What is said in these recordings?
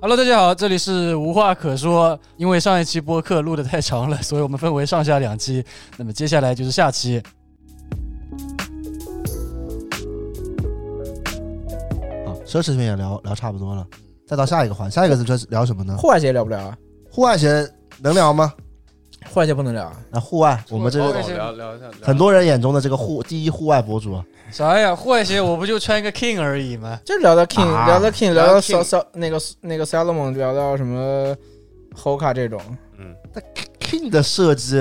Hello，大家好，这里是无话可说。因为上一期播客录的太长了， 所以我们分为上下两期。那么接下来就是下期。啊，奢侈品也聊聊差不多了，再到下一个环，下一个是这是聊什么呢？户外鞋聊不聊啊？户外鞋能聊吗？户外鞋不能聊啊。那户外，我们这户个外鞋聊聊一下，很多人眼中的这个户第一户外博主，啊啥呀？户外鞋我不就穿个 King 而已吗？这聊到 King，、啊聊到 King，聊聊到到骚 King 骚那个那个 Salomon，聊到什么 Hoka 这种，嗯， King 的设计，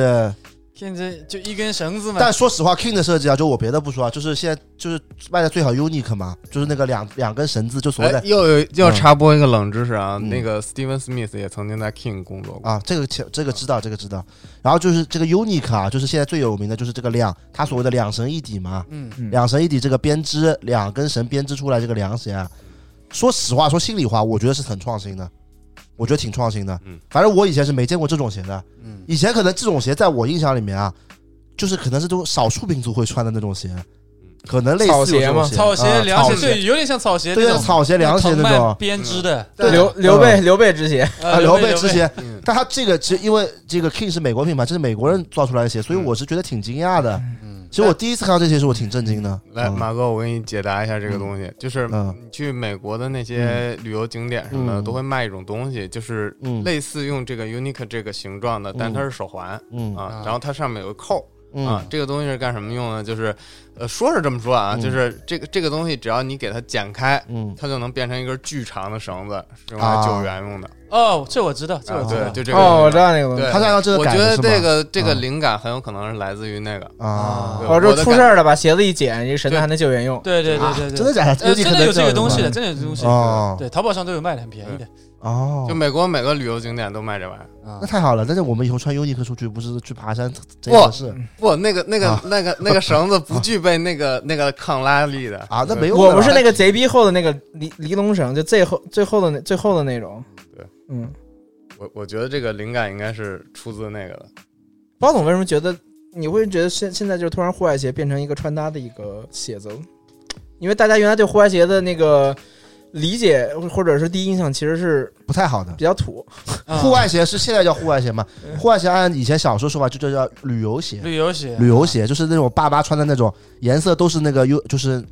King 这就一根绳子嘛。但说实话，King 的设计啊，就我别的不说啊，就是现在就是卖的最好 Unique 嘛，就是那个两两根绳子，就所谓的、哎，又有又嗯插播一个冷知识啊，嗯那个 Steven Smith 也曾经在 King 工作过，啊，这个切这个知道，这个知道。然后就是这个 Unique 啊，就是现在最有名的就是这个两，它所谓的两绳一底嘛，嗯，嗯两绳一底这个编织，两根绳编织出来这个凉鞋啊，说实话，说心里话，我觉得是很创新的，我觉得挺创新的。嗯，反正我以前是没见过这种鞋的。嗯，以前可能这种鞋在我印象里面啊，就是可能是这种少数民族会穿的那种鞋，嗯可能类似草有鞋这种嘛鞋，草鞋、啊凉草鞋，对，有点像草鞋对那啊，种草鞋、凉鞋藤那蔓种。嗯啊编织的。对刘刘备刘备之鞋，呃刘备备之，鞋，嗯但他这个其实因为这个 King 是美国品牌，这是美国人造出来的鞋，嗯所以我是觉得挺惊讶的。嗯，其实我第一次看到这鞋时，我挺震惊的。来，嗯马哥，我给你解答一下这个东西，就是嗯你去美国的那些旅游景点什么的，嗯都会卖一种东西，就是嗯类似用这个 Unique 这个形状的，但它是手环嗯啊啊，然后它上面有个扣嗯啊，这个东西是干什么用的？就是，呃，说是这么说啊，嗯就是这个这个东西，只要你给它剪开。嗯它就能变成一根巨长的绳子，是用啊来救援用的。哦，这我知道，这我啊，知对，道。就这个。哦，我知道那个东西对，。嗯他是按照这个我改觉的得是这吗个这个嗯灵感很有可能是来自于那个。啊对哦，这我的出感事儿了，把鞋子一剪，这绳子还能救援用。对对对对对，啊真的假的？呃，真的有这个东西的，的真的有这个东西。哦对，淘宝上都有卖的，很便宜的。哦就，美国每个旅游景点都卖这 玩意儿。啊那，太好了。但是我们以后穿 Uniqlo 出去，不是去爬山这哇合适不，那个、那个、啊那个、那个绳子不具备那个、那个抗拉力的啊？那没有，我不是那个贼逼厚的那个尼尼龙绳，就最后最后的那最后的那种。对，嗯，我我觉得这个灵感应该是出自那个的。包总为什么觉得你会觉得现现在就突然户外鞋变成一个穿搭的一个鞋子了？因为大家原来对户外鞋的那个理解或者是第一印象其实是不太好的比。较土。啊户外鞋是现在叫户外鞋吗嗯？户外鞋按以前小时候说法就叫叫旅游鞋，旅游鞋，旅游鞋就是那种爸妈穿的那种，颜色都是那个 U，就是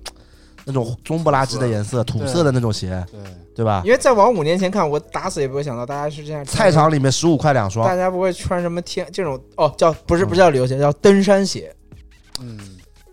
那种棕不拉几的颜色，土色的那种鞋，对，对吧？因为再往五年前看，我打死也不会想到大家是这样菜场。里面十五块两大双，家不会穿什么天这种哦，叫不嗯是不是叫旅游鞋，叫登山鞋。嗯，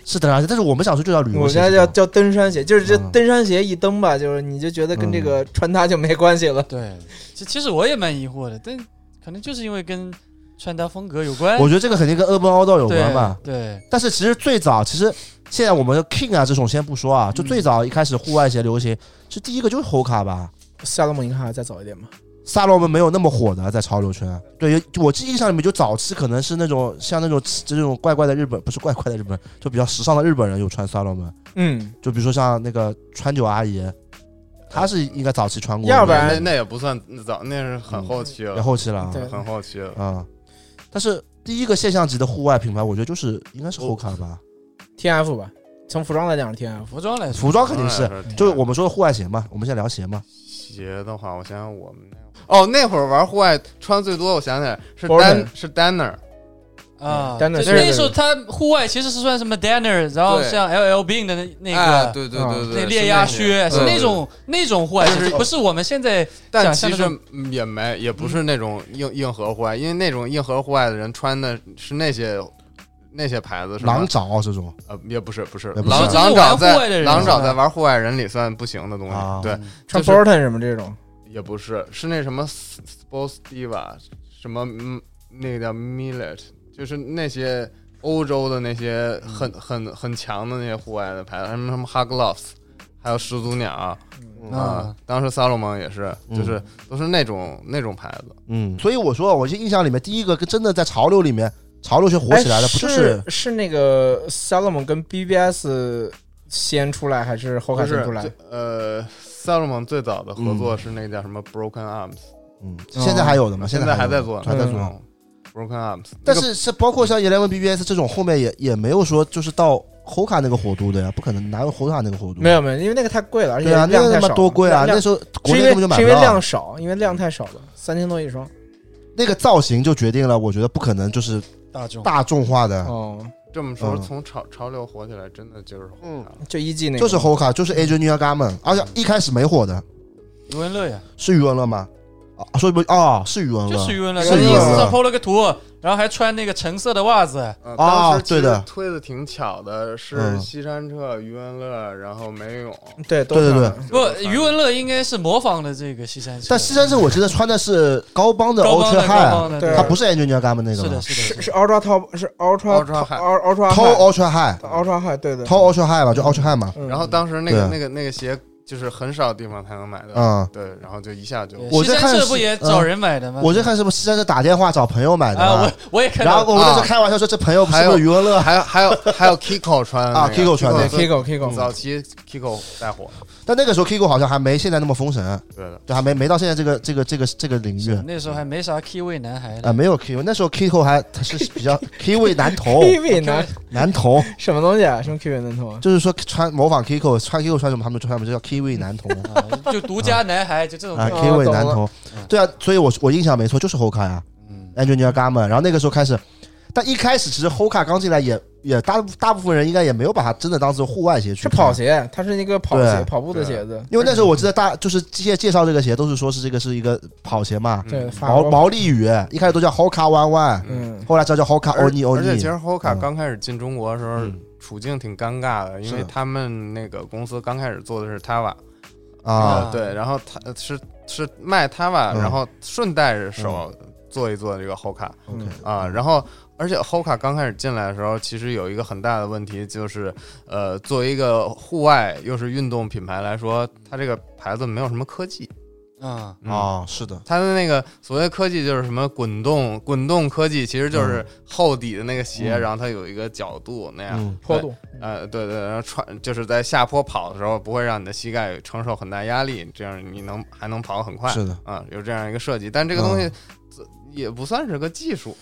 是登山鞋，但嗯是我们小时候就叫旅游我鞋家这叫种，叫登山鞋，就是这嗯登山鞋一登吧，就是你就觉得跟这个穿搭就没关系了。对。其其实我也蛮疑惑的，但可能就是因为跟穿搭风格有关。我觉得这个肯定跟 Urban Outdoor 有对关吧。对，但是其实最早，其实现在我们的 King 啊这种先不说啊，就最早一开始户外鞋流行，是第一个就是 Hoka 吧。夏洛姆，你看还再早一点嘛？萨洛门没有那么火的，在潮流圈。对，就我记印象里面，就早期可能是那种像那种这种怪怪的日本，不是怪怪的日本，就比较时尚的日本人有穿萨洛门。嗯，就比如说像那个川久阿姨，她是应该早期穿过的，要不然那那也不算早，那是很后期也了，哎后期了啊对很后期了。啊。但是第一个现象级的户外品牌，我觉得就是应该是 Hoka 吧， T F 吧，从服装来讲是 T F。服装来说，服装肯定是。当然就是我们说的户外鞋嘛，我们现在聊鞋嘛，鞋的话，我想想我们那会儿哦，那会儿玩户外穿最多，我想起来是 Border 丹是 Danner，啊，嗯，Danner 对是那时候他户外其实是算什么 Danner，然后对像 LL Bean 的那哎那个对对啊对对，那猎鸭是靴，那个是那种那种户外就鞋，是不是我们现在但想其象实那种嗯也没，也不是那种硬硬核户外，因为那种硬核户外的人穿的是那些那些牌子，是吧狼？爪啊这种呃，也不是，不是也不是狼就是狼爪玩户外的在人狼爪是吧在玩户外人里算不行的东啊西，对，穿就是 Bolton 什么这种，也不是，是那什么 S- Sports Diva，什么嗯那个叫 Millet，就是那些欧洲的那些嗯很很很强的那些户外的牌子，什么什么 h u g l o v s 还有始祖鸟啊，啊，当时萨洛蒙也是，嗯就是都是那种那种牌子。嗯，所以我说，我印象里面第一个跟真的在潮流里面，潮流圈火起来的，哎不就是是那个 Salomon 跟 BBS 先出来，还是后不开是先出来最？呃，萨洛蒙最早的合作是那个叫什么 Broken Arms，、嗯，现在还有的吗？现在还有的在做，还在做。嗯 Broken Arms，但是是包括像 Eleven BBS 这种，后面也也没有说就是到 Hoka 那个火度的呀，不可能哪有 Hoka 那个火度？没有没有，因为那个太贵了，而且对啊，那量个他太少，妈多贵啊！量那时候国是内因根本就为买是不因为量到。啊少，因为量太少了，三千多一双。那个造型就决定了，我觉得不可能就是大众大众化的，哦，这么说，嗯从潮潮流火起来，真的就是红嗯茶了就一季那个就是 Hoka，就是 AJ New y o r g a m e n 而且一开始没火的余文乐呀，是余文乐吗？啊，说不哦，是余文乐，就是余文乐，是在余文 ins 乐上 po 了个图，然后还穿那个橙色的袜子，呃啊当时其对实的推的挺巧的，是嗯西山澈、余文乐，然后梅勇。对对对对对不，余文乐应该是模仿的这个西山车，但西山是我记得穿的是高帮的高 Ultra 帮的 High，啊高帮的，对它不是 Angel a g a m 那个是的，吗是是的，是 Ultra Top 是 Ultra Ultra High Ultra ？Tall Ultra High，Tall Ultra High 对对。 Ultra High 吧，就 Ultra High 嘛。嗯然后当时那个对那个那个鞋就是很少地方才能买到，嗯，对，然后就一下就对我西在山看社是不也找人买的吗？我这看是不是西山是打电话找朋友买的嗯啊，嘛我，我也看然到后我们那时候开玩笑说这朋友是不是余文乐？还有还有还有 Kiko 穿的啊那个 Kiko 穿的对是 Kiko Kiko 早期 Kiko 带火，但那个时候 Kiko 好像还没现在那么封神，对的，就还没没到现在这个这个这个这个领域那时候还没啥 key 位男 孩啊，呢，没有 Kiko，那时候 Kiko 还他是比 较 K 位男童， KV 男男童什么东西啊？什么 KV 男童啊？就是说穿模仿 Kiko 穿 Kiko 穿什么，他们就穿什么，就叫 K 位男童。啊就独家男孩，就这种啊 感觉。 ，K 位懂男了童嗯，对啊，所以我我印象没错，就是啊 Hoka 呀嗯，Engineer Garment。然后那个时候开始，但一开始其实 Hoka 刚进来也也大大部分人应该也没有把它真的当做户外鞋去是看跑，鞋，它是一个跑鞋对跑步的鞋子。因为那时候我记得大就是介介绍这个鞋都是说是这个是一个跑鞋 嘛，对嗯法毛国毛利语一开始都叫 Hoka One One，嗯，后来知道叫 Hoka 而 Oni 而且其实 Oni。 Hoka 嗯刚开始进中国的时候嗯，处境挺尴尬的，因是为的他们那个公司刚开始做的是 Tava，啊，啊对，然后他呃是是卖 Tava，嗯然后顺带着手做一做这个 Hoka 嗯 OK 啊，然后。而且 Hoka 刚开始进来的时候，其实有一个很大的问题，就是，呃，作为一个户外又是运动品牌来说，它这个牌子没有什么科技啊，嗯啊，是的，它的那个所谓科技就是什么滚动滚动科技，其实就是厚底的那个鞋，嗯然后它有一个角度那样。嗯，坡度呃，对对，然后穿就是在下坡跑的时候，不会让你的膝盖承受很大压力，这样你能还能跑得很快。是的，啊，有这样一个设计，但这个东西嗯自也不算是个技术，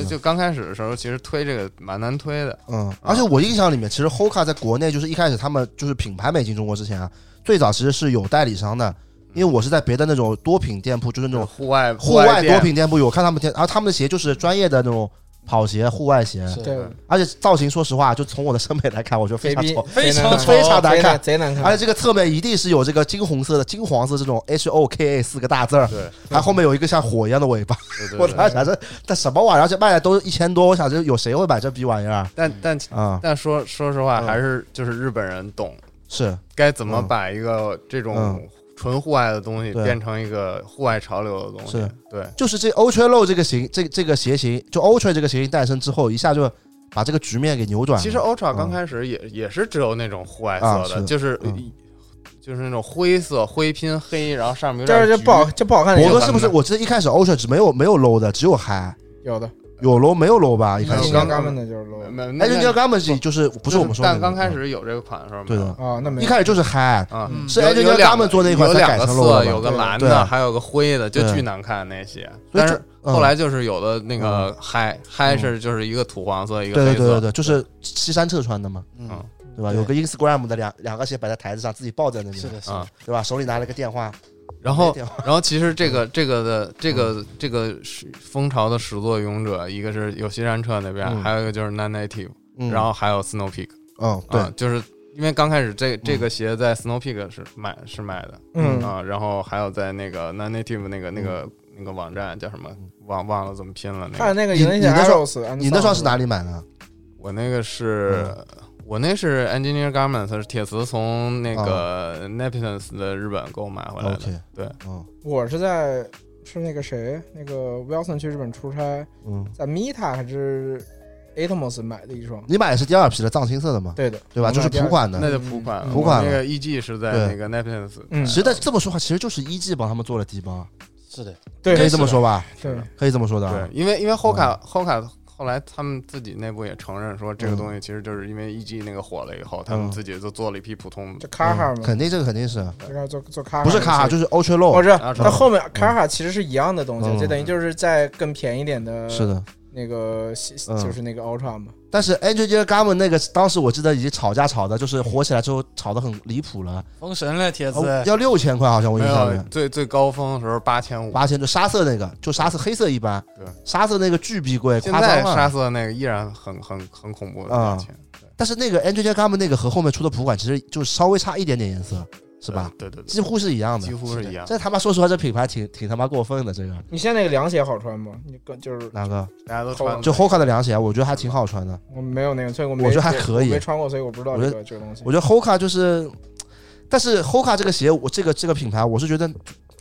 是以的，就啊刚开始的时候，其实推这个蛮难推的。嗯，而且我印象里面，其实 Hoka 在国内就是一开始他们就是品牌没进中国之前啊，最早其实是有代理商的，因为我是在别的那种多品店铺，就是那种户外户外外店多品店铺有看他们店，然后他们的鞋就是专业的那种跑鞋、户外鞋，是对而且造型说实话，就从我的审美来看，我觉得非贼常逼丑，非常难丑非常难贼看。哎贼难看而。且这个侧面一定是有这个金红色的、金黄色这种 H O K A 四个大字儿，对还后面有一个像火一样的尾巴。对对我对当时想这这什么玩意儿？而且卖的都一千多，我想这有谁会买这逼玩意儿但但啊？但说说实话，嗯还是就是日本人懂是该怎么嗯把一个这种嗯纯户外的东西对变成一个户外潮流的东西是。对，就是这 Ultra Low 这个型，这这个鞋型，就 Ultra 这个鞋型诞生之后，一下就把这个局面给扭转了。其实 Ultra 嗯刚开始也、也是只有那种户外啊色的，是就是、嗯就是那种灰色灰拼黑，然后上面有这点就橘不好，这不好看的博有哥的。是不是？我记得一开始 Ultra 只没有没有 Low 的，只有 High，有的，有 Low 没有 Low 吧？一开没始有金刚刚刚刚们的就是 low 没有那哎，人那家根本就是不就是我们说的那但个，刚开始有这个款的时候没对有，的，啊，那没一开始就是 High，啊。嗯是有 Angel 有两 Garmin 做那一款有才两改个成 low 色，的嘛有个蓝对的，啊还有个灰的，就对巨难看那些。所以但就是嗯后来就是有的那个嗨嗨是就是一个土黄色，一对个啊黑对色，对对对，就是西山侧穿的嘛，嗯，对吧？对有个 Instagram 的两两个鞋摆在台子上，自己抱在那是边，的，是啊的。。对吧？手里拿了个电话，然后没电话 然后其实这个这个的这个这个是风潮的始作俑者，一个是有西山彻那边，嗯还有一个就是 Nine Native，嗯然后还有 Snow Peak。嗯啊对，嗯就是因为刚开始这这个鞋在 Snow Peak 是卖是卖的，嗯啊，然后还有在那个 Non Native 那个那嗯个那个网站叫什么，忘忘了怎么拼了。那看个那个你有那你些那双 Arrows，你那双是哪里？里买的？我那个是嗯我那是 Engineer Garments，是铁磁从那个 Neptunes 的日本给我买回来的。啊 OK 对，嗯我是在是那个谁，那个 Wilson 去日本出差，嗯，在 Mita 还是 Atomos 买的一双。你买的是第二批的藏青色的嘛？对的，对吧？我就买是第二普款的那。就普款了，嗯普款了我那个 EG 是在那个 Neptunes，嗯其实在这么说话，其实就是一季帮他们做了低帮，是的，对，可以这么说吧？对，可以这么说的对啊。，因为因为 Hoka Hoka 后来他们自己内部也承认说，这个东西其实就是因为 EG 那个火了以后，他们嗯自己就做了一批普通这卡哈嗯嘛，肯定这个肯定是，这个做做卡哈。不是卡哈就是是 Ultra 我 Low，知道啊，它后面卡哈其实是一样的东西，嗯就等于就是在更便宜点的，是的，那个嗯就是那个 Ultra 嘛，但是 Angel Gammon 那个，当时我记得已经吵架吵的，就是火起来之后吵得很离谱了，封神了，铁子。哦要六千块好像我没印象里有面，最最高峰的时候八千五，八千就沙色那个，就沙色黑色一般，对沙色那个巨逼贵，现夸在张啊沙了。色那个依然很很很恐怖的啊价钱，但是那个 Angel Gammon 那个和后面出的普管其实就稍微差一点点颜色，是对吧？？对对对，几乎是一样的几。乎是一样。这他妈说实话，这品牌挺挺他妈过分的，这个你现在那个凉鞋好穿吗？你跟就是哪个？大家都穿就 Hoka 的凉鞋，啊我觉得还挺好穿的。我没有那个，所以我没我觉得还可以我没穿过，所以我不知道我觉这得个这个东西。我觉得 Hoka 就是，但是 Hoka 这个鞋，我这个这个品牌，我是觉得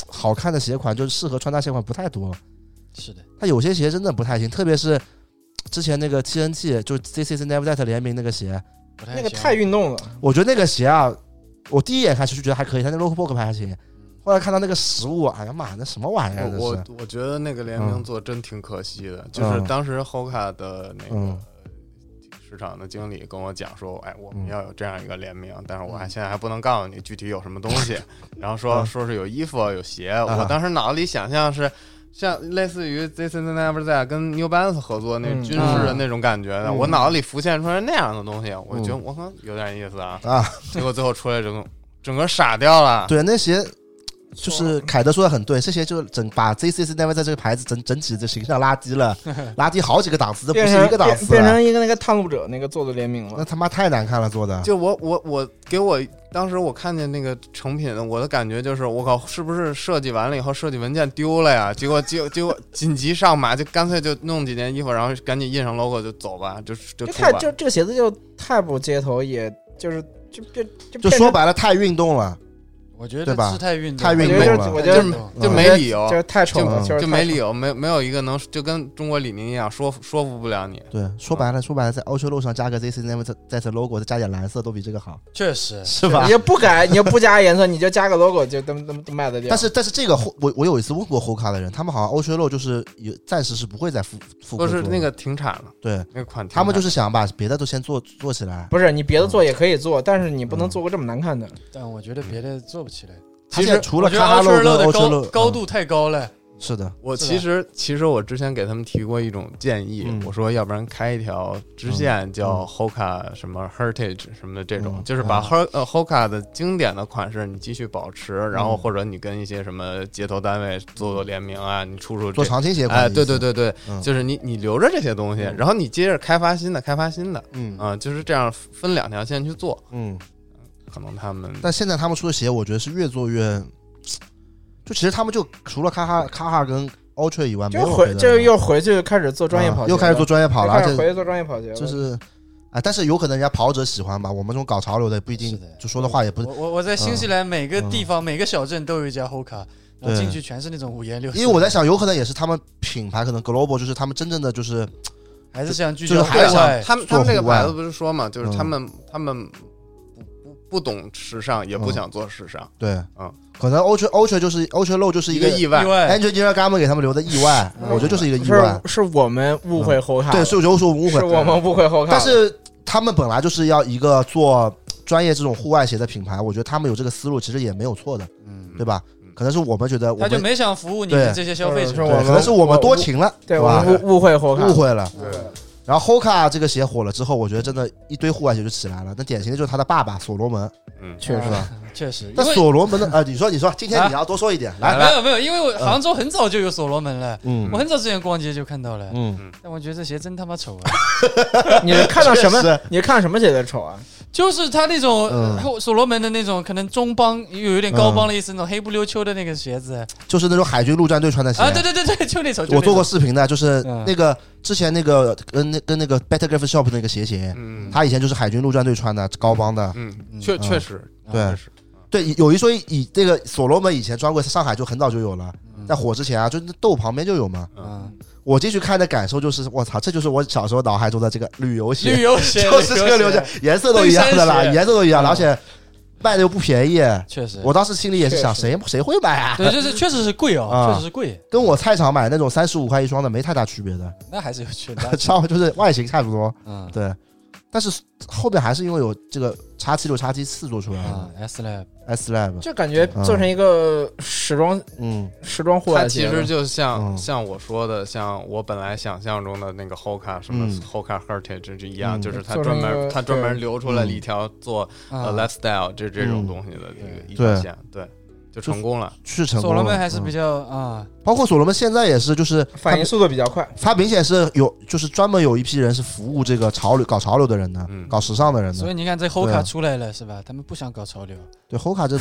好看的鞋款就是适合穿搭鞋款不太多。是的，它有些鞋真的不太行，特别是之前那个 TNT 就是 ZCC Never That 联名那个鞋，不那个行太运动了，我觉得那个鞋啊，我第一眼开始就觉得还可以，它那 logo book 牌还行。后来看到那个实物，哎呀妈，那什么玩意儿？我这我是嗯我觉得那个联名做真挺可惜的，就是当时 Hoka 的那个嗯市场的经理跟我讲说，哎，我们嗯要有这样一个联名，但是我还现在还不能告诉你具体有什么东 西，然后说啊说是有衣服有鞋，啊我当时脑子里想象是。像类似于 This Is Never That 跟 New Balance 合作那嗯军事的那种感觉的，嗯我脑子里浮现出来那样的东西，我就觉得嗯我可能有点意思啊，啊，结果最后出来整个整个傻掉了。对，那鞋就是凯德说的很对，这鞋就整把 ZCC Never That 这个牌子整整体的形象拉低 了，拉低好几个档次，这不变是成一个档变次啊变了。成一个那个探路者那个做的联名那了。他妈太难看了，做的。就我我我给我当时我看见那个成品，我的感觉就是我靠，是不是设计完了以后设计文件丢了呀？结果结结果紧急上马，就干脆就弄几件衣服，然后赶紧印上 logo 就走吧，就就这出太吧。就这个鞋子就太不街头，也就是就就就就变说成白了，太运动了。我觉对吧得是太运动，啊太运动了我觉得太运动就嗯没理由就，是太丑了，就就是就没太理由，没没有一个能就跟中国李宁一样说服说服不了你。对，说白了，说白了，在欧洲路上加个 ZC Never That logo，再加点蓝色，都比这个好，确实是丑。你？就不改，你就不加颜色，你就加个 logo，就都都都卖得掉。但是但是这个后我我有一次问过 Hoka 的人，他们好像欧洲路就是有暂时是不会再复复都刻是做那个停产了，对那个款停产他们就是想把别的都先做做起来。不是你别的嗯做也可以做，但是你不能做个这么难看啊的。但我觉得别的做不起来。他其现在实 除了我觉得卡奥 logo 勒跟的欧洲高路嗯高度太高了，是的，我是其的实其实我之前给他们提过一种建议，嗯我说要不然开一条支线叫 Hoka 什么 Heritage 什么的这种，嗯就是把嗯 Her、呃 Hoka 的经典的款式你继续保持，然嗯后或者你跟一些什么街头单位做做联名啊，你出出做这。长青鞋款。哎，对对，对对，嗯就是你你留着这些东西，嗯然后你接着开发新的，开发新的，嗯啊、就是这样分两条线去做，嗯。可能他们但现在他们出的鞋，我觉得是越做越，就其实他们就除了卡哈卡哈跟 Ultra 以外，没就有回别的就了又回去开始做专业跑啊鞋了，又开始做专业跑了，又而开始且回去做专业跑鞋了，就是，啊，但是有可能人家跑者喜欢吧，我们这种搞潮流的不一是定的就说的话也不嗯我，我我在新西兰每个地方、每个小镇都有一家 Hoka，然后对进去全是那种五颜六色。因为我在，想，有可能也是他们品牌可能 global 就是他们真正的就是还是想聚就焦是户还想外。他们他啊们做这个户外牌子不是说嘛，就是嗯他们、他们不不不懂时尚，也不嗯想做时尚，对，嗯，可能 ultra ultra 就是 ultra low 就是一一个个意外意。外 Angel g a m 给他们留的意外，嗯我觉得就是一个意外嗯是，是我们误会后看，对，所以我就说误是会，我们误会后看，但是他们本来就是要一个做专业这种户外鞋的品牌，我觉得他们有这个思路其实也没有错的，嗯对吧嗯？可能是我们觉得我他们就对，没想服务你们对这些消费是者。我们可能是我们多情了，对是我吧？们误误会后看，误会了。对然后 Hoka 这个鞋火了之后，我觉得真的一堆户外鞋就起来了。那典型的就是他的爸爸所罗门，嗯，确实是吧？啊确实，那因为啊所罗门的呃，你说你说，今天你要多说一点，来，没有没有，因为我杭州很早就有所罗门了，嗯我很早之前逛街就看到了，嗯，但我觉得这鞋真他妈丑啊！ 你是看到什确么实？你是看到什么写的丑啊？就是他那种嗯嗯呃所罗门的那种，可能中帮又有点高帮的意思，那种黑不溜秋的那个鞋子就是那种海军陆战队穿的鞋啊，对对对对， 就那种。就那种我做过视频的，就是嗯那个之前那个跟那跟那个 Better Gift Shop 那个鞋鞋，嗯他以前就是海军陆战队穿的高帮的。嗯，嗯确嗯确实，对确实，对，有一说一，以这个所罗门以前专柜上海就很早就有了，在火之前啊，就那豆旁边就有嘛。嗯，我进去看的感受就是，我操，这就是我小时候脑海中的这个旅游鞋，旅游鞋就是这个流程，颜色都一样的啦，登山鞋颜色都一样，嗯而且卖的又不便宜。确实，我当时心里也是想，确谁谁会买啊？对，就是确实是贵哦，啊确实是贵，跟我菜场买那种三十五块一双的没太大区别的，那还是有区别 。知道吗？就是外形差不多。嗯，对，但是后面还是因为有这个叉七六叉七四做出来啊的，S Lab， S Lab，这感觉做成一个时装嗯时装户它外其鞋了，实就像、嗯像我说的，像我本来想象中的那个 Hoka 什么嗯 Hoka Heritage 是一样，嗯就是它做专成一门个它专门对留出来了嗯一条做呃啊， lifestyle 这这种嗯东西的对一个一条线，对，就成功了。是成所功罗了嘛，门还是嗯比较啊，包括所罗门现在也是，就是他反应速度比较快。他明显是有，就是专门有一批人是服务这个潮流、搞潮流的人的，嗯搞时尚的人所的。以你看这对啊 Hoka 出来了是吧？他们不想搞潮流，对 ，Hoka 这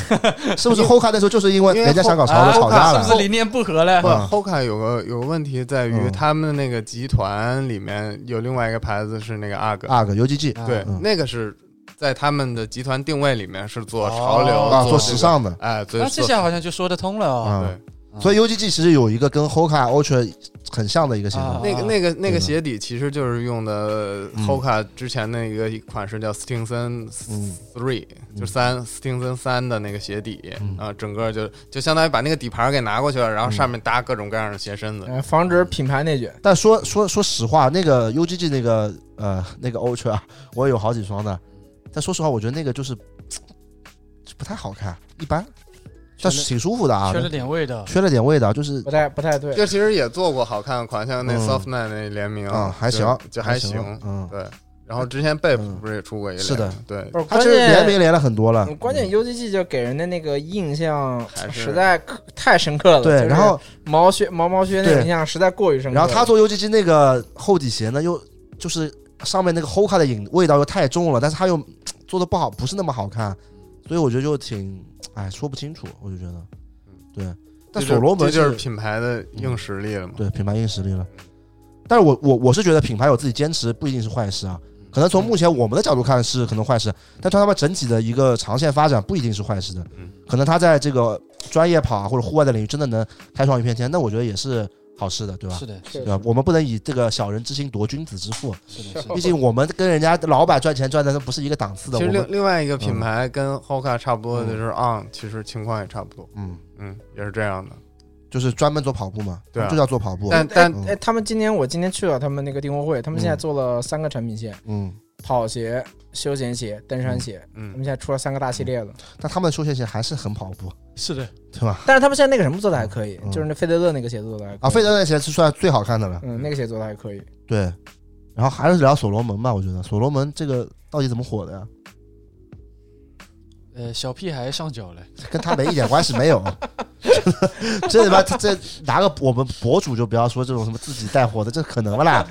是不是 Hoka 那时候就是因为因为人家想搞潮啊流吵架是不是了？理念不合了不？嗯，Hoka 有个有个问题在于嗯他们那个集团里面有另外一个牌子是那个 UGG，啊，个 UGG 啊对嗯，那个是在他们的集团定位里面是做潮流、哦啊，这做个时，尚啊的哎，做啊那这做下好像就说得通了哦。啊对。啊所以 UGG 其实有一个跟 Hoka Ultra 很像的一个形啊状，那个那个那对个的鞋底其实就是用的嗯 Hoka 之前那个一款是叫 Stinson 嗯 Three，、嗯就三 Stinson 三的那个鞋底啊、嗯整个就就相当于把那个底盘给拿过去了，然后嗯上面搭各种各样的鞋身子。呃，防止品牌内卷。但说说说实话，那个 UGG 那个呃那个 Ultra，我也有好几双的。但说实话，我觉得那个就是不太好看，一般，但是挺舒服的啊缺，了点味道。缺了点味道，就是不太不太对，这其实也做过好看的款，像那嗯 Soft Nine 那联名啊还就行，就还还行。嗯。对，然后之前贝嗯不是也出过一是的联，对，不是他关其实嗯联键嗯名联了很多了，关键 UGG 就给人的那个印象还是实在可太深刻了。就对，是然后毛靴毛毛靴那对个印象实在过于深刻了。然后他做 UGG 那个厚底鞋呢，又就是上面那个 Hoka 的影味道又太重了，但是他又嘖做的不好，不是那么好看，所以我觉得就挺哎说不清楚，我就觉得，对。但嗯这就所罗门这就是是品牌的硬实力了嘛。对品牌硬实力了，但是我我我是觉得品牌有自己坚持不一定是坏事啊，嗯可能从目前我们的角度看是可能坏事，但从他们整体的一个长线发展不一定是坏事的嗯，可能他在这个专业跑啊或者户外的领域真的能开创一片天，那我觉得也是好事的，对吧？是的，是对吧？我们不能以这个小人之心夺君子之腹，啊是的，是的毕竟我们跟人家老板赚钱赚的那不是一个档次的。其我实们嗯另另外一个品牌跟 Hoka 差不多的就是 On，其实情况也差不多，嗯，嗯，也是这样的。就是专门做跑步嘛，对啊就叫做跑步。但但嗯哎，他们今年我今天去了他们那个订货会，他们现在嗯做了三个产品线：嗯，跑鞋、休闲鞋、登山鞋。他嗯们现在出了三个大系列了，但他们的休闲鞋还是很跑步，是的，对吧？但是他们现在那个什么做的还可以，嗯就是那费德勒那个鞋做的还可以啊，费德勒鞋是算最好看的了。嗯那个鞋做的还可以。对，然后还是聊所罗门吧，我觉得所罗门这个到底怎么火的呀？呃，小屁孩上脚了，跟他没一点关系没有。 这他妈这拿个我们博主就不要说这种什么自己带货的，这可能不啦？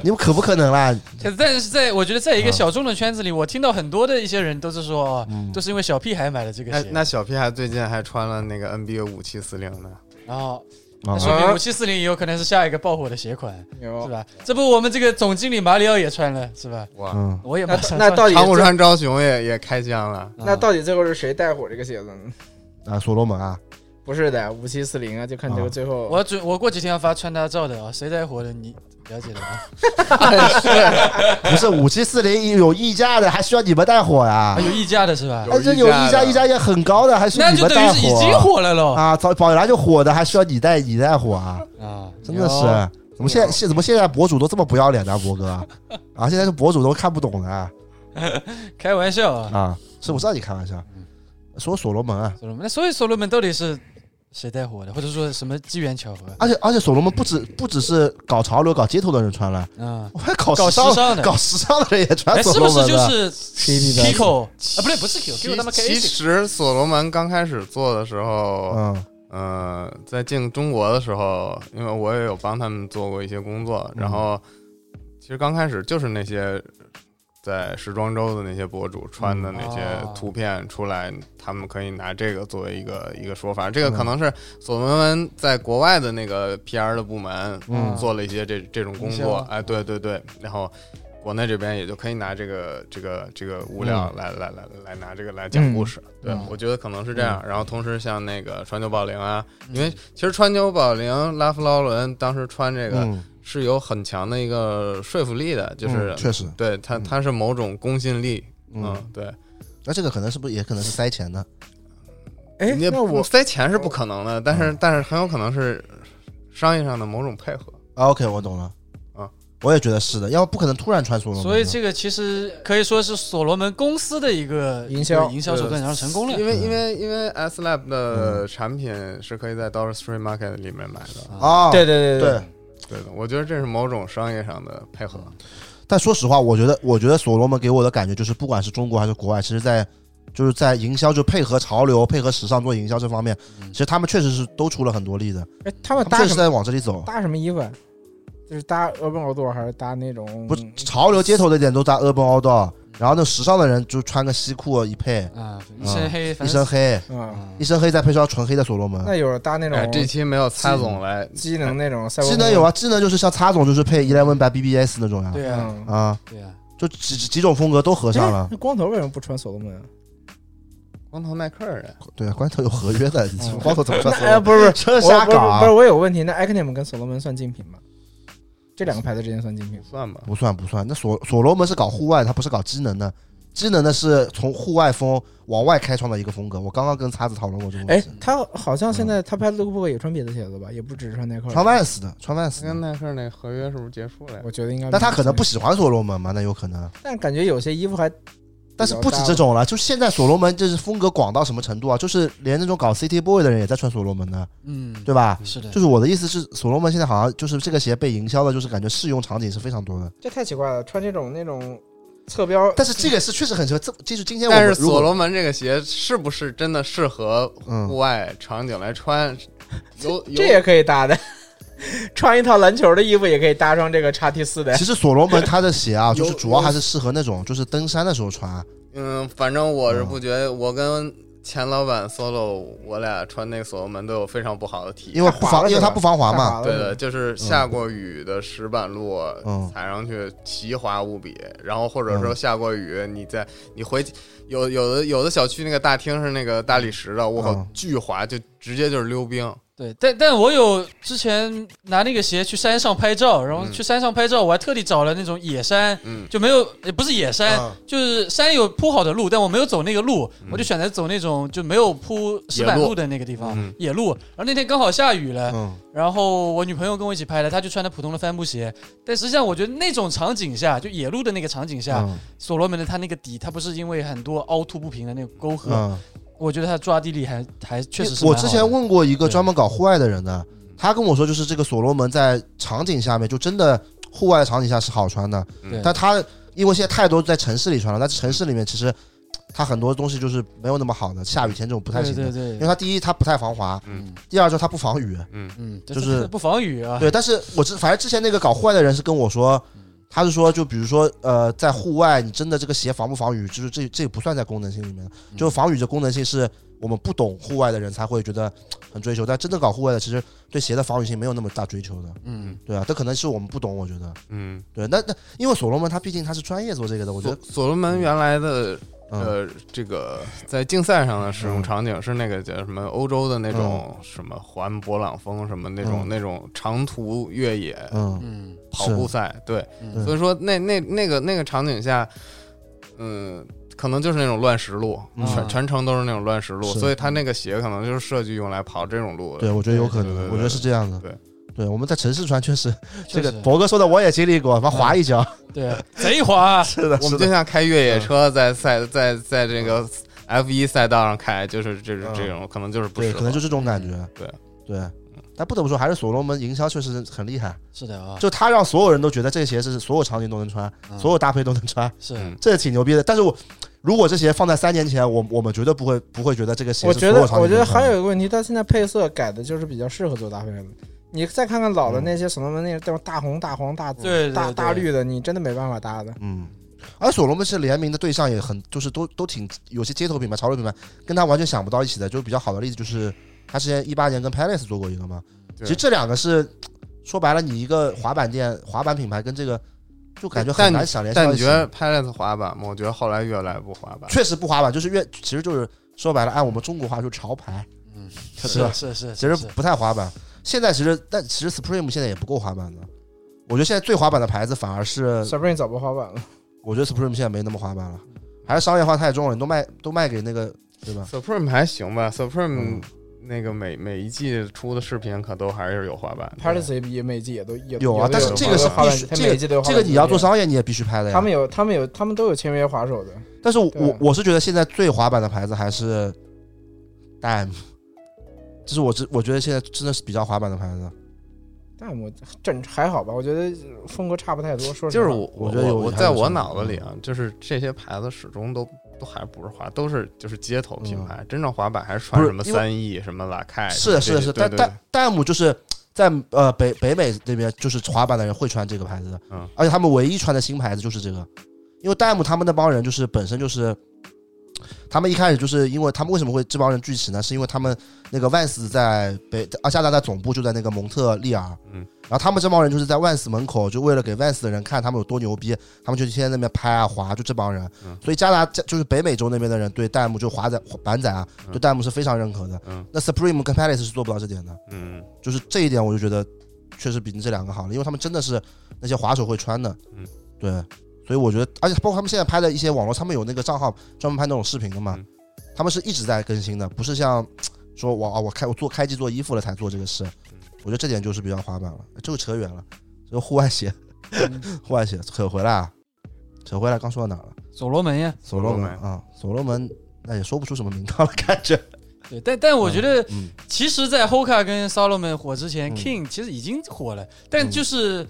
你们可不可能啦？可但是在我觉得在一啊个小众的圈子里，我听到很多的一些人都是说，哦嗯都是因为小屁孩买了这个那鞋，那小屁孩最近还穿了那个 NBA 五七四零的，然后啊那说明五七四零也有可能是下一个爆火的鞋款，是哦有 吧？这不我们这个总经理马里奥也穿了，是吧？哇，嗯，我也那马上那穿到底长谷最川昭雄也也开箱了。啊那到底最后是谁带火这个鞋子呢？啊，所罗门啊，不是的，五七四零啊，就看这啊个最后。我准我过几天要发穿搭照的啊，谁带火的你了解的啊？不是五七四零有溢价的，还需要你们带火呀啊，？有溢价的是吧？有哎，这有溢价，有溢溢价价的也很高的，还需要那你就们等于带是已经火火了喽啊？早本来就火的，还需要你带你带火啊？啊！真的是牛，怎么现在现怎么现在博主都这么不要脸呢、博哥，啊，现在是博主都看不懂了啊开玩笑啊！啊！是我知道你开玩笑，说所罗门啊，所罗门，那所以所罗门到底是谁带火的，或者说什么机缘巧合？而且而且所罗门不止不只是搞潮流、搞街头的人穿了，嗯，我还搞搞时时尚、尚的，搞时尚的人也穿哎，所是罗不门是就的。是 Kiko 啊？不对，不是 Kiko，Kiko 他们其 K 实所罗门刚开始做的时候，嗯呃，在进中国的时候，因为我也有帮他们做过一些工作，嗯然后其实刚开始就是那些在时装周的那些博主穿的那些嗯图片出来，他们可以拿这个作为一个一个说法。这个嗯可能是所罗门在国外的那个 PR 的部门嗯做了一些这这种工营作销，哎，对对对，然后。国内这边也就可以拿这个这个这个物料来、来来来拿这个来讲故事，对、嗯我觉得可能是这嗯样。然后同时像那个川久保玲啊，因为其实川久保玲、拉夫劳伦当时穿这个嗯，是有很强的一个说服力的，就是、啊嗯确实，对他嗯他是某种公信力，嗯，嗯，对。那这个可能是不是也可能是塞钱的？哎，你也那我塞钱是不可能嗯的，但是、但是很有可能是商业上的某种配合。啊，OK，我懂了。啊，我也觉得是的，要不可能突然穿所罗门的。所以这个其实可以说是所罗门公司的一个营销对营销手段，然后成功了因。为因为嗯因为 S Lab 的产品是可以在 Dollar Tree Market 里面买的，啊，对对对，对的，我觉得这是某种商业上的配合。但说实话，我觉得，我觉得所罗门给我的感觉就是，不管是中国还是国外，其实在就是在营销，就配合潮流、配合时尚做营销这方面，嗯其实他们确实是都出了很多力的。哎，他他们们搭确实什是么在往这里走，搭什么衣服啊？就是搭 Urban Outdoor 还是搭那种？不是潮流街头的点都搭 Urban Outdoor，然后那时尚的人就穿个西裤一配，啊，一身黑，一反正身黑，啊，一身黑再配上纯黑的所罗门。那有人搭那哎，这种期没有蔡总来，哎机能那种赛博技能有啊，技能就是像擦总就是配 Eleven by BBS 那种呀、对啊，嗯，啊，对啊，就几几种风格都合上了哎。那光头为什么不穿所罗门啊？光头耐克人，对啊，关头有合约的，你嗯光头怎么穿所哎罗呀，门？不是不是，这我瞎不是搞不是，啊！我有个问题，那 Acnem 跟所罗门算竞品吗？这两个牌子之间算竞品不？算吧？不算不算，那所所罗门是搞户外，它不是搞机能的。机能的是从户外风往外开创的一个风格。我刚刚跟叉子讨论过这个问哎题。，他好像现嗯在他拍 Lookbook 也穿别的鞋子吧，也不只是穿耐克。穿 Vans 的，穿 Vans 跟的，耐克那合约是不是结束了呀？我觉得应该。但他可能不，喜欢所罗门嘛，那有可能。但感觉有些衣服还但是不止这种了，就现在所罗门就是风格广到什么程度啊？就是连那种搞 City Boy 的人也在穿所罗门的，嗯，对吧？是的就，是我的意思是，所罗门现在好像就是这个鞋被营销的，就是感觉适用场景是非常多的。这太奇怪了，穿这种那种侧标，但是这个是确实很适合，这就是今天我但们是如所果罗门这个鞋是不是真的适合户嗯，外场景 来穿？有有这也可以搭的。穿一套篮球的衣服也可以搭上这个叉 T 四的 其实所罗门他的鞋啊，有就是主要还是适合那种就是登山的时候穿。啊嗯，反正我是不觉得，我跟钱老板 solo，我俩穿那个所罗门都有非常不好的体验。因为不滑了防，因为是吧它不防滑太嘛。滑了对的，就是下过雨的石板路，嗯踩上去奇滑无比。然后或者说下过雨，你在你回有有的有的小区那个大厅是那个大理石的，我靠嗯，巨滑，就直接就是溜冰。对，但但我有之前拿那个鞋去山上拍照，然后嗯去山上拍照，我还特地找了那种野山，嗯，就没有，也不是野山，嗯就是山有铺好的路，但我没有走那个路，嗯我就选择走那种就没有铺石板路的那个地方，嗯野路。然后那天刚好下雨了，嗯，然后我女朋友跟我一起拍的，她就穿的普通的帆布鞋。但实际上，我觉得那种场景下，就野路的那个场景下，嗯所罗门的它那个底，它不是因为很多凹凸不平的那个沟壑，嗯，我觉得它抓地力还还确实是蛮我好之的。前问过一个对嗯专门搞户外的人的，他跟我说，就是这个所罗门在场景下面，就真的户外的场景下是好穿的，对但他因为现在太多在城市里穿了，但是城市里面其实它很多东西就是没有那么好的，下雨天这种不太行对的，嗯对因为对，它第一它不太防滑，嗯第二就是它不防雨。嗯，嗯，就是这这不防雨啊。对，但是我之反正之前那个搞户外的人是跟我说，他是说就比如说呃，在户外你真的这个鞋防不防雨，就是这这不算在功能性里面，就是防雨这功能性是我们不懂户外的人才会觉得很追求，但真正搞户外的其实对鞋的防雨性没有那么大追求的，嗯，对啊，这可能是我们不懂，我觉得嗯，对，那那因为所罗门他毕竟他是专业做这个的，我觉所得所罗门原来的嗯呃，这个在竞赛上的使用场景是那个叫什么欧洲的那种什么环勃朗峰什么那种嗯那种长途越野嗯嗯跑步赛，对，嗯所以说那那那个那个场景下，嗯。可能就是那种乱石路，嗯全全程都是那种乱石路，是嗯所以他那个鞋可能就是设计用来跑这种路的。对，我觉得有可对对对能，对我觉得是这样的，对。对，我们在城市穿确实，确这个实博哥说的我也经历过，妈滑一跤，对啊，贼 滑，是的，我是的嗯们就像开越野车在赛在在这个 F 一赛道上开，就是这种嗯这种可能就是不对，适可能合嗯就。这种感觉。对对，但不得不说，还是所罗门营销确实很厉害，是的啊，就他让所有人都觉得这个鞋是所有场景都能穿，嗯所有搭配都能穿，是嗯这挺牛逼的。但是我如果这鞋放在三年前，我我们绝对不会不会觉得这个鞋我是觉所得有，场景我觉都得能穿还有一个问题，它现在配色改的就是比较适合做搭配了。你再看看老嗯的那些所罗门那种大红、大黄、大紫、对对大对大绿的，你真的没办法搭的。嗯。而所罗门是联名的对象也很，就是都都挺有些街头品牌、潮流品牌跟他完全想不到一起的，就比较好的例子就是他之前一八年跟 Palace 做过一个嘛，其对实这两个是说白了，你一个滑板店、滑板品牌跟这个就感觉但很难想联系到但一你起。觉得 Pilot 滑板吗？我觉得后来越来越不滑板。确实不滑板，就是越其实就是说白了，按我们中国话就是潮牌，是吧是是，其实是不太滑板。现在其实但其实 Supreme 现在也不够滑板的，我觉得现在最滑板的牌子反而是，小贝，你早不滑板了，我觉得 Supreme 现在没那么滑板了，还是商业化太重了，你都卖都卖给那个对吧？ Supreme 还行吧嗯，Supreme 那个每每一季出的视频可都还是有滑板的。 Party 也每季也都也有啊也都但是这个是滑板必须它每一季都有滑这板个你要做纪录片商业，你也必须拍的呀。他们有他们有他们都有签约滑手的，但是我对我我是觉得现在最滑板的牌子还是大 M，这是我知我觉得现在真的是比较滑板的牌子。但我这还好吧， 我觉得风格差不太多。说实就是话我我我觉得有我还在有嗯我什么脑子里啊，就是这些牌子始终都都还不是滑，都是就是街头品牌。真正滑板还是穿嗯不是什么因为三亿什么拉开，是的，这是的，些是的，对但对但弹幕就是在呃北北美那边，就是滑板的人会穿这个牌子的，嗯而且他们唯一穿的新牌子就是这个，因为弹幕他们那帮人就是本身就是，他们一开始就是因为他们为什么会这帮人聚齐呢？是因为他们那个万斯在北啊加拿大总部就在那个蒙特利尔，嗯，然后他们这帮人就是在万斯门口，就为了给万斯的人看他们有多牛逼，他们就天天在那边拍啊滑，就这帮人，嗯所以加拿大就是北美洲那边的人对弹幕就滑仔板仔啊，对弹幕是非常认可的，嗯那 Supreme 跟 Palace 是做不到这点的。嗯就是这一点，我就觉得确实比这两个好了，因为他们真的是那些滑手会穿的，嗯，对，所以我觉得，而且包括他们现在拍的一些网络，他们有那个账号专门拍那种视频的嘛，嗯他们是一直在更新的，不是像说我啊我开我做开机做衣服了才做这个事，嗯我觉得这点就是比较滑板了，这个扯远了，这个户外鞋，嗯 户外鞋扯回来啊，扯回来，刚说到哪儿了？所罗门呀，所罗罗门门啊，所罗门。那也说不出什么名堂了，感觉。对，但但我觉得嗯，其实，在 Hoka 跟 Solomon 火之前、嗯 k i n g 其实已经火了，但就是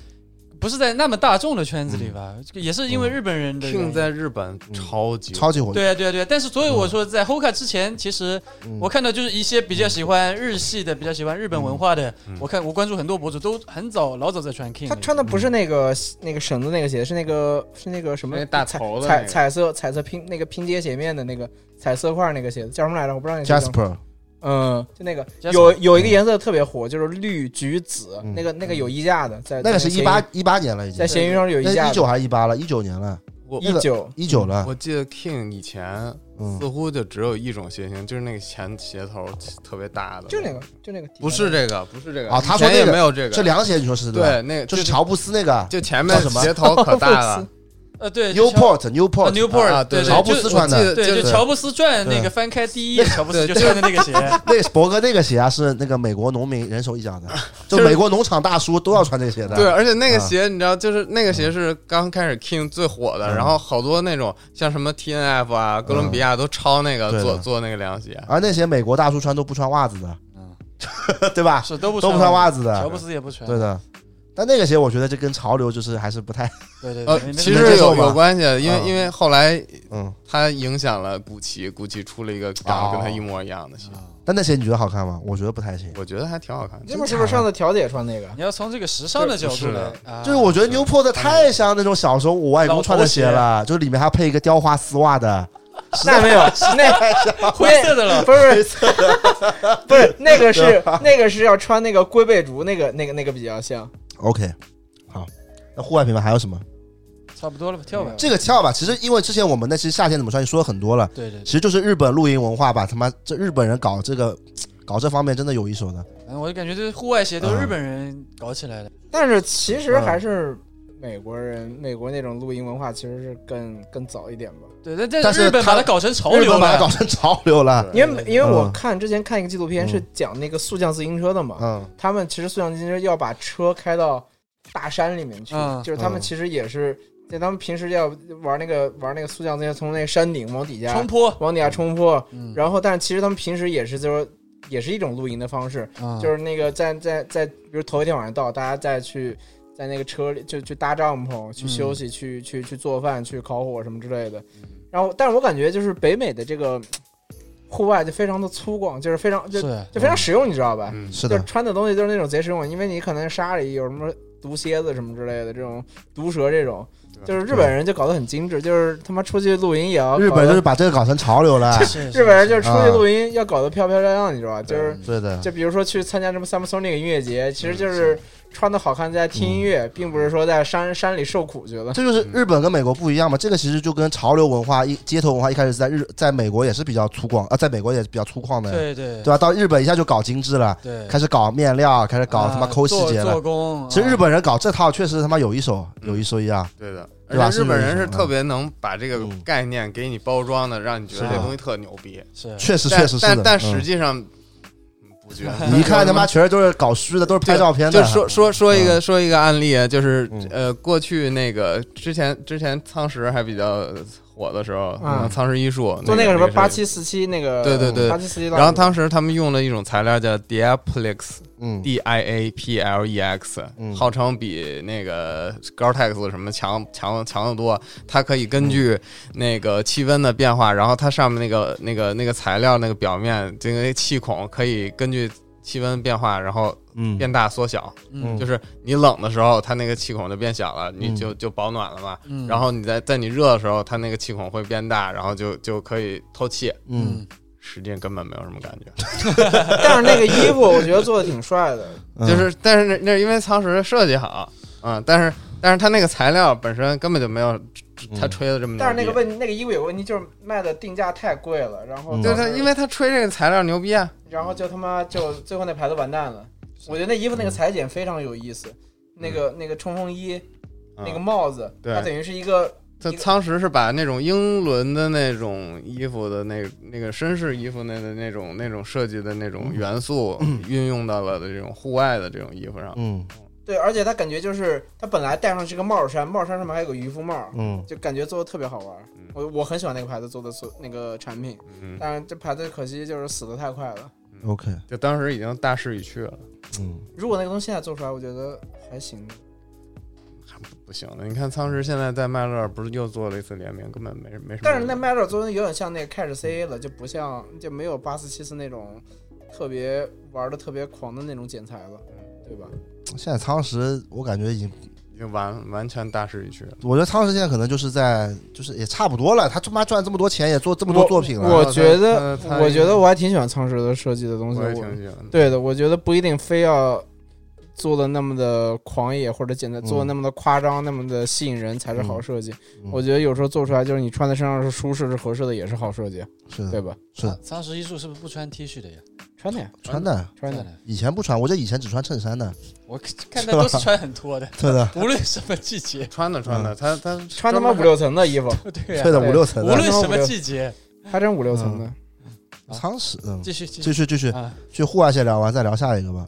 不是在那么大众的圈子里吧？这个也是因为日本人的原因，King 在日本嗯超级超级火。对啊，对啊，对啊。但是，所以我说，在 Hoka 之前，其实嗯，我看到就是一些比较喜欢日系的、比较喜欢日本文化的，嗯我看我关注很多博主都很早老早在穿 King 他了穿的不是那个那个绳子那个鞋，是那个是那个什么那大彩头的那彩彩个色彩色拼那个拼接鞋面的那个彩色块那个鞋子叫什么来着？我不知道那个鞋叫什么 Jasper，嗯，就那个 Jasper 有有一个颜色特别火，就是绿橘紫，嗯那个那个有衣架的，在那个是在一闲鱼八一八年了，已经在闲鱼上有衣那架一的九，还是一八了？一九年了，我那个九一九了我。记得 King 以前嗯似乎就只有一种鞋型，就是那个前鞋头特别大的，就那个就那个不是这个，不是这个啊以他说前那也个没有这是个，凉鞋，你说是对，？那就是就乔布斯那个就前面叫什么鞋头可大乔了布呃，对就乔 Newport Newport 啊 Newport，啊对对对，乔布就斯穿的我记得对，就是就乔布斯传那对个翻开第一页，乔布斯就穿的那个鞋，那个博哥那个鞋啊，是那个美国农民人手一脚的，就美国农场大叔都要穿这鞋的。对，而且那个啊鞋你知道，就是那个鞋是刚开始 King 最火的，嗯然后好多那种像什么 TNF 啊、哥伦比亚都抄那个对的做做那个凉鞋。而那些美国大叔穿都不穿袜子的，对吧？是都不都不穿袜子乔的布，斯也不穿，对的。但那个鞋我觉得这跟潮流就是还是不太，对对呃对，，其能接实受有吗有关系，因为嗯因为后来嗯。它影响了古奇，古奇出了一个长哦得跟它一模一样的鞋，但那鞋你觉得好看吗？我觉得不太行。我觉得还挺好看的。那边是不是上次条姐穿那个？你要从这个时尚的角度来，啊就是我觉得 Newport 太像那种小时候我外公穿的鞋了，就里面还配一个雕花丝袜 的，那没有，那灰色的 了，不是不是不是那个是那个是要穿那个龟背竹，那个那个那个比较像。 OK，好，那户外品牌还有什么？差不多了吧，跳吧。这个跳吧，其实因为之前我们那期夏天怎么穿也说了很多了，对对，其实就是日本露营文化吧，他妈这日本人搞这个，搞这方面真的有一手的。反嗯正我就感觉这户外鞋都嗯是日本人搞起来的。但是其实还是美国人，美国那种露营文化其实是更更早一点吧。对，但但但是日本他把它搞成潮日流本把它搞了。成潮流了，因为因为我嗯看之前看一个纪录片嗯是讲那个速降自行车的嘛，嗯，他们其实速降自行车要把车开到大山里面去，嗯就是他们嗯其实也是，就他们平时要玩那个玩那个速降自行车，从那个山顶往底下冲坡，往底下冲坡，嗯，然后但是其实他们平时也是就是也是一种露营的方式，嗯就是那个在在在，比如头一天晚上到，大家再去在那个车里就去搭帐篷、去休息、去去去做饭、去烤火什么之类的。然后，但是我感觉就是北美的这个户外就非常的粗犷，就是 非常就是就非常实用，你知道吧？嗯，是就的是，穿的东西就是那种贼实用，因为你可能沙里有什么毒蝎子什么之类的，这种毒蛇这种，就对是日本人就搞得很精致，就是他妈出去露营也要日搞本得就是把这个搞成潮流 了，是日本人就是出去啊露营要搞得漂漂亮亮，你知道吧？就是对啊的，就比如说去参加什么 Samsung 那个音乐节，其实嗯就是穿的好看，在家听音乐，并不是说在山山里受苦去了。这就是日本跟美国不一样嘛。这个其实就跟潮流文化、一街头文化一开始在日在美国也是比较粗犷啊，在美国也是比较粗犷的，对对对吧？到日本一下就搞精致了，对，开始搞面料，开始搞他妈啊抠细做节了做。工。其实啊日本人搞这套确实他妈有一手，有一说一啊。对的，对吧而且日本人是是有一种特别能把这个嗯概念给你包装的，让你觉得是这啊东西特牛逼。是确实，但确实是的但但嗯实际上嗯我觉 得你一看他妈全是都是搞虚的，都是拍照片的。就说说说一个嗯说一个案例，就是嗯呃，过去那个之前之前仓石还比较火的时候，嗯仓石医术做那个什么是八七四七那个，对对对八七四七。然后当时他们用了一种材料叫 Diaplex 嗯 D I A P L E X，、嗯号称比那个 Gore-Tex 什么强强强得多。它可以根嗯据那个气温的变化，然后它上面那个那个那个材料那个表面这个气孔可以根据气温变化，然后嗯变大缩小。嗯就是你冷的时候，它那个气孔就变小了，你嗯就就保暖了嘛。嗯然后你在在你热的时候，它那个气孔会变大，然后就就可以透气。嗯实际上根本没有什么感觉。但是那个衣服我觉得做的挺帅 的，嗯就是但是那那是因为仓石设计好，嗯，但是但是它那个材料本身根本就没有它嗯吹的这么牛逼，但是那个问那个衣服有个问题，就是卖的定价太贵了，然后嗯就是导它致因为它吹这个材料牛逼啊，然后就他妈就最后那牌子完蛋了。我觉得那衣服那个裁剪非常有意思，那个那个冲锋衣，那个嗯帽子，对它等于是一个它一个仓石是把那种英伦的那种衣服的那那个绅士衣服那的那种那种设计的那种元素嗯运用到了的这种户外的这种衣服上，嗯对，而且它感觉就是它本来戴上是个帽衫，帽衫上面还有个渔夫帽，嗯就感觉做的特别好玩嗯。我我很喜欢那个牌子做的所那个产品，嗯，但是这牌子可惜就是死的太快了。嗯，OK，就当时已经大势已去了，嗯如果那个东西现在做出来，我觉得还行。嗯不行了。你看仓石现在在麦乐不是又做了一次联名，根本没没什么。但是那 Matter 做的有点像那个 Catch CA 了，就不像就没有八四七四那种特别玩的特别狂的那种剪裁了，嗯对吧？现在仓石我感觉已经，已经完完全大势已去了。我觉得仓石现在可能就是在就是也差不多了，他他妈赚这么多钱也做这么多作品了，我觉得他他，他我觉得我还挺喜欢仓石的设计的东西。我也我挺喜欢的。对的，我觉得不一定非要做的那么的狂野或者简单，嗯做的那么的夸张，那么的吸引人才是好设计。嗯我觉得有时候做出来就是你穿在身上是舒适是合适的，也是好设计，是的对吧？是的仓石一树是不是不穿 T 恤的呀？穿的呀，穿的，穿的。以前不穿，我这以前只穿衬衫的，我看他都是穿很脱 的，对的，无论什么季节。穿的穿的，嗯他他穿他妈五六层的衣服，对呀、对的，对五六层无论的。什么季节，还真五六层的。仓石，嗯，继续继续继续继续啊去户外先聊完，再聊下一个吧。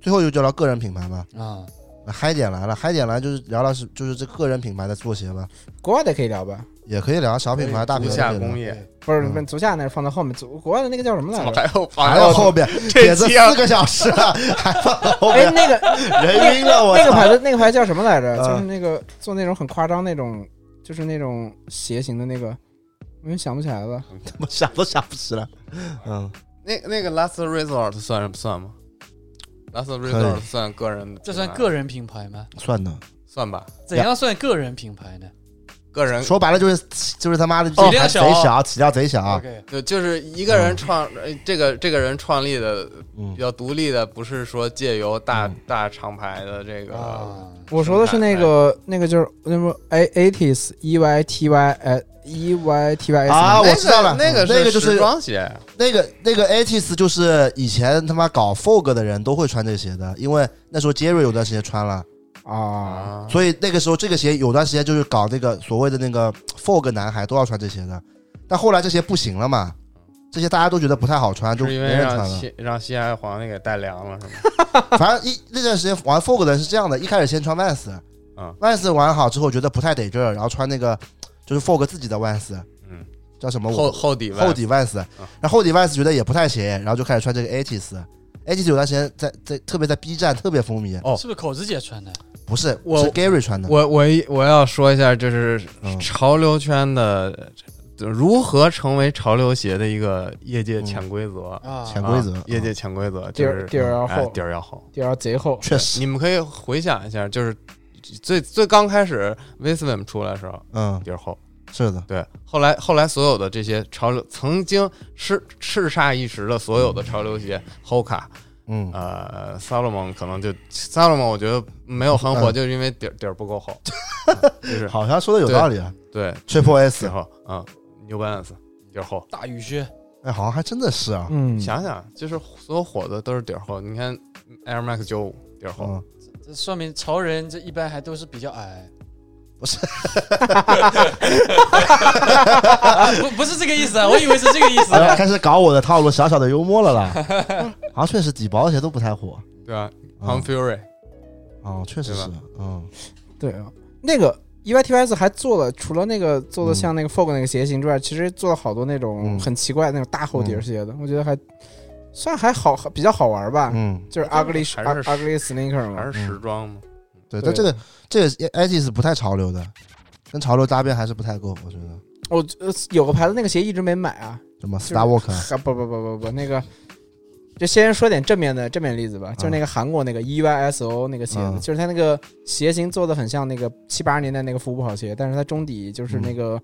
最后就就聊个人品牌吧。啊！嗨点来了，嗨点来就是聊聊是就是这个人品牌的做鞋吧，国外的可以聊吧？也可以聊小品牌、大哎足品下牌。工业，不是，嗯不是足下那是放在后面，足国外的那个叫什么来我着？还有还有后边，这写这期啊要四个小时了，还放到后哎，面，那个人晕了我那个牌操！子，那个牌子叫什么来着？嗯就是那个做那种很夸张那种，就是那种鞋型的那个，我也想不起来了。我想都想不起来。嗯，那那个 Last Resort 算不算吗？Last 可 Resort 算个人，这算个人品牌吗？算的，算吧，怎样算个人品牌呢个人说白了就是就是他妈的体量还小贼小，啊体量贼小。 ？OK，就就是一个人创，呃这个这个人创立的比嗯较独立的，不是说借由大嗯大厂牌的这个，啊，我说的是那个那个就是那么 a eighties e y t y s e y t y s 哎啊那我知道了那个那个就是时装鞋，那个那个 ATIS 就是以前他妈搞 FOG 的人都会穿这个鞋的，因为那时候 Jerry 有段时间穿了，啊，啊，所以那个时候这个鞋有段时间就是搞那个所谓的那个 FOG 男孩都要穿这鞋的，但后来这鞋不行了嘛，这些大家都觉得不太好穿，就是没因为人穿让了。西让西安皇帝给带凉了，是吗？反正一那段时间玩 FOG 的人是这样的，一开始先穿 Vans，嗯 v a n s 玩好之后觉得不太得劲儿，然后穿那个就是 FOG 自己的 Vans，嗯，叫什么我厚厚底嗯外厚底 Vans，然后厚底 Vans 觉得也不太行，然后就开始穿这个 ATIS。ATIS 有段时间在在特别在 B 站特别风靡，哦是不是口子姐穿的？不是我是 Gary 穿的，我我一我要说一下，就是嗯潮流圈的呃如何成为潮流鞋的一个业界潜规则。啊，嗯潜规则嗯啊业界潜规则底就儿是底儿要哎厚，底儿要厚。底儿要贼厚。确实，你们可以回想一下，就是最最刚开始 Visvim 出来的时候，嗯，底儿厚。是的，对，后来后来所有的这些潮流，曾经叱叱咤一时的所有的潮流鞋，Hoka，嗯，呃，Salomon 可能就 Salomon，我觉得没有很嗯火，就是因为底儿底儿不 够厚，嗯就是好像说的有道理啊对， ，Triple 最 S，后啊，New Balance 底儿厚。大雨靴，哎，好像还真的是啊，嗯，想想，就是所有火的都是底儿厚。你看 Air Max 九五底儿厚，嗯，这说明潮人这一般还都是比较矮。不是 啊，不不是这个意思啊，我以为是这个意思哎呀啊。开始搞我的套路，小小的幽默了啦，好像确实底薄鞋都不太火。对吧啊？Tom Fury，哦，确实嗯对是吧，嗯，对啊，那个 EYTYS 还做了，除了那个做嗯的像那个 Fog 那个鞋型之外，其实做了好多那种嗯很奇怪的那种大厚底儿嗯鞋的，我觉得还算还好，还比较好玩吧。嗯，就是 ugly 还是 ug- ugly sneaker 还嘛，是时装嘛？对，对但这个这个 IG 是不太潮流的，跟潮流搭边还是不太够，我觉得。我呃有个牌子那个鞋一直没买啊，什么就是 Star Walk 啊不不不不不那个，就先说点正面的正面例子吧，就是那个韩国那个 E EYSO 那个鞋子，嗯就是它那个鞋型做的很像那个七八十年代那个服部跑鞋，但是它中底就是那个。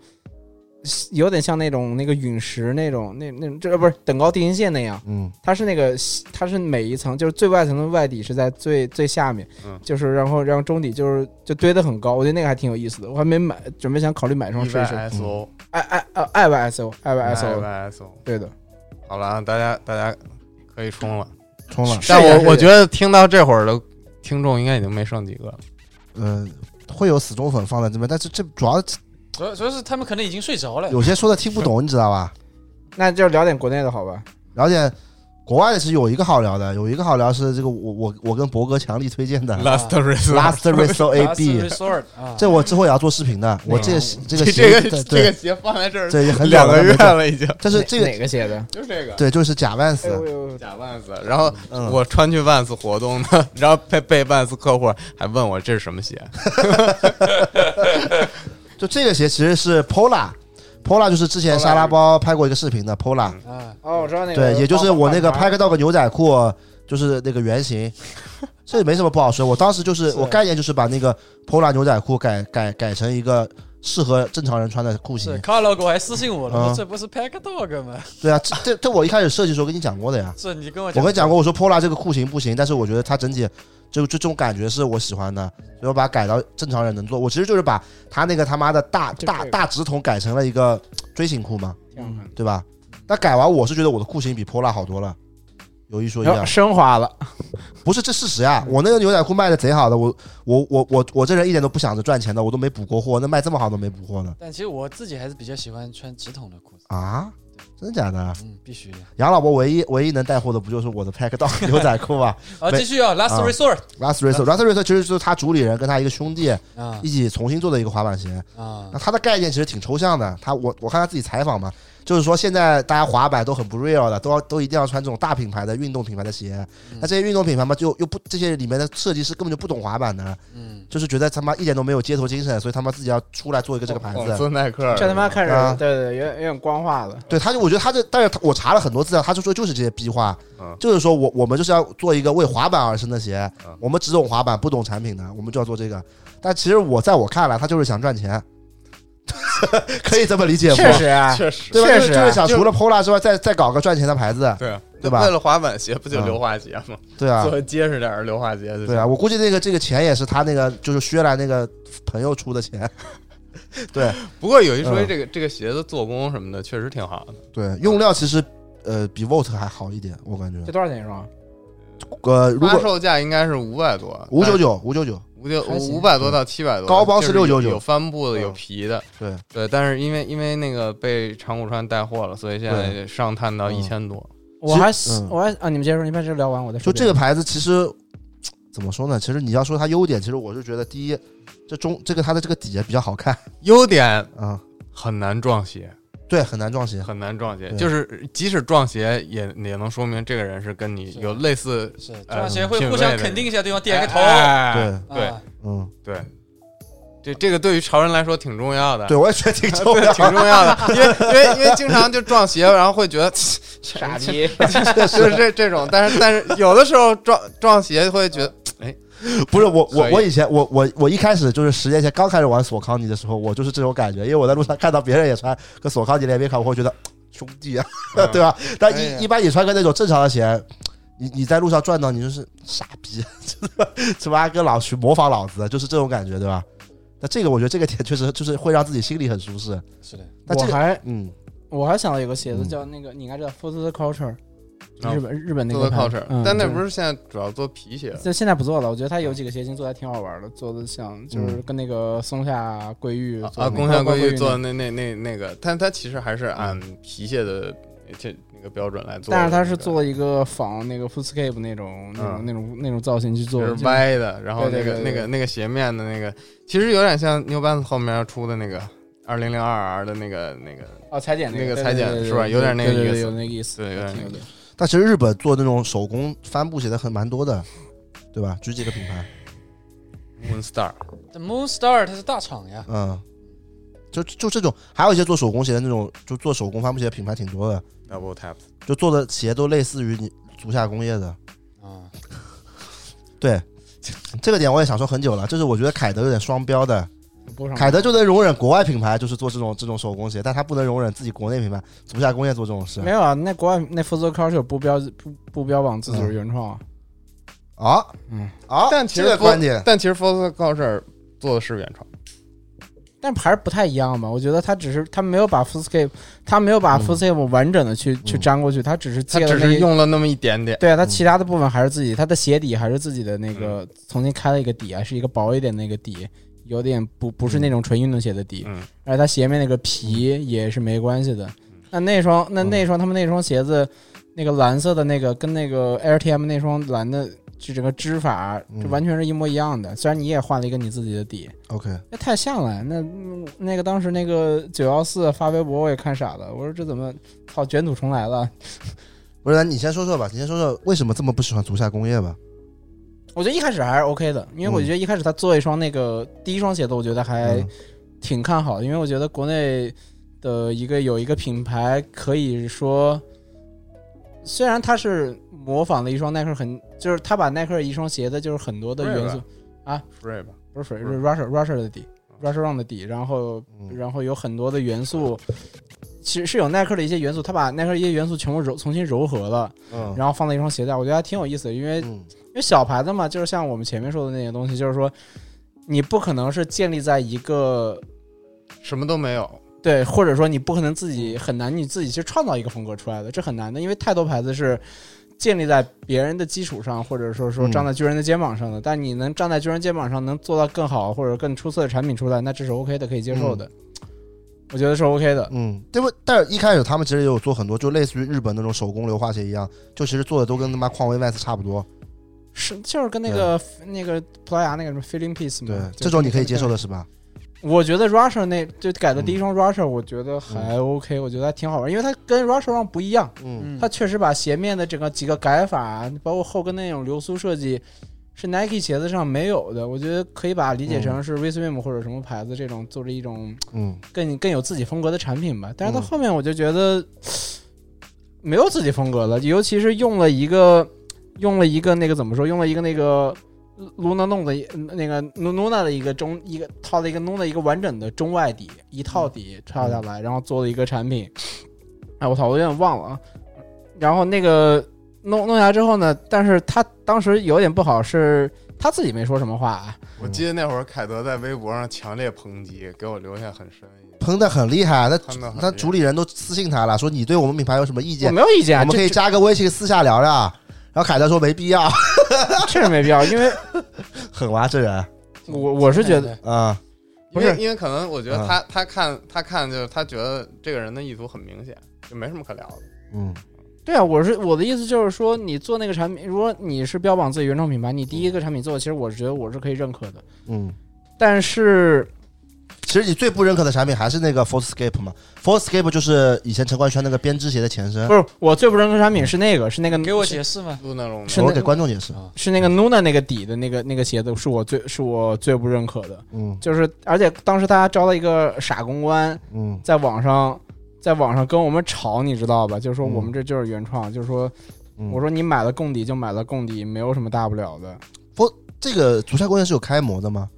有点像那种那个陨石那种那那这不是等高地平线那样，嗯它是那个它是每一层就是最外层的外底是在最最下面，嗯就是然后让中底就是就堆得很高，我觉得那个还挺有意思的，我还没买，准备想考虑买一双嗯一试百试。E S O， i i 呃 i y s o i y 一 s o S O。对的，好了，啊，大家大家可以冲了。冲了，是但呀是我我呀觉得听到这会儿的听众应该已经没剩几个啊了。嗯、会有死忠粉放在这边，但是这主要主要主要是他们可能已经睡着了。有些说的听不懂，你知道吧？那就聊点国内的好吧？了解国外的是有一个好聊的，有一个好聊是这个我我我跟博哥强力推荐的 Last resort， Last Resort AB， Resort 啊，这我之后也要做视频的，我这 这个这鞋个子对这个鞋放在这儿这也很两久个了月没做了，已经但是这哪个哪个写的？哎就这个。对就是假 Vans，呦，假万斯，然后嗯我穿去万斯活动的，然后被被万斯客户还问我这是什么鞋，就这个鞋其实是 Pola。Pola 就是之前 Pola 沙拉包拍过一个视频的 Pola，啊，哦，我知道那个，对，也就是我那个拍拍个到个牛仔裤，就是那个原型，这也没什么不好说。我当时就是是我概念就是把那个 Pola 牛仔裤改改改成一个适合正常人穿的裤是型。 Carlo 给我还私信我了，嗯说这不是 Pack Dog 吗？ 对啊，这这这我一开始设计的时候跟你讲过的呀，这你跟我我讲，跟你讲过，我说 Pola 这个裤型不行，但是我觉得它整体就就这种感觉是我喜欢的，所以我把它改到正常人能做。我其实就是把它那个他妈的大就大这个大直筒改成了一个锥形裤嘛，嗯对吧？那改完我是觉得我的裤型比 Pola 好多了，有一说一然啊后。升华了，不是这事实呀，我那个牛仔裤卖的贼好的，我我我我我这人一点都不想着赚钱的，我都没补过货，那卖这么好都没补货呢但其实我自己还是比较喜欢穿直筒的裤子，啊？真的假的？嗯，必须的。杨老伯唯一唯一能带货的不就是我的 Pack Dog 牛仔裤吗好，没继续啊，Last 啊 Resort ？Last Resort，Last Resort 其实就是他主理人跟他一个兄弟啊一起重新做的一个滑板鞋。啊那，他的概念其实挺抽象的，他我我看他自己采访嘛，就是说现在大家滑板都很不 real 的，都要都一定要穿这种大品牌的运动品牌的鞋。那这些运动品牌嘛，就又不这些里面的设计师根本就不懂滑板的，嗯，就是觉得他妈一点都没有街头精神，所以他妈自己要出来做一个这个牌讽子。刺耐克，这他妈开始啊，对对，对有点有点光化了。对，他就我觉得他这，但是他我查了很多资料，他就说就是这些逼话，嗯就是说我我们就是要做一个为滑板而生的鞋，嗯我们只懂滑板不懂产品的，我们就要做这个。但其实我在我看来，他就是想赚钱， 可以这么理解不？确实啊，确实对吧？确就是实就啊是想除了 Pola 之外，再再搞个赚钱的牌子，对啊对吧为了滑板鞋不就嗯硫化鞋吗？对啊做，的结实点儿硫化鞋就行对啊，我估计那个这个钱也是他那个就是薛兰那个朋友出的钱， 对，不过有一说一，嗯这个这个鞋的做工什么的确实挺好的，对，用料其实呃比 Volt 还好一点，我感觉这。多少钱一双？呃，如发果售价应该是五百多，五九九五九九，五九还行五百多到七百多，高帮是就是有699有帆布的，嗯有皮的，对对。但是因为因为那个被长谷川带货了，所以现在上探到嗯一千多。我还嗯我还啊，你们接着说，你把这聊完我再就说别这的。个牌子，其实怎么说呢？其实你要说它优点，其实我是觉得第一，这中这个它的这个底也比较好看优点啊、很难撞鞋，对，很难撞鞋，很难撞鞋，对就是即使撞鞋也也能说明这个人是跟你是有类似是呃撞鞋会敬互畏相的肯人定一下对方，点个头。哎对，对啊嗯，对，这这个对于潮人来说挺重要的。对我也觉得 挺重要挺的，啊重要的，因为因为因为经常就撞鞋，然后会觉得 傻逼， 就是这这种，但是但是有的时候撞撞鞋 会觉得，哎，不是我我所以我以前我我我一开始就是十年前刚开始玩索康尼的时候，我就是这种感觉，因为我在路上看到别人也穿跟索康尼联名款，我会觉得兄弟啊，嗯对吧？但哎呀一一般你穿个那种正常的鞋，你你在路上转到你就是傻逼， 什么跟老徐模仿老子，就是这种感觉，对吧？那这个我觉得这个点确实就是会让自己心里很舒适。是的，但我这个还嗯，我还想到有个鞋子嗯叫那个，你应该知道 f o o t Culture，啊日本日本那做个的牌 culture，、嗯但那对嗯不是现在主要做皮鞋了，就现在不做了，我觉得它有几个鞋型做的挺好玩的，做的像就是嗯跟那个松下桂玉啊做的啊，那宫个下桂圭玉做的那那那那个，但它其实还是按皮鞋的这那个标准来做的那但是个。他是做一个仿那个 Footscape 那种那种嗯那种那种造型去做就的，是歪的，然后对对那个对那对个那个斜面的那个，其实有点像 New Balance 后面出的那个二零零二 R 的那个那个，哦裁剪那个个对裁对剪对对是吧对有点那个对对意对思有那个意思，对有点那个挺但其实日本做那种手工帆布鞋的很蛮多的，对吧？举几个品牌， Moon Star， The Moon Star 它是大厂呀，嗯，就就这种，还有一些做手工鞋的那种，就做手工帆布鞋的品牌挺多的， Double 啊 Tap，就做的鞋都类似于你足下工业的。啊，对， 这个点我也想说很久了，就是我觉得凯德有点双标的，多少凯德就能容忍国外品牌就是做这种这种手工鞋，但他不能容忍自己国内品牌足下工业做这种事没有啊，那国外那 f o o t Culture 不标不不标榜自己是原创啊，啊嗯，啊！但其这实个不观点，但其实 f o r c u l t u r e 做的是原创，但还是不太一样吧？我觉得他只是他没有把 Footscape，他没有把嗯 Footscape 完整的去去粘过去，他只是它借了嗯只那个。是用了嗯那么一点点。对啊，它其他的部分还是自己，它的鞋底还是自己的那个，嗯重新开了一个底啊，是一个薄一点的那个底，有点不不是那种纯运动鞋的底，嗯，而哎且它鞋面那个皮也是没关系的。那那双那那双他们那双鞋子，那个蓝色的那个跟那个 Air TM 那双蓝的，就整个织法嗯就完全是一模一样的。虽然你也换了一个你自己的底， OK，那太像了。那嗯那个当时那个九幺四发微博我也看傻了，我说这怎么操卷土重来了？不是，你先说说吧，你先说说为什么这么不喜欢足下工业吧？我觉得一开始还是 OK 的，因为我嗯觉得一开始他做一双那个、第一双鞋子，我觉得还嗯挺看好的，因为我觉得国内的一个有一个品牌可以说，虽然它是模仿了一双耐克很，就是他把耐克一双鞋的就是很多的元素啊 Free，Free 吧，不是水，不是是 Russia Russia 的底，Russia Run 的底，然后嗯然后有很多的元素，其实是有耐克的一些元素，他把耐克一些元素全部揉重新柔合了，嗯，然后放在一双鞋带，我觉得还挺有意思的，因为嗯因为小牌子嘛，就是像我们前面说的那些东西，就是说你不可能是建立在一个什么都没有，对，或者说你不可能自己很难你自己去创造一个风格出来的，这很难的，因为太多牌子是建立在别人的基础上，或者说说嗯站在巨人的肩膀上的。但你能站在巨人肩膀上，能做到更好或者更出色的产品出来，那这是 OK 的，可以接受的。我觉得是 OK 的，嗯，对不？但是一开始他们其实也有做很多，就类似于日本那种手工硫化鞋一样，就其实做的都跟他妈匡威 Vans 差不多。是就是跟那个那个葡萄牙那个什么 Feeling Piece 嘛，嗯对就是，这种你可以接受跟的是吧？我觉得 Russia 那就改的第一双 Russia，、我觉得还 OK，我觉得还挺好玩，因为它跟 Russia 上不一样，嗯它确实把鞋面的整个几个改法，包括后跟那种流苏设计，是 Nike 鞋子上没有的。我觉得可以把它理解成是 v s w i m 或者什么牌子这种做着一种嗯，更更有自己风格的产品吧。但是到嗯后面我就觉得没有自己风格了，尤其是用了一个用了一个那个怎么说，用了一个那个 Luna 弄的一那个 Luna 的一个中一个套了一个 Luna 一个完整的中外底嗯一套底套下来，然后做了一个产品。哎，我操，我有点忘了啊。然后那个弄弄下来之后呢，但是他当时有点不好，是他自己没说什么话啊。我记得那会儿凯德在微博上强烈抨击，给我留下很深印象。喷的很厉害，那喷得很厉那害主理人都私信他了，说你对我们品牌有什么意我见？没有意见啊，我们这可以加个微信私下聊聊。啊然后凯德说没必要，确实没必要，因为狠娃这人啊、我我是觉得。嗯因不为是因为可能我觉得嗯他、他看他看就是他觉得这个人的意图很明显，就没什么可聊的。嗯对啊，我是我的意思就是说，你做那个产品，如果你是标榜自己原创品牌，你第一个产品做，其实我是觉得我是可以认可的。嗯。但是其实你最不认可的产品还是那个 Forscape 嘛，Forscape 就是以前陈冠希穿那个编织鞋的前身不。是我最不认可的产品是那个，是那个给我是解释嘛？路那种是我那给观众解释，啊，是那个 Nuna 那个底的那个那个鞋子，是我最是我最不认可的。嗯就是而且当时他招了一个傻公关，嗯在网上在网上跟我们吵，你知道吧？就是说嗯我们这就是原创，就是说嗯，我说你买了供底就买了供底，没有什么大不了的。这个足下工业是有开模的吗？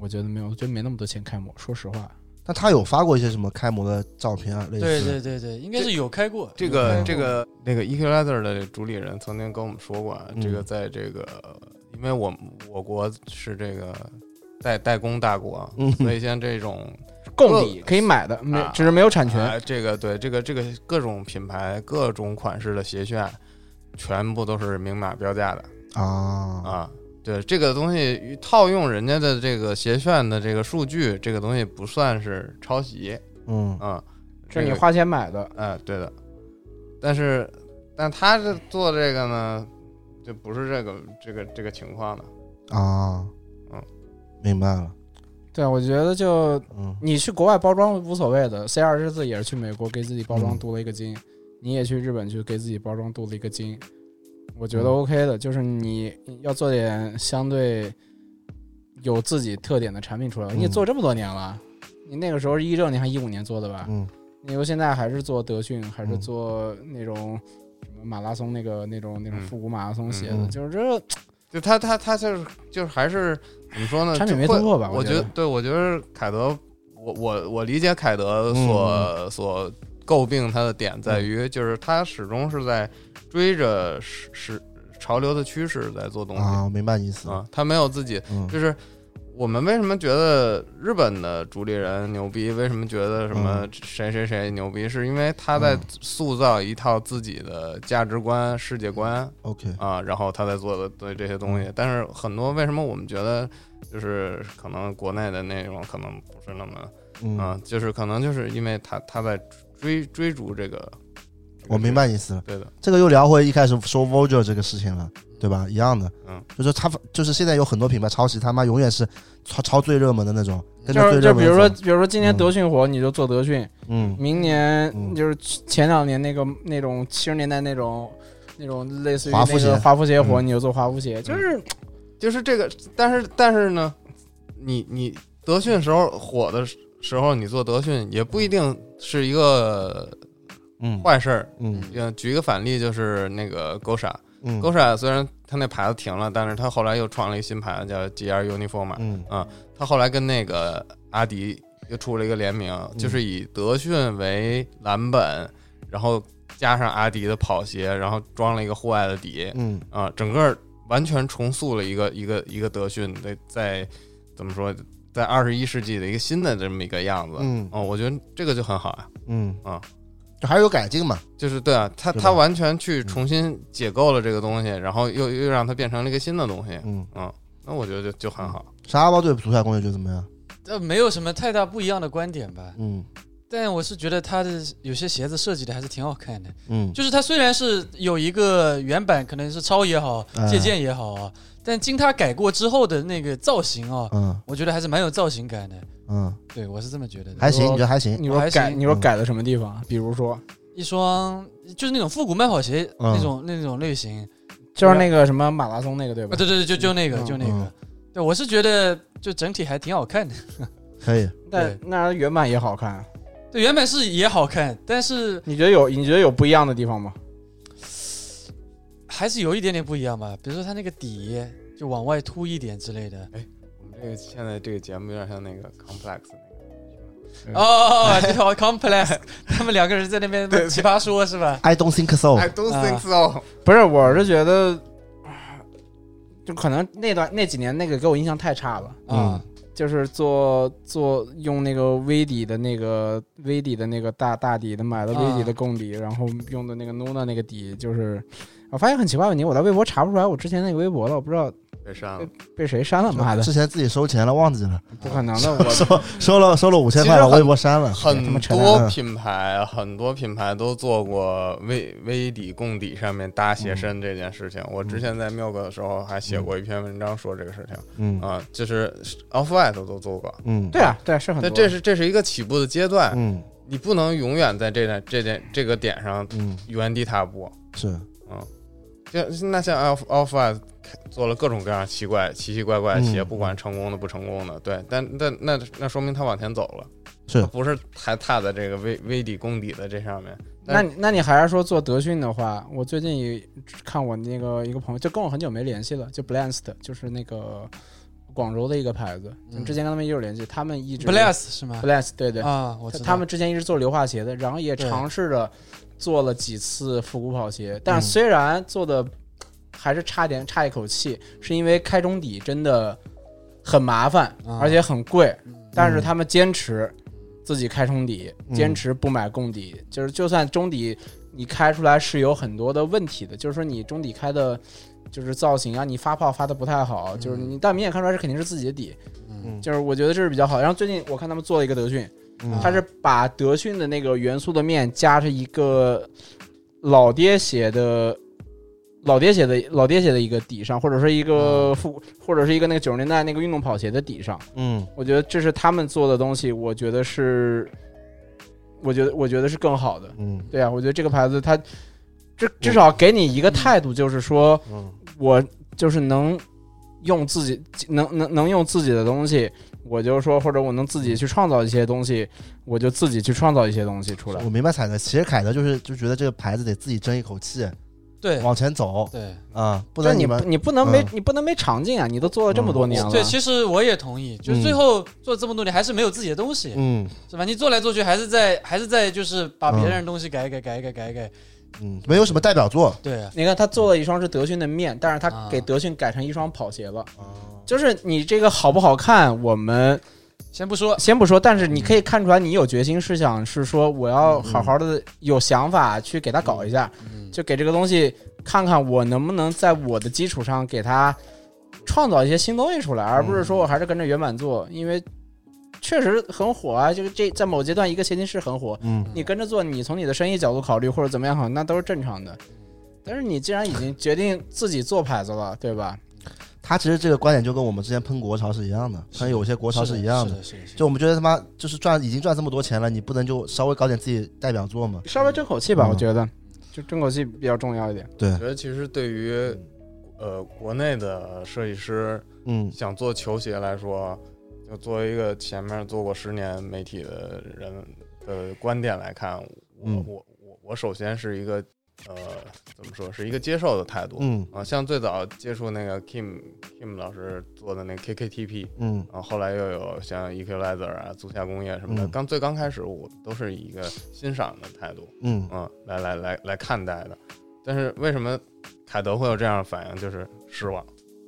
我觉得没有，我觉得没那么多钱开模，说实话。但他有发过一些什么开模的照片啊，类似对对对对，应该是有开过嗯这有开个过这个那个 EQ Leather 的主理人曾经跟我们说过，啊，嗯这个在这个因为我们我国是这个代代工大国，啊嗯所以像这种供底呃可以买的，没啊只是没有产权。啊这个对这个这个各种品牌各种款式的鞋楦，全部都是明码标价的啊，啊。对这个东西套用人家的这个鞋楦的这个数据，这个东西不算是抄袭嗯啊。这是你这个花钱买的，哎，对的，但是但他是做这个呢，就不是这个这个这个情况的。啊，嗯，明白了，对，我觉得就嗯，你去国外包装无所谓的。C 二这次也是去美国给自己包装嗯镀了一个金，你也去日本去给自己包装镀了一个金，我觉得嗯 OK 的。就是你要做点相对有自己特点的产品出来。嗯你也做这么多年了，你那个时候是一六年还一五年做的吧？嗯，你又现在还是做德训，还是嗯做那种什么马拉松那个那种那种嗯复古马拉松鞋子，嗯就是这就他他他就是就是还是怎么说呢？产品就没会突破吧我我觉觉得对，我觉得凯德，我我我理解凯德嗯所、所诟病他的点在嗯于，就是他始终是在追着时时潮流的趋势在做东西啊，我明白你意思，啊他没有自己嗯就是我们为什么觉得日本的主理人牛逼？为什么觉得什么嗯谁谁谁牛逼？是因为他在嗯塑造一套自己的价值观、世界观，OK，嗯啊，然后他在做的对这些东西。但是很多为什么我们觉得就是可能国内的内容可能不是那么嗯，啊，就是可能就是因为他他在追追逐这个。这个我明白你意思了。对的，这个又聊回一开始说 Vogue 这个事情了，对吧？一样的，嗯，就是他就是现在有很多品牌抄袭，他妈永远是抄抄最热门的那种，跟就着是最就热比门的如说走，比如说今年嗯德训火，你就做德训，嗯明年嗯就是前两年那个那种七十年代那种那种类似于华那夫个鞋华夫鞋火，嗯你就做华夫鞋，就是就是这个，但是但是呢，你你德训时候火的时时候，你做德训也不一定是一个嗯坏事儿。嗯嗯，举一个反例，就是那个 Gosha，Gosha 嗯虽然他那牌子停了，但是他后来又创了一新牌子叫 GR Uniform，嗯他后来跟那个阿迪又出了一个联名，嗯就是以德训为蓝本，然后加上阿迪的跑鞋，然后装了一个户外的底，嗯啊，整个完全重塑了一个一个一个德训的在怎么说，在二十一世纪的一个新的这么一个样子。嗯哦，我觉得这个就很好啊，嗯啊，就还是有改进嘛，就是对啊，他对吧嗯他完全去重新解构了这个东西，然后又又让它变成了一个新的东西。嗯，嗯，那我觉得就就很好。沙拉包对足彩攻略觉得怎么样？这没有什么太大不一样的观点吧。嗯但我是觉得它的有些鞋子设计的还是挺好看的，嗯，就是它虽然是有一个原版，可能是抄也好哎，借鉴也好啊，但经它改过之后的那个造型啊，嗯我觉得还是蛮有造型感的。嗯，对我是这么觉得的。还行，你觉得还行？你说还改行你说嗯改的什么地方？比如说一双就是那种复古慢跑鞋、嗯那种那种类型啊就是那个什么马拉松那个对啊，吧？对对对，就就那个、嗯就那嗯个，对我是觉得就整体还挺好看的。可以，但那原版也好看，对，原版是也好看，但是你觉得有你觉得有不一样的地方吗？还是有一点点不一样吧。比如说它那个底就往外凸一点之类的。嗯我们这个现在这个节目有点像那个 Complex 那嗯哦哦哦，这好 complex，他 们两个人在那边奇葩说是吧？ I don't think so 个。。I 啊 don't think think so。不是，我是觉得，啊就可能那段那几年那个给我印象太差了。嗯啊、就是做做用那个微底的那个微底的那个大大底的买了啊微底的供底，然后用的那个 Nuna 那个底，就是我发现很奇怪的问题，我在微博查不出来我之前那个微博了，我不知道别删了。被谁删了，妈的，之前自己收钱了，忘记了，不可能的，我收收了收了五千块了，其实很微博删了。很么扯淡多嗯品牌，很多品牌都做过微微底供底上面搭鞋身这件事情。嗯我之前在 Milk 的时候还写过一篇文章说这个事情、嗯啊，就是 Off White 都做过。嗯， 对啊，对，是很多，但这是这是一个起步的阶段，嗯你不能永远在这点这点这个点上嗯原地踏步。是就那像 Off Off White 做了各种各样奇怪奇奇怪怪的鞋，嗯不管成功的不成功的，对，但但那那说明他往前走了，是他不是还踏在这个微微底供底的这上面。那你那你还是说做德训的话，我最近也看我那个一个朋友，就跟我很久没联系了，就 Blanced，就是那个广州的一个牌子，嗯之前跟他们也有联系，他们一嗯直 b l e s s 是吗？ Blanced，对对，啊，我知道他们之前一直做硫化鞋的，然后也对尝试着做了几次复古跑鞋，但嗯是虽然做的还是差点差一口气，是因为开中底真的很麻烦，啊而且很贵，嗯但是他们坚持自己开中底，嗯坚持不买供底，就是就算中底你开出来是有很多的问题的，就是说你中底开的。就是造型啊，你发泡发的不太好，就是嗯你，但明显看出来是肯定是自己的底，嗯就是我觉得这是比较好。然后最近我看他们做了一个德训，嗯它是把德训的那个元素的面加上一个老爹写的。老爹写的老爹写的一个底上，或者说一个复，或者是一个那个九十年代那个运动跑鞋的底上，嗯我觉得这是他们做的东西，我觉得是，我觉得我觉得是更好的。嗯对啊，我觉得这个牌子它至至少给你一个态度，就是说嗯我就是能用自己能能能用自己的东西，我就说或者我能自己去创造一些东西，我就自己去创造一些东西出来。我明白凯德，其实凯德就是就觉得这个牌子得自己争一口气，对往前走对啊，不但然你们你不能没、嗯你不能没长进啊！你都做了这么多年了，哦对，其实我也同意，就是最后做这么多年还是没有自己的东西，嗯是吧？你做来做去还是在还是在就是把别人的东西改一改改一改改一改，嗯，没有什么代表作，对啊，你看他做了一双是德训的面，但是啊他给德训改成一双跑鞋了。哦就是你这个好不好看，我们先不说，先不说，但是你可以看出来，你有决心是想是说我要好好的有想法去给他搞一下，嗯，就给这个东西看看我能不能在我的基础上给他创造一些新东西出来，而不是说我还是跟着原版做，因为确实很火啊，这个这在某阶段一个鞋琴是很火，嗯你跟着做，你从你的生意角度考虑或者怎么样好，那都是正常的。但是你既然已经决定自己做牌子了，对吧？他其实这个观点就跟我们之前喷国潮是一样的，喷有些国潮是一样的，的。是的，是的就我们觉得他妈就是赚已经赚这么多钱了，你不能就稍微搞点自己代表作吗？稍微争口气吧，嗯我觉得，就争口气比较重要 一点。对我，觉得其实对于呃国内的设计师嗯想做球鞋来说，就作为一个前面做过十年媒体的人的观点来看，我、嗯我我我首先是一个呃怎么说是一个接受的态度。嗯啊，像最早接触那个 Kim Kim 老师做的那个 KKTP，嗯然后后来又有像 Equalizer 啊、足下工业什么的。嗯刚最刚开始，我都是以一个欣赏的态度，嗯嗯，来来来来看待的。但是为什么凯德会有这样的反应？就是失望，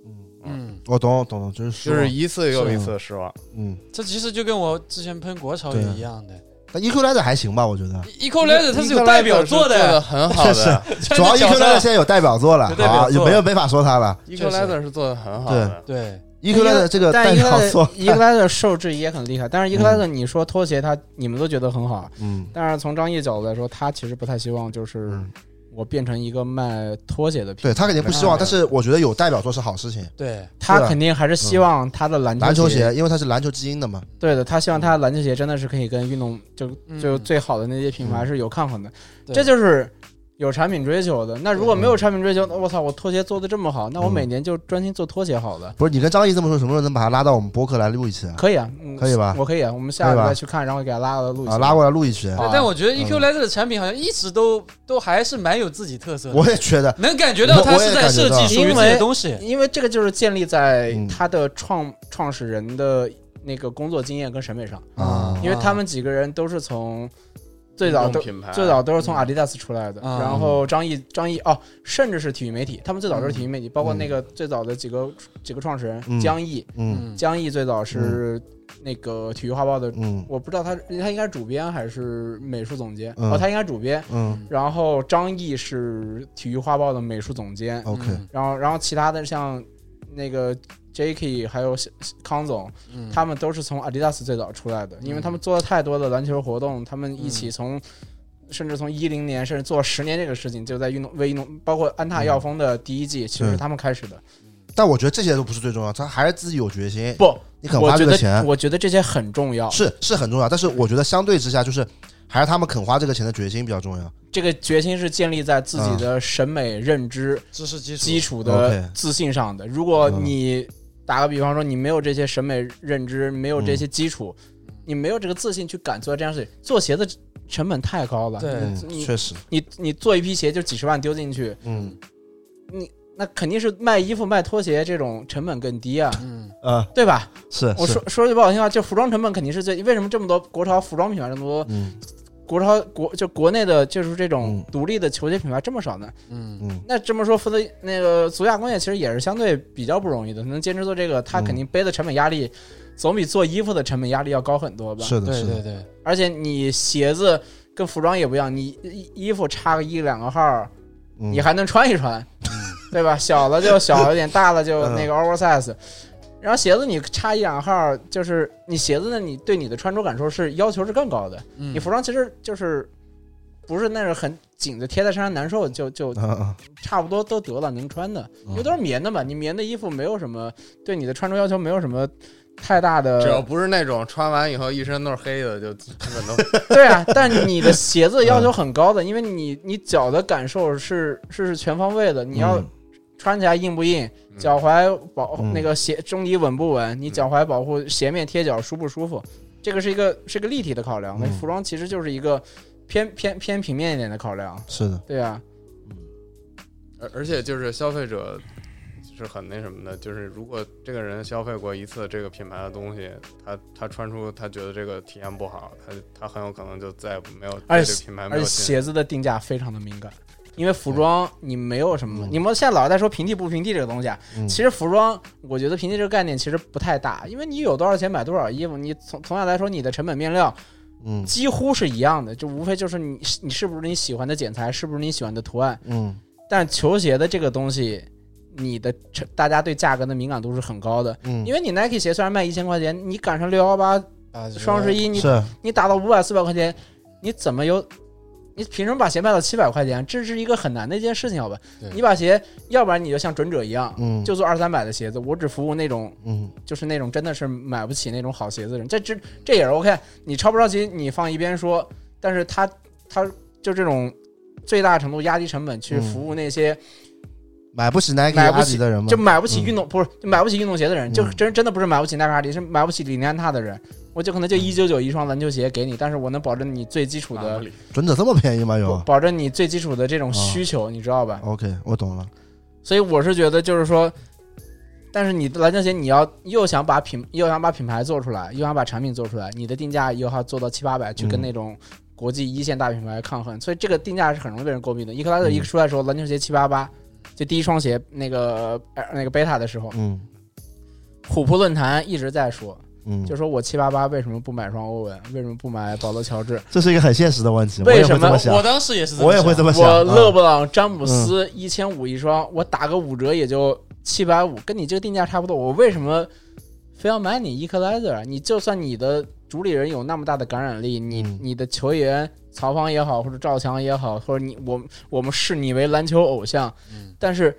嗯，嗯，我懂我懂，懂就是就说是一次又是一次的失望。嗯，这其实就跟我之前喷国潮对也啊一样的但 EQ Leather 还行吧，我觉得， ，Eco l e t 它是有代表作做的的，很好的主要穿 E EQ Leather 在脚现在有代表作了有，代表好，作有没有没法说他了，Equalizer 是做的很好的对。上对， ？EQ Leather 这个代但伊格表莱作特，伊格莱特受质疑也很厉害，但是伊格莱特你说拖鞋他你们都觉得很好，嗯但是从张毅角度来说，他其实不太希望就是嗯，我变成一个卖拖鞋的品牌，对他肯定不希望，嗯但是我觉得有代表作是好事情。对，他肯定还是希望他的篮啊嗯篮球球鞋，因为它是篮球基因的嘛，对的，他希望他的篮球鞋真的是可以跟运动就嗯就最好的那些嗯品牌是有抗衡的，对这就是有产品追求的。那如果没有产品追求，那我操，我拖鞋做的这么好，那我嗯每年就专心做拖鞋好了，不是你跟张毅这么说，什么时候能把他拉到我们播客来录一期啊？可以啊，嗯可以吧我可以啊，我们下个礼可以吧拜去看，然后给他拉了录一啊，下拉过来录一期，好啊但我觉得嗯 EQ Leather 的产品好像一直都都还是蛮有自己特色的，我也觉得，能感觉到它我我也是在设感觉计到属于自己的东西，因为这个就是建立在嗯他的创创始人的那个工作经验跟审美上，啊因为他们几个人都是从最运早动都品牌最早都是从阿迪达斯出来的，啊嗯然后张毅张毅哦，甚至是体育媒体，他们最早都是体育媒体，包括那个最早的几个几个创始人、嗯江毅，嗯嗯，江毅最早是那个体育画报的，嗯我不知道他他应该是主编还是美术总监，嗯哦，他应该是主编，嗯然后张毅是体育画报的美术总监， ，OK，嗯然后然后其他的像那个 Jacky 还有小康总，嗯他们都是从 Adidas 最早出来的，因为他们做了太多的篮球活动，他们一起从。甚至从一零年，甚至做十年这个事情，就在运动为运动，包括安踏耀峰的第一季，其实是他们开始的。但我觉得这些都不是最重要，他还是自己有决心，不，你肯我花觉这个得钱我觉得这些很重要，是是很重要，但是我觉得相对之下，就是还是他们肯花这个钱的决心比较重要。这个决心是建立在自啊己的审美认知、知识基础基础 OK 嗯的自信上的。如果你打个比方说，你没有这些审美认知，没有这些基础，嗯你没有这个自信去敢做这样事情，做鞋的成本太高了。对嗯，你确实，你你做一批鞋就几十万丢进去，嗯那肯定是卖衣服、卖拖鞋这种成本更低啊，嗯，呃对吧？是，我是说说句不好听的话，就服装成本肯定是最。为什么这么多国潮服装品牌这么多？嗯国潮国就国内的就是这嗯种独立的球鞋品牌这么少呢？嗯嗯那这么说，福特那个足亚工业其实也是相对比较不容易的，能坚持做这个，他嗯肯定背的成本压力，总比做衣服的成本压力要高很多吧？是的对是的对，对，而且你鞋子跟服装也不一样，你衣衣服差个一两个号儿，嗯你还能穿一穿，对 吧？小了就小一点，大了就嗯那个 oversize。然后鞋子你差一两个号儿，就是你鞋子呢，你对你的穿着感受是要求是更高的。嗯你服装其实就是不是那种很紧的贴在身上难受，就就啊，差不多都得了。您穿的，因为都是棉的嘛，你棉的衣服没有什么对你的穿着要求没有什么太大的， 只要不是那种穿完以后一身都是黑的，就基本都对啊，但你的鞋子要求很高的，因为你你脚的感受是是是全方位的，你要嗯穿起来硬不硬，嗯脚踝保、嗯那个鞋中底稳不稳，你脚踝保护鞋面贴脚舒不舒服，这个是一个是个立体的考量。那嗯服装其实就是一个偏偏偏平面一点的考量，是的，对啊，而而且就是消费者是很那什么的，就是如果这个人消费过一次这个品牌的东西，他他穿出他觉得这个体验不好，他他很有可能就再也没有而对且这个品牌没而且有信鞋子的定价非常的敏感。因为服装你没有什么，嗯你们现在老是在说平替不平替这个东西啊，嗯其实服装，我觉得平替这个概念其实不太大，因为你有多少钱买多少衣服，你从同样来说，你的成本面料嗯几乎是一样的，就无非就是你你是不是你喜欢的剪裁，是不是你喜欢的图案。嗯但球鞋的这个东西，你的成大家对价格的敏感度是很高的，嗯，因为你 Nike 鞋虽然卖一千块钱，你赶上六幺八、啊双十一，你是你打到五百四百块钱，你怎么有？你凭什么把鞋卖到七百块钱？这是一个很难的一件事情，好吧对？你把鞋，要不然你就像准者一样，嗯就做二三百的鞋子，我只服务那种嗯就是那种真的是买不起那种好鞋子的人。这这这也是 OK，你着不着急你放一边说，但是他他就这种最大程度压低成本去嗯服务那些、买不起 Nike 买不阿起迪的人吗？就买不起嗯运动、不是就买不起运动鞋的人，就嗯真真的不是买不起耐克阿迪，是买不起李宁安踏的人。我就可能就一九九一双篮球鞋给你，但是我能保证你最基础的，里。准者这么便宜吗？有保保证你最基础的这种啊需求，你知道吧？ ，OK，我懂了，所以我是觉得就是说，但是你的篮球鞋你要又想把品又想把品牌做出来，又想把产品做出来，你的定价又要做到七八百去跟嗯那种国际一线大品牌抗衡，所以这个定价是很容易被人诟嗯病的。伊克拉克一出来的时候，篮球鞋七八八。就第一双鞋，那个呃那个贝塔的时候，嗯虎扑论坛一直在说，嗯，就说我七八八为什么不买双欧文，为什么不买保罗乔治？这是一个很现实的问题，为我也会什么这么想我，当时也是这么想，我也会这么想，我勒嗯布朗、詹姆斯一千五一双，我打个五折也就七百五，跟你这个定价差不多。我为什么非要买你 Equalizer？啊你就算你的主理人有那么大的感染力，你嗯你的球员曹芳也好，或者赵强也好，或者你我我们视你为篮球偶像，嗯但是。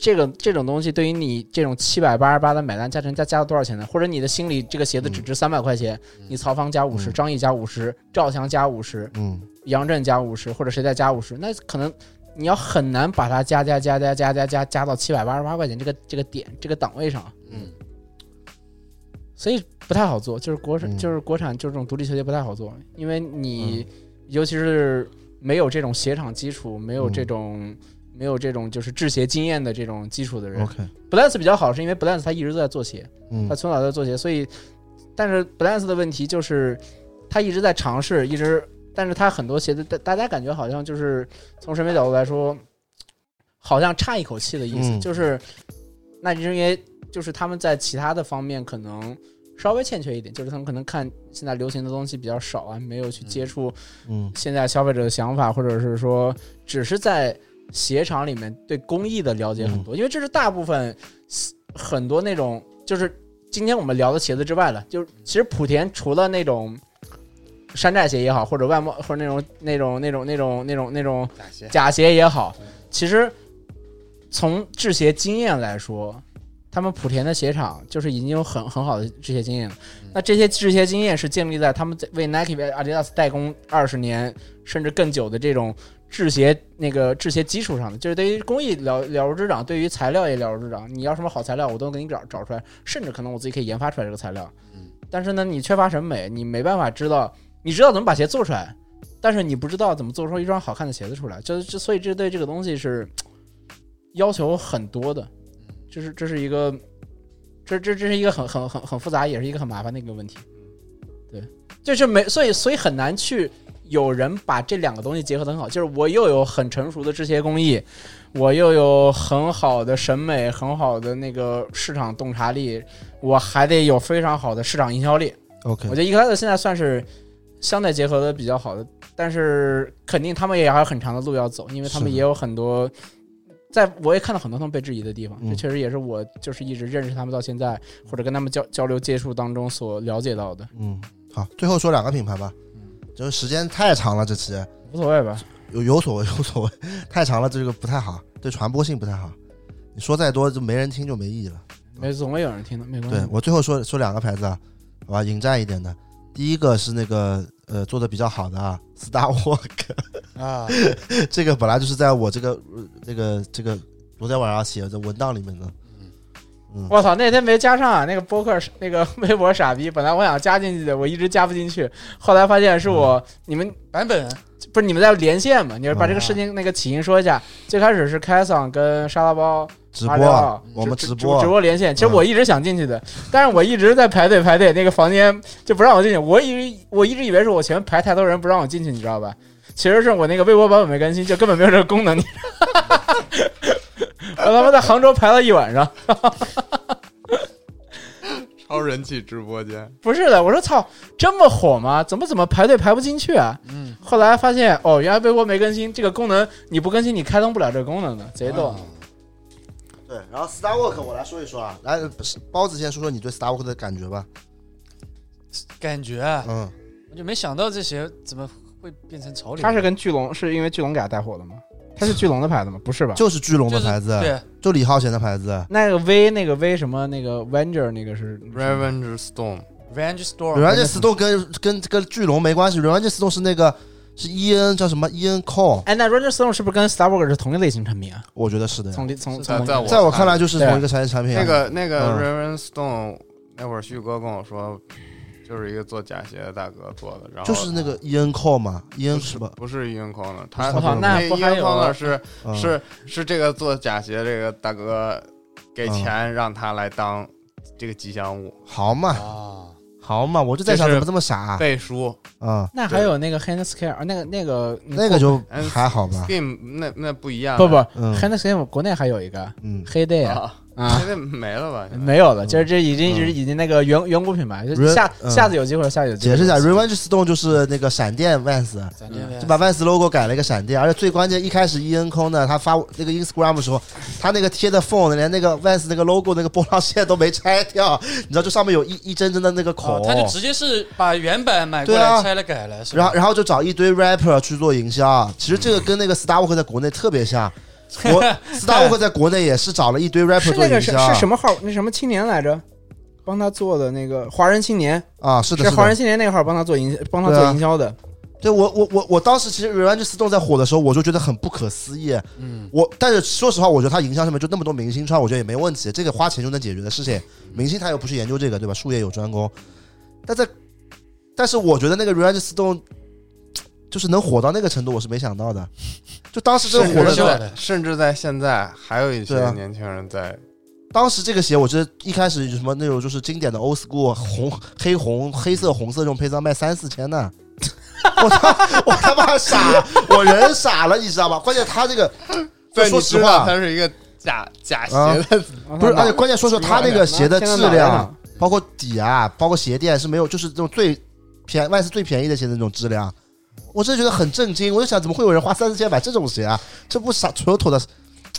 这个这种东西对于你这种七百八十八的买单加成加加了多少钱呢？或者你的心里这个鞋子只值三百块钱，嗯你曹芳加五十、嗯张毅加五十，赵强加五十，嗯杨震加五十，或者谁再加五十，那可能你要很难把它加加加加加加加加到七百八十八块钱这个这个点这个档位上，啊嗯，所以不太好做。就是国产、嗯就是国产就这种独立球鞋不太好做，因为你、尤其是没有这种鞋厂基础，没有这种、没有这种就是制鞋经验的这种基础的人。嗯，OK， Blance 比较好，是因为 Blance 他一直都在做鞋，嗯他从小在做鞋，所以，但是 Blance 的问题就是，他一直在尝试，一直，但是他很多鞋子，大大家感觉好像就是从审美角度来说，好像差一口气的意思，嗯就是，那就是因为就是他们在其他的方面可能稍微欠缺一点，就是他们可能看现在流行的东西比较少啊，没有去接触嗯现在消费者的想法，或者是说只是在鞋厂里面对工艺的了解很多，因为这是大部分很多那种就是今天我们聊的鞋子之外的，就是其实莆田除了那种山寨鞋也好，或者外贸或者那种那种那种那种那种那种假鞋假鞋也好，其实从制鞋经验来说。他们莆田的鞋厂就是已经有很很好的制鞋经验了，那这些制鞋经验是建立在他们在为 Nike、为 Adidas 代工二十年甚至更久的这种制鞋那个制鞋基础上的，就是对于工艺了了如指掌，对于材料也了如指掌。你要什么好材料，我都能给你找找出来，甚至可能我自己可以研发出来这个材料。嗯，但是呢，你缺乏审美，你没办法知道，你知道怎么把鞋做出来，但是你不知道怎么做出一双好看的鞋子出来。就就所以这对这个东西是要求很多的，这是这是一个。这这这是一个很很很很复杂，也是一个很麻烦的一个问题。对，就是没，所以所以很难去有人把这两个东西结合得很好，就是我又有很成熟的制鞋工艺，我又有很好的审美，很好的那个市场洞察力，我还得有非常好的市场营销力。 ，OK，我觉得伊克莱特现在算是相对结合的比较好的，但是肯定他们也还有很长的路要走，因为他们是的也有很多，在我也看到很多他们被质疑的地方，嗯这确实也是我就是一直认识他们到现在，或者跟他们交交流接触当中所了解到的，嗯嗯，好，最后说两个品牌吧，就是时间太长了，这期无所谓吧。有有所谓有所谓，太长了这个不太好，对传播性不太好。你说再多就没人听就没意义了。没总会有人听的，没关系。对我最后说说两个牌子啊，好吧，引战一点的，第一个是那个呃做的比较好的啊，Star Walk， 啊，这个本来就是在我这个呃这个这个昨天晚上写的文档里面的，嗯，我操，那天没加上啊！那个播客那个微博傻逼，本来我想加进去的，我一直加不进去，后来发现是嗯我你们版本不是你们在连线嘛？你要把这个事情那个起因说一下。最开始是开桑跟沙拉包直马播里啊奥我们直直直播播连线，其实我一直想进去的，但是我一直在排队排队，那个房间就不让我进去。我以我一直以为是我前面排太多人不让我进去，你知道吧？其实是我那个微博版本没更新，就根本没有这个功能。 你知道吗我他妈在杭州排了一晚上。超人气直播间，不是的，我说操，这么火吗？怎么怎么排队排不进去啊？嗯，后来发现哦，原来微博没更新这个功能，你不更新你开通不了这个功能的，贼哦逗。嗯对，然后 Star Walk 我来说一说啊，来不是包子先说说你对 Star Walk 的感觉吧，感觉啊，嗯，我就没想到这些怎么会变成潮流。它是跟巨龙是因为巨龙给它带火的吗？它是巨龙的牌子吗？不是吧？就是巨龙就的是牌子，对，就李浩贤的牌子那个 V 那个 V 什么那个 Venger 那个是 Revenge Stone， Range Store， ，Range Stone 跟跟跟巨龙没关系，Range Stone 是那个是 E N 叫什么 E N Call，哎，那 Ranger Stone 是不是跟 Star Wars 是同一类型产品啊？我觉得是的呀，从从在从在在我看来，来就是同一个产业产品啊，那个那个嗯 Revenge Stone，那会儿旭哥跟我说，就是一个做假鞋的大哥做的，然后就是那个 E N Call 嘛，E 不 N 是是吧？不是 Ian Corner，我他操他那那不还 Ian 有啊 Corner 是嗯是是这个做假鞋这个大哥嗯给钱让他来当这个吉祥物好嘛啊，好嘛，我就在想就是怎么这么傻啊背书，啊，那还有那个 Hand Scare，那个那个那个就嗯还好吧， Steam 那那不一样，不不嗯 Hand Scare 国内还有一个嗯黑 day 啊啊，啊。现在没了吧？现在没有了，就是这已嗯经就是已经那个远远古品牌，就 Re- 下嗯下次有机会，下次有机会解释一下，Revenge Stone 就是那个闪电 Vans，咱这边嗯就把 Vans logo 改了一个闪电，而且最关键，一开始 E N 空呢，他发那个 Instagram 的时候，他那个贴的缝连那个 Vans 那个 logo 那个波浪 线都没拆掉，你知道，就上面有一一针针的那个哦孔，，他就直接是把原版买过对来啊拆了改了，是吧然后然后就找一堆 rapper 去做营销。啊其实这个跟那个 Star Walk 在国内特别像，国 Star Walk 在国内也是找了一堆 rapper 是做那营个是销啊是什么号？那什么青年来着？帮他做的那个华人青年，啊，是的，是的华人青年那个号帮他做营，帮他对做啊营销的。对我我我我当时其实 Revenge Stone 在火的时候，我就觉得很不可思议。嗯，我但是说实话，我觉得他营销上面就那么多明星穿，我觉得也没问题，这个花钱就能解决的事情。明星他又不是研究这个，对吧？术业有专攻。但在，但是我觉得那个 Revenge Stone 就是能火到那个程度，我是没想到的。就当时这个甚火的至时候，在甚至在现在还有一对些啊年轻人在当时这个鞋，我觉得一开始有什么那种就是经典的 old school 红黑红黑色红色这种配色卖三四千呢， 我他我他妈傻，我人傻了，你知道吧？关键他这个，就 对，说你实知道话他，是一个假假鞋啊的，不是，而且关键说实话，他那个鞋的质现在哪来量的，包括底啊，包括鞋垫是没有，就是这种最便万斯最便宜的鞋的那种质量，我真的觉得很震惊，我就想怎么会有人花三四千买这种鞋啊？这不傻妥妥的，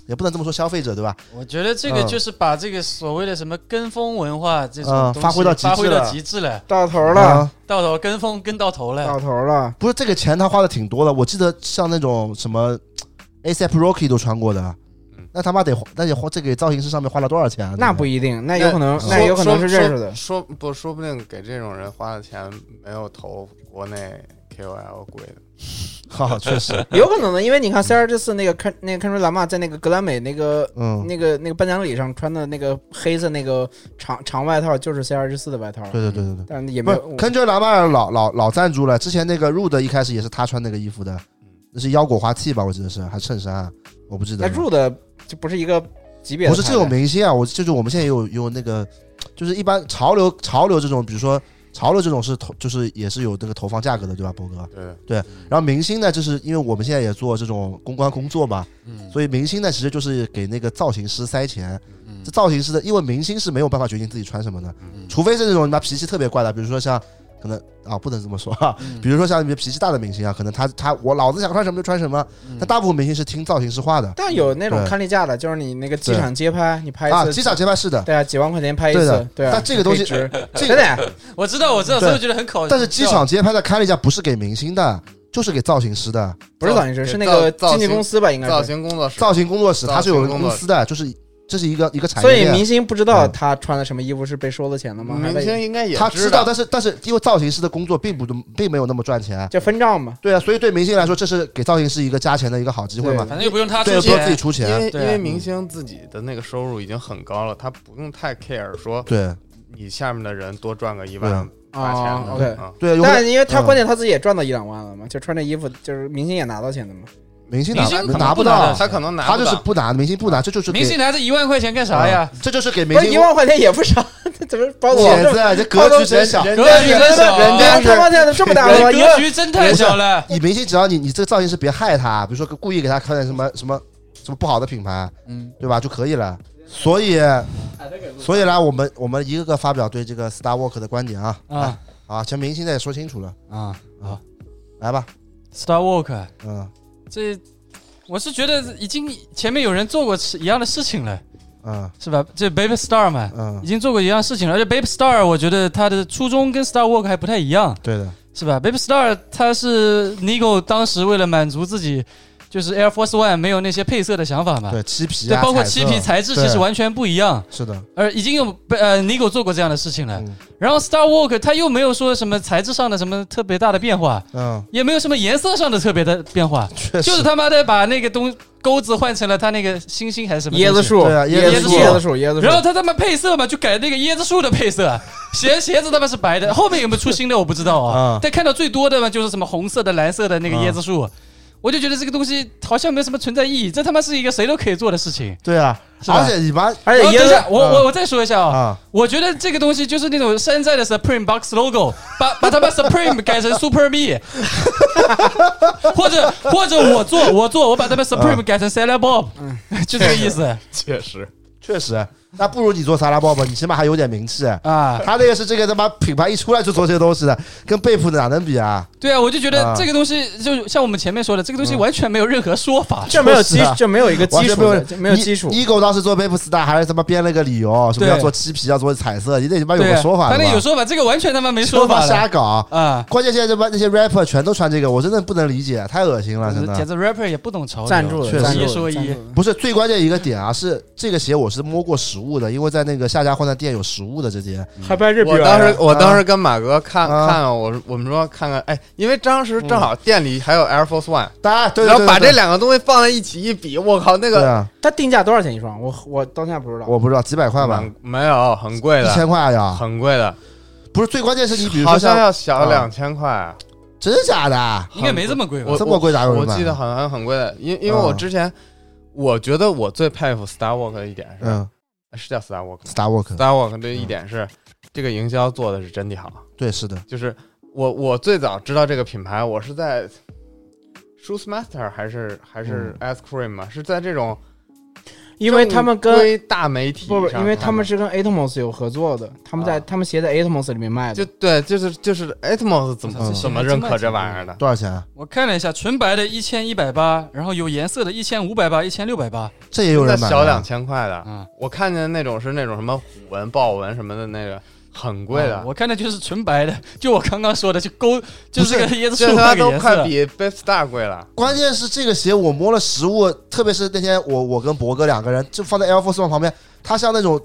也不能这么说消费者对吧？我觉得这个嗯就是把这个所谓的什么跟风文化这种东嗯西发挥到极致发挥到了极致了，到头了，啊，到头跟风跟到头了嗯到，头了。不是这个钱他花的挺多的，我记得像那种什么 ASAP Rocky 都穿过的啊嗯，那他妈得花，那得花这给造型师上面花了多少钱啊？那不一定，那有可能，说那有可能是认识的。说说说不，说不定给这种人花的钱没有投国内 KOL 贵的。好，确 实，有可能的，因为你看 C R G 四那个看那个 Country Lama 在那个格莱美那个嗯，那个那个颁奖礼上穿的那个黑色那个长长外套，就是 C R G 四的外套，对对对对对。但也不没是有，坑 e 喇叭老老老赞助了，之前那个 Rude 一开始也是他穿那个衣服的，那是腰果花 T 吧，我记得是，还衬衫啊，我不记得那了。住的就不是一个级别的不牌子，是这种明星啊，我就是我们现在有有那个，就是一般潮流潮流这种，比如说潮流这种是投，就是也是有那个投放价格的，对吧，博哥？对，然后明星呢，就是因为我们现在也做这种公关工作嘛，嗯所以明星呢其实就是给那个造型师塞钱。嗯这造型师的，因为明星是没有办法决定自己穿什么的，除非是那种你妈脾气特别怪的，比如说像可能啊不能这么说啊，嗯 比如说像你脾气大的明星啊，可能他他我老子想穿什么就穿什么，但大部分明星是听造型师话的但有那种对看例假的，就是你那个机对场街拍，你拍一啊，次，机场街拍是的，对啊，几万块钱拍一对的次，对啊。但这个东西可以值这真的呀，我知道我知道，所对以我觉得很搞笑。但是机场街拍的看了一下，不是给明星的，就是给造型师的，不是造型师，给是那个造经纪公司吧？应该造是。型工作室，造型工作室，造型它是有一个工作公室司的，就是这是一个一个产所以业链。明星不知道嗯他穿的什么衣服是被收了钱的吗？还明在星应该也他知知道，但是但是因为造型师的工作并不并没有那么赚钱，就分账嘛。对啊，所以对明星来说，这是给造型师一个加钱的一个好机会嘛反对，正又不用他对，出不用自己钱，出因钱，为因对为明星自己的那个收入已经很高了，他不用太 care 说对你下面的人多赚个一对万啊八千啊的。 ，OK。嗯对，有可但能因为他嗯关键他自己也赚到一两万了嘛，就穿这衣服，就是明星也拿到钱的嘛。明星明拿星可能拿不拿到的，他可能拿他不就是到不拿，明星不拿，这就是给嗯明星拿这一万块钱干啥呀？这就是给明不是星一万块钱也不少， 这怎么把我姐这子啊，这格局真小。人格家局是真小人家人家他是妈的这么大人啊吗？一格万局真太小了。你明星只要你你这个造型师别害他，比如说故意给他开点什么什么什么不好的品牌，嗯，对吧就可以了。所以，所以来我们我们一个个发表对这个 Star Walk 的观点啊啊啊，先明星的也说清楚了，啊好来吧， ，Star Walk 嗯这，我是觉得已经前面有人做过一样的事情了，嗯是吧？这 Baby Star 嘛，已嗯，经做过一样事情了，而且 Baby Star 我觉得他的初衷跟 Star Walk 还不太一样，对的，是吧？Baby Star 他是 Nigo 当时为了满足自己就是 Air Force One 没有那些配色的想法嘛，对漆皮对，啊，包括彩漆色皮材质对其实完全不一样，是的，而已经有被呃 Nigo 做过这样的事情了。嗯然后 Star Walk 它又没有说什么材质上的什么特别大的变化，嗯，也没有什么颜色上的特别的变化，确就是实，他妈的把那个东钩子换成了他那个星星还是什么椰子东西。树，对啊子椰椰树椰子树，椰子树。然后他他妈配色嘛，就改那个椰子树的配色，啊鞋鞋子他妈是白的，后面有没有出新的我不知道啊。嗯但看到最多的嘛，就是什么红色的、蓝色的那个椰子树，啊我就觉得这个东西好像没有什么存在意义，这他妈是一个谁都可以做的事情。对啊，是吧而且你妈而然且后哎等椰一子下，我我我再说一下啊，啊，我觉得这个东西就是那种山寨的 Supreme Box logo，把把他妈 Supreme 改成 Super Me，或者或者我做我做我把他们 Supreme 改成 Sally Bob，就 这个意思确实，确实，那不如你做沙拉鲍勃，你起码还有点名气。啊。他那个是这个他妈品牌一出来就做这些东西的，跟贝普哪能比啊？对啊，我就觉得啊这个东西就像我们前面说的，这个东西完全没有任何说法。这没有是基啊，这没有一个完基全础没有，E，的，这没有基础。一狗当时做 Bape Star 还是他妈编了个理由，什么对要做漆皮，要啊做彩色，你得他妈有对个啊，说法他的吧。那有说法，这个完全他妈没说他法妈了瞎搞。啊。关键现在这帮那些 rapper 全都穿这个，我真的不能理解，太恶心了，真铁的。子 rapper 也不懂潮流，赞助确的，实赞助的一说一赞助的不是最关键一个点啊，是这个鞋我是摸过实物的，因为在那个下家换的店有实物的这些。还不还是比我当时我当啊时跟马哥看啊看了，我我们说看看，哎，因为当时正好店里还有 Air Force One，当然，对对然后对把对这两个东西放在一起一比，我靠，那对个啊，他定价多少钱一双？我我当下不知道。我不知道几百块吧，蛮没有很贵一的，千块呀、很贵的，不是最关键是你比如好说像像要小啊两千块，真的啊假的，应该没这么贵吧我？这么贵咋有人我买？记得好像很贵的，因因为我啊嗯之前我觉得我最佩服 Star Walk 的一点是，嗯是叫 Star Walk。 ，Star Walk， Star Walk 的一点是，这个营销做的是真的好。对，是的，就是我我最早知道这个品牌，我是在 Shoes Master 还是还是 Ice Cream 嘛，是在这种嗯因为他们正跟规大媒体不不，上因为他们看是跟 Atomos 有合作的，他们在啊他们鞋在 Atomos 里面卖的就的。对，就是就是 Atmos 怎么嗯怎么认可这玩意儿的？多少钱啊？我看了一下，纯白的一千一百八，然后有颜色的一千五百八、一千六百八，这也有那人买啊？小两千块的，嗯，我看见那种是那种什么虎纹、豹纹什么的那个，很贵的啊。我看的就是纯白的，就我刚刚说的，就勾，就是这个椰子这树他妈那个都颜快色。比 Best Star 贵 了，关键是这个鞋我摸了实物，特别是那天我我跟博哥两个人就放在 Air Force One 旁边，它像那种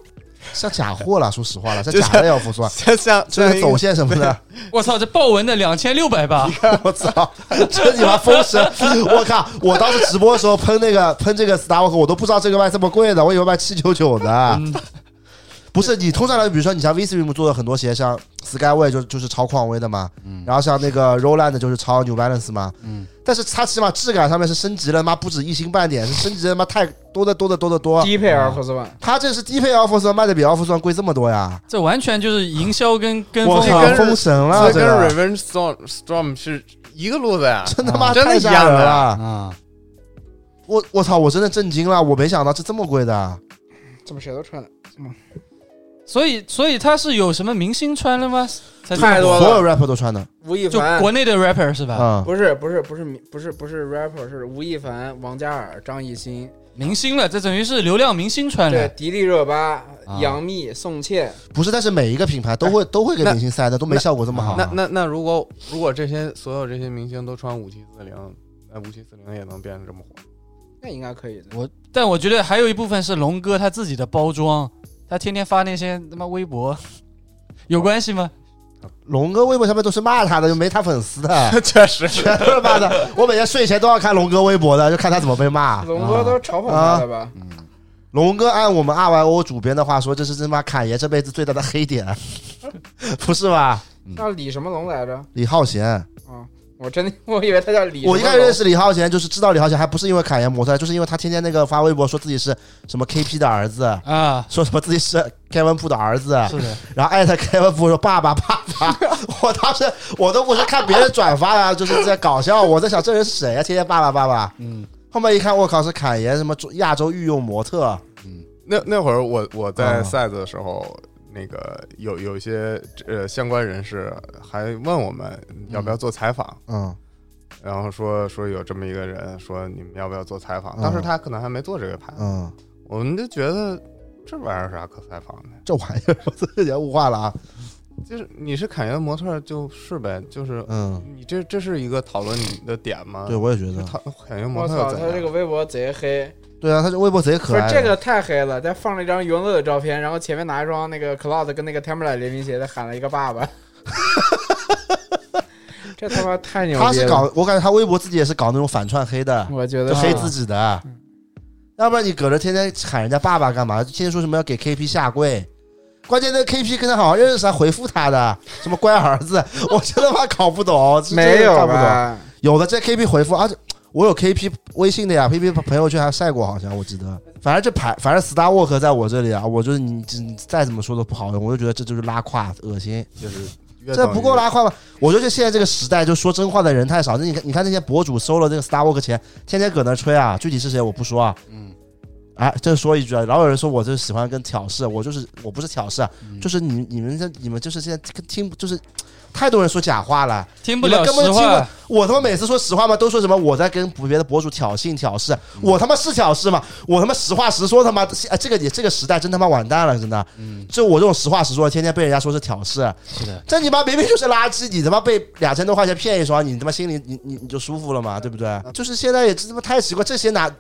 像假货了，说实话了，像就假像的 Air Force One，像像这像个走线什么的，我操，这豹纹的两千六百八， 我操，真你妈封神！我靠，我当时直播的时候喷那个喷这个 Star Walk，我都不知道这个卖这么贵的，我以为卖七九九的。嗯 不是你通常来，比如说你像 V C M 做的很多鞋，像 Skyway 就就是超匡威的嘛，然后像那个 Roland 就是超 New Balance 嘛，嗯但是它起码质感上面是升级了，妈不止一星半点，是升级了妈太多的多的多的多。低配 Air Force One，它这是低配 Air Force One 卖的比 Air Force One 贵这么多呀！这完全就是营销跟跟我风靠啊，跟封神所了，以这跟个 Revenge Storm Storm 是一个路子呀。真他妈啊真的太一吓样人的了！啊，我我操，我真的震惊了，我没想到这这么贵的。啊怎么谁都穿？所以所以他是有什么明星穿了吗？才这么太多了所有 rapper 都穿的，吴亦就凡国内的 rapper 是吧？嗯，不是不是不是不是不是 rapper，是吴亦凡、王嘉尔、张艺兴、明星了，这等于是流量明星穿对的。，迪丽热巴、嗯啊杨幂、宋茜，不是，但是每一个品牌都会都会给哎那明星塞的，都没效果这么好。那那那如果如果这些所有这些明星都穿五七四零，那五七四零也能变得这么火？那应该可以的。但我觉得还有一部分是龙哥他自己的包装，他天天发那些他妈微博，有关系吗？龙哥微博上面都是骂他的，又没他粉丝的， 确实，全都是骂的。我每天睡前都要看龙哥微博的，就看他怎么被骂。龙哥都嘲讽他了吧？龙哥按我们 RYO 主编的话说，这是他妈侃爷这辈子最大的黑点， 不是吧？那李什么龙来着？李浩贤，啊，我真的 我以为他叫李什么龙。我一开始认识李浩贤，就是知道李浩贤，还不是因为侃爷模特，就是因为他天天那个发微博说自己是什么 KP 的儿子，啊，说什么自己是 Kevin 铺的儿子，是的，然后艾特 Kevin 铺说爸爸爸 爸，我当时我都不是看别人转发呀、就是在搞笑，我在想这人是谁啊？天天爸爸爸爸。嗯，后面一看，我靠，是侃爷什么中亚洲御用模特，那那会儿我我啊在赛子的时候，那个有有一些呃相关人士还问我们要不要做采访，嗯然后说说有这么一个人，说你们要不要做采访？嗯当时他可能还没做这个牌子，嗯，我们就觉得这玩意儿有啥可采访的？这玩意儿我这有点物化了啊，就是你是侃爷模特儿就是呗，就是嗯。你这这是一个讨论你的点吗？对，，我也觉就得，讨侃爷模我特儿操，怎他这个样？微博贼黑，对啊，他这微博贼可不是爱。这个，太黑了。他放了一张余文乐的照片，然后前面拿一双那个 Cloud 跟那个 Timberland 联名鞋，他喊了一个爸 爸。这他妈太牛逼他了！是搞，我感觉他微博自己也是搞那种反串黑的，我觉得就黑是自己的。要不然你搁着天天喊人家爸爸干嘛？天天说什么要给 KP 下跪，关键那个 KP 跟他好好认识，还回复他的什么乖儿子， 我真他妈搞不懂，是真的没有看不懂。吧？有的这 KP 回复，而且我有 KP 微信的呀，KP 朋友圈还晒过，好像我记得。反正这牌，反正 Star Walk 在我这里啊，我就是你你再怎么说都不好用，我就觉得这就是拉胯，恶心。就是这不够拉胯吗？我觉得现在这个时代，就说真话的人太少。那你看，你看那些博主收了这个 Star Walk 钱，天天搁那吹啊，具体是谁我不说啊。嗯，哎，这说一句啊，老有人说我就是喜欢跟挑事，我就是我不是挑事啊，就是你你们这你们就是现在听听就是太多人说假话了。听不你们了根本实听话。不，我他妈每次说实话嘛，都说什么我在跟别的博主挑衅挑事，嗯我他妈是挑事吗？我他妈实话实说，他妈哎，这个也这个时代真他妈完蛋了，真的。就我这种实话实说，天天被人家说是挑事，嗯是的，这你妈明明就是垃圾，你他妈被两千多块钱骗一双，你他妈心里你你你就舒服了嗯嘛，对不对？就是现在也真他妈太奇怪，这些哪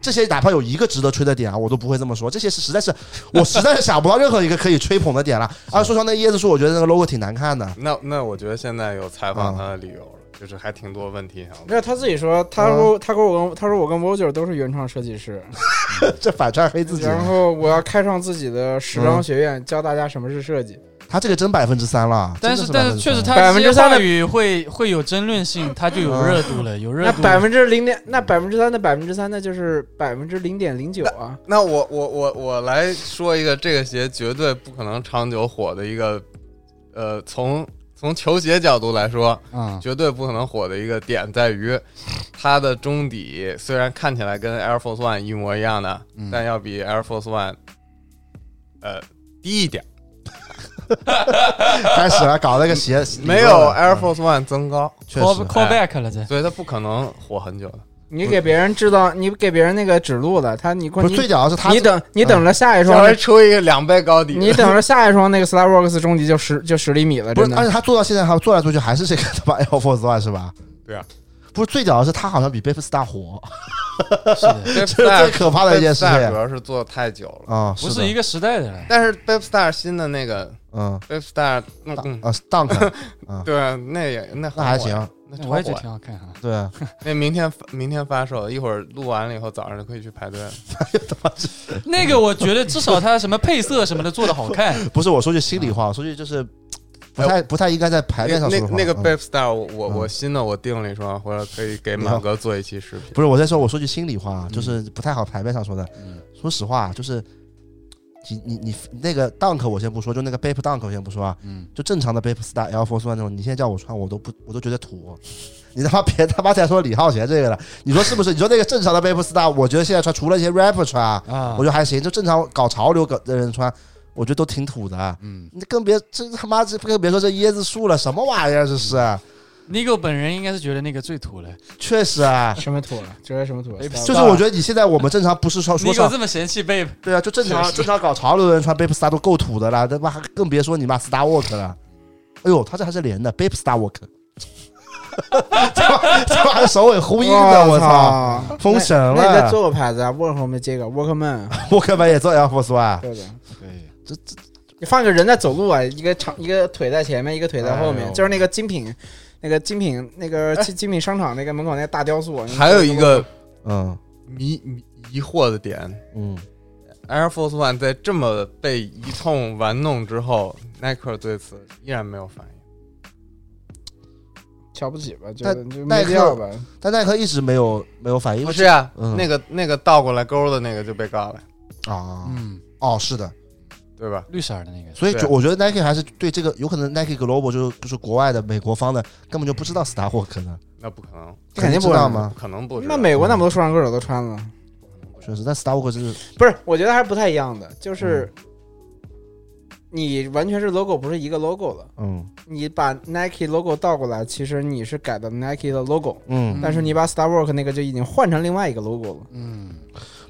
这些哪怕有一个值得吹的点啊，我都不会这么说。这些是实在是我实在是想不到任何一个可以吹捧的点了。啊，说上那椰子树，我觉得那个 logo 挺难看的。 那那我觉得现在有采嗯访他的理由了，就是还挺多问题想没有，他自己说，他嗯说、他跟我跟他说我跟 Roger 都是原创设计师，这反串黑自己，嗯然后我要开创自己的时装学院，教大家什么是设计。他这个真百分之三了。但是真的是但是确实3%他百分之三的这些话语会会有争论性，它就有热度了，有热那度。百分之零点，那百分之三的百分之三，那就是百分之零点零九啊！那我我我我来说一个这个鞋绝对不可能长久火的一个，呃，从从球鞋角度来说，嗯绝对不可能火的一个点在于，它的中底虽然看起来跟 Air Force One 一模一样的，嗯但要比 Air Force One，呃，低一点，开始了搞那个鞋，没有 Air 嗯 Force One 增高，确，call 实 call back 了这。所以它不可能火很久的。你给别人制造，你给别人那个指路了，他你不是你最屌的是他嗯你等你等着下一稍双，微出一个两倍高底，你等着下一双那个 Starworks 终极就十就十厘米了，不真是，而的。且他做到现在还做来做去还是这个他妈 Air Force One 是吧？对啊，不是最屌的是他好像比 Bape Star 火， 是的，这这是最可怕的一件事情主要是做太久了。啊，不是一个个时代的人。但是 b a b Star 新的那个嗯 b a b Star，嗯大嗯，啊 Dunk 对，啊那也那那很还火呀行，，那我也超觉火得啊呀。挺好看哈。对，那明天发明天发售，一会儿录完了以后早上就可以去排队了。那个我觉得至少它什么配色什么的做的好看， 不是我说句心里 话，我说句就是不太不太应该在牌面那上说的话。啊那个 b a 嗯 b Star，我我嗯我新的我订了一双，回来可以给满哥做一期视频。不是我在说，我说句心里话，就是不太好牌面上说的。嗯说实话，啊就是你你你那个 Dunk 我先不说，就那个 Bape Dunk 我先不说啊，嗯，就正常的 Bape Star Air Force One 那种，你现在叫我穿，我都不我都觉得土。 你他妈别他妈再说李浩贤这个了，你说是不是？你说那个正常的 Bape Star，我觉得现在穿除了一些 rapper 穿啊，啊我觉得还行，就正常搞潮流搞的人穿，我觉得都挺土的。啊嗯，你更别这他妈这更别说这椰子树了，什么玩意儿这是？啊 Nigo 本人应该是觉得那个最土了。确 实啊，什么土了？这是什么土了？啊就是我觉得你现在我们正常不是说说 Nigo 唱，这么嫌弃 Babe，对啊，就正常是是正常搞潮流的人穿 Bape Star 都够土的啦，他妈更别说你妈 Star Walk 了。哎呦，他这还是连的 Bape Star Walk，这把这把还首尾呼应的，我操！操，封神了那那你再做个牌子啊，Workman 接个 Workman，我可能也做 Air Force One，对的。 可以，你放个人在走路啊，一个长一个腿在前面，一个腿在后哎面，呦哎就是那个精品，那个精品那个精精品商场那个门口那个大雕塑。啊还有一个嗯迷迷疑惑的点嗯， ，Air Force One 在这么被一通玩弄之后，耐克对此依然没有反应。瞧不起吧，就但就耐没克必要吧。但耐克一直没有没有反应，不是啊，嗯那个那个倒过来勾的那个就被告了，啊，嗯，哦，是的，对吧？绿色儿的那个，所以对就我觉得 Nike 还是对这个有可能 Nike Global 就是就是国外的美国方的根本就不知道 Star Walk 呢，那不可能，这肯定知不道会吗不？可能不知道。那美国那么多说唱歌手都穿了，确实，但 Star Walk 就是不是？我觉得还是不太一样的，就是你完全是 logo 不是一个 logo 了。嗯你把 Nike logo 倒过来，其实你是改的 Nike 的 logo，嗯但是你把 Star Work 那个就已经换成另外一个 logo 了。嗯，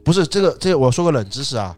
不是这个，这个我说个冷知识啊，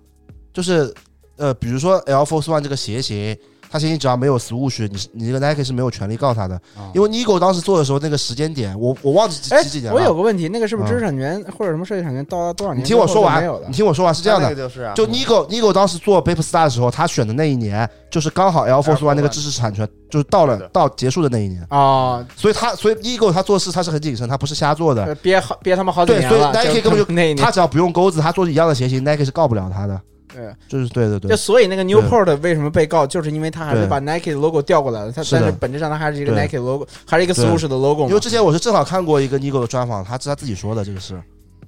就是呃，比如说 Air Force One 这个鞋型，它鞋型只要没有 swoosh，你是你这个 Nike 是没有权利告他的，哦因为 Nigo 当时做的时候那个时间点，我我忘记几哎几几年，我有了。个问题，那个是不嗯是知识产权或者什么设计产权到了多少你年？听我说完没有了，你。听我说完是这样那的个，就是啊，就 Nigo Nigo 当时做 Bape Star 的时候，他选的那一年就是刚好 Air Force Air Force One 那个 One 知识产权就是到是了的到结束的那一年，哦，所以他所以 Nigo 他做事他是很谨慎，他不是瞎做的，憋好憋他妈好几对年所以了， Nike 就是根本就那一年他，只要不用钩子，他做一样的鞋型，Nike 是告不了他的，对，就是对对就对，所以那个 Newport 为什么被告，就是因为他还是把 Nike 的 logo 调过来了，他是的但是本质上它还是一个对 Nike 的 logo，还是一个对 Swoosh 的 logo 因为嘛，之前我是正好看过一个 Nigo 的专访，他是他自己说的这个是。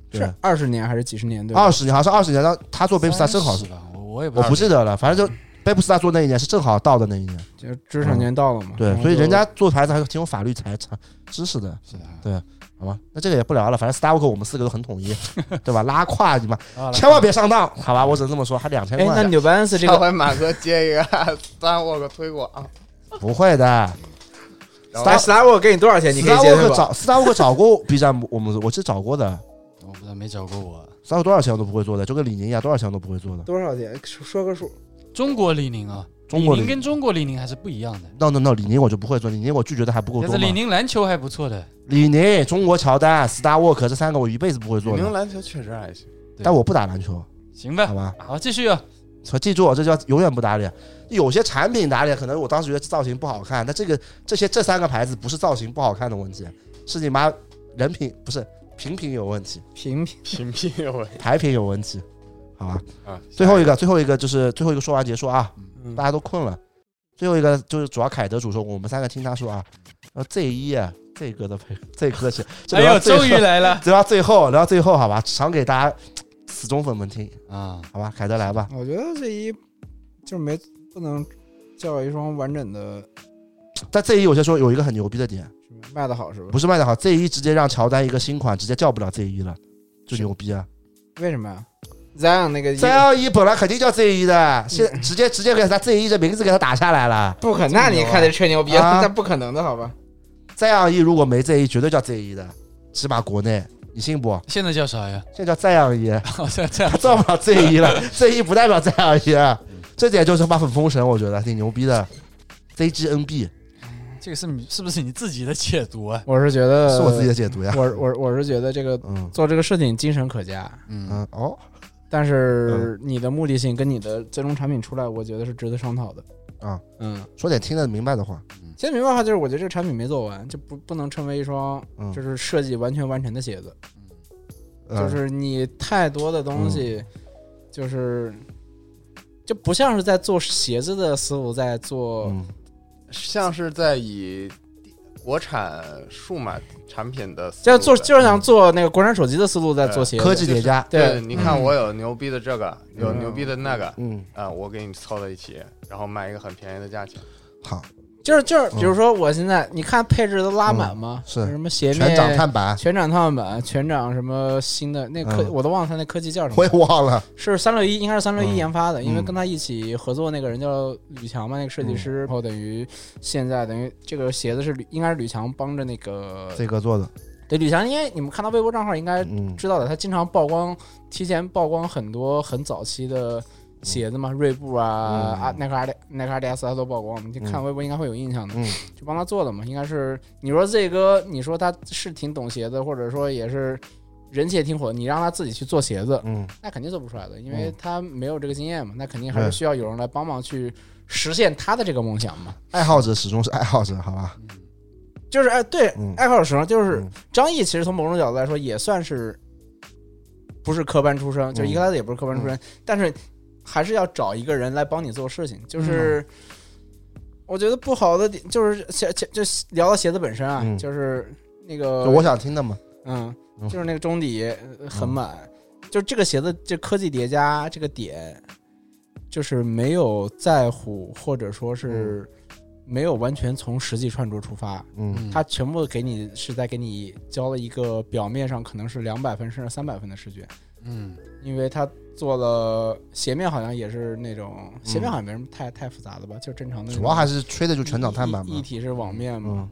对是二十年还是几十年对吧？二十年，好像是二十年，然后他做 Baby Star 正好是，是吧？我我也我知道不记得了，反正就 Baby Star 做那一年是正好到的那一年，就知识产权到了嘛，对然，后所以嗯就人家做牌子还是挺有法律财产知识的，是的好吗？那这个也不聊了，反正 Star Walk 我们四个都很统一， 对吧？拉胯你妈，啊千万别上当，好吧？我只能这么说，还两千哎，那块， New Balance 这上个回马哥接一个 Star Walk 推广，不会的。然后哎 Star Work 给你多少哎钱？你可 Star 以接受 Walk 吧？找 Star Walk 找过 B 站，我们我是找过的我不知道没找过我。 ，Star Walk 多少钱我都不会做的，就跟李宁一样，多少钱我都不会做的。多少钱？说说个数。中国李宁啊，中国李李宁跟中国李宁还是不一样的， no no no，李宁我就不会做，李宁我拒绝的还不够但多是李嘛。宁篮球还不错的，李宁、中国乔丹、Star Walk 这三个我一辈子不会哎李做宁的，篮球确实还行， 但我不打篮球，行好吧？吧？好，继续啊，说记住，这叫永远不打脸。有些产品打脸，可能我当时觉得造型不好看，但这个这些这三个牌子不是造型不好看的问题，是你妈人品不是品品有问题，平平平平有为牌品有问题，好嗯吧？啊。最后一个，最后一个就是最后一个说完结束啊，嗯大家都困了。最后一个就是主要凯德主说，我们三个听他说啊，呃 Z 一啊，Z 哥的配 Z 哥的钱，这哎聊呦，到最终后于来 了聊到最后，聊到最后，好吧，赏给大家死忠粉们听，啊！好吧？凯德来吧，我觉得这一就是没不能叫一双完整的但 Z 一有些时候有一个很牛逼的点。什么卖的好是吧？不是卖的好，Z 一直接让乔丹一个新款直接叫不了 Z 一了，就牛逼啊为什么呀？Zion 那个衣服！Z 二一本来肯定叫 Z 一的，现直接直接给他 Z 一这名字给他打下来了。不可能，那你还得吹牛逼，啊那不可能的好吧？ Z 二一如果没 Z 一，绝对叫 Z 一的，起码国内你信不？现在叫啥呀？ 现在叫 Z 二一，好像这样他，造不了 Z 一了，Z 一不代表 Z 二一啊，这点就是他很封神，我觉得挺牛逼的。ZGNB 这个是你是不是你自己的解读啊？我是觉得是我自己的解读呀，我我我是觉得这个嗯做这个事情精神可嘉，嗯，嗯哦但嗯是你的目的性跟你的最终产品出来，我觉得是值得商讨的。啊，嗯，说点听得明白的话，现在明白的话就是，我觉得这个产品没做完，就不不能成为一双嗯，就是设计完全完成的鞋子。呃就是你太多的东西，嗯就是就不像是在做鞋子的思路，在做嗯像是在以国产数码产品的思就路在，做就是想做那个国产手机的思路在做鞋嗯子。哎科技叠加，对，对，你看我有牛逼的这个，有嗯牛逼的那个，嗯。啊，我给你凑到一起，然后卖一个很便宜的价钱。好，就是就是，比如说我现在你看配置都拉满嗯吗？是什么斜面全掌碳板，全掌碳板，全掌什么新的那科，嗯我都忘了它那科技叫什么 我也，忘了。是三六一，应该是三六一嗯研发的，因为嗯跟他一起合作那个人叫吕强嘛，那个设计师，然后等于现在等于这个鞋子是吕，应该是吕强帮着那个，哎这个做的，对吕强，因为你们看到微博账号应该嗯，知道的，他经常曝光，提前曝光很多很早期的鞋子嘛，锐步啊、嗯啊耐克、阿迪、耐克、阿迪达斯他都曝光，你看微博应该会有印象的，嗯就帮他做的嘛。应该是你说 Z 哥，你说他是挺懂鞋子，或者说也是人气也挺火，你让他自己去做鞋子，嗯那肯定做不出来的，因为嗯他没有这个经验嘛，那肯定还是对需要有人来帮忙去实现他的这个梦想嘛。爱好者始终是爱好者，好吧？就是哎，对嗯，爱好者时尚就是嗯张译，其实从某种角度来说也算是不是科班出身，嗯就是一个来的也不是科班出身，但是还是要找一个人来帮你做事情。就是嗯我觉得不好的点就是鞋鞋就聊到鞋子本身啊，嗯就是那就个我想听的嘛，嗯，嗯就是那个中底呃很满，就这个鞋子这科技叠加这个点，就是没有在乎或者说是没有完全从实际穿着出发。嗯他全部给你是在给你交了一个表面上可能是两百分甚至三百分的试卷，嗯因为他做了鞋面好像也是那种鞋面好像没什么太太复杂的吧，就正常的那嗯种主要还是吹的就一全掌碳板嗯一一嘛，体式网面嘛嗯，，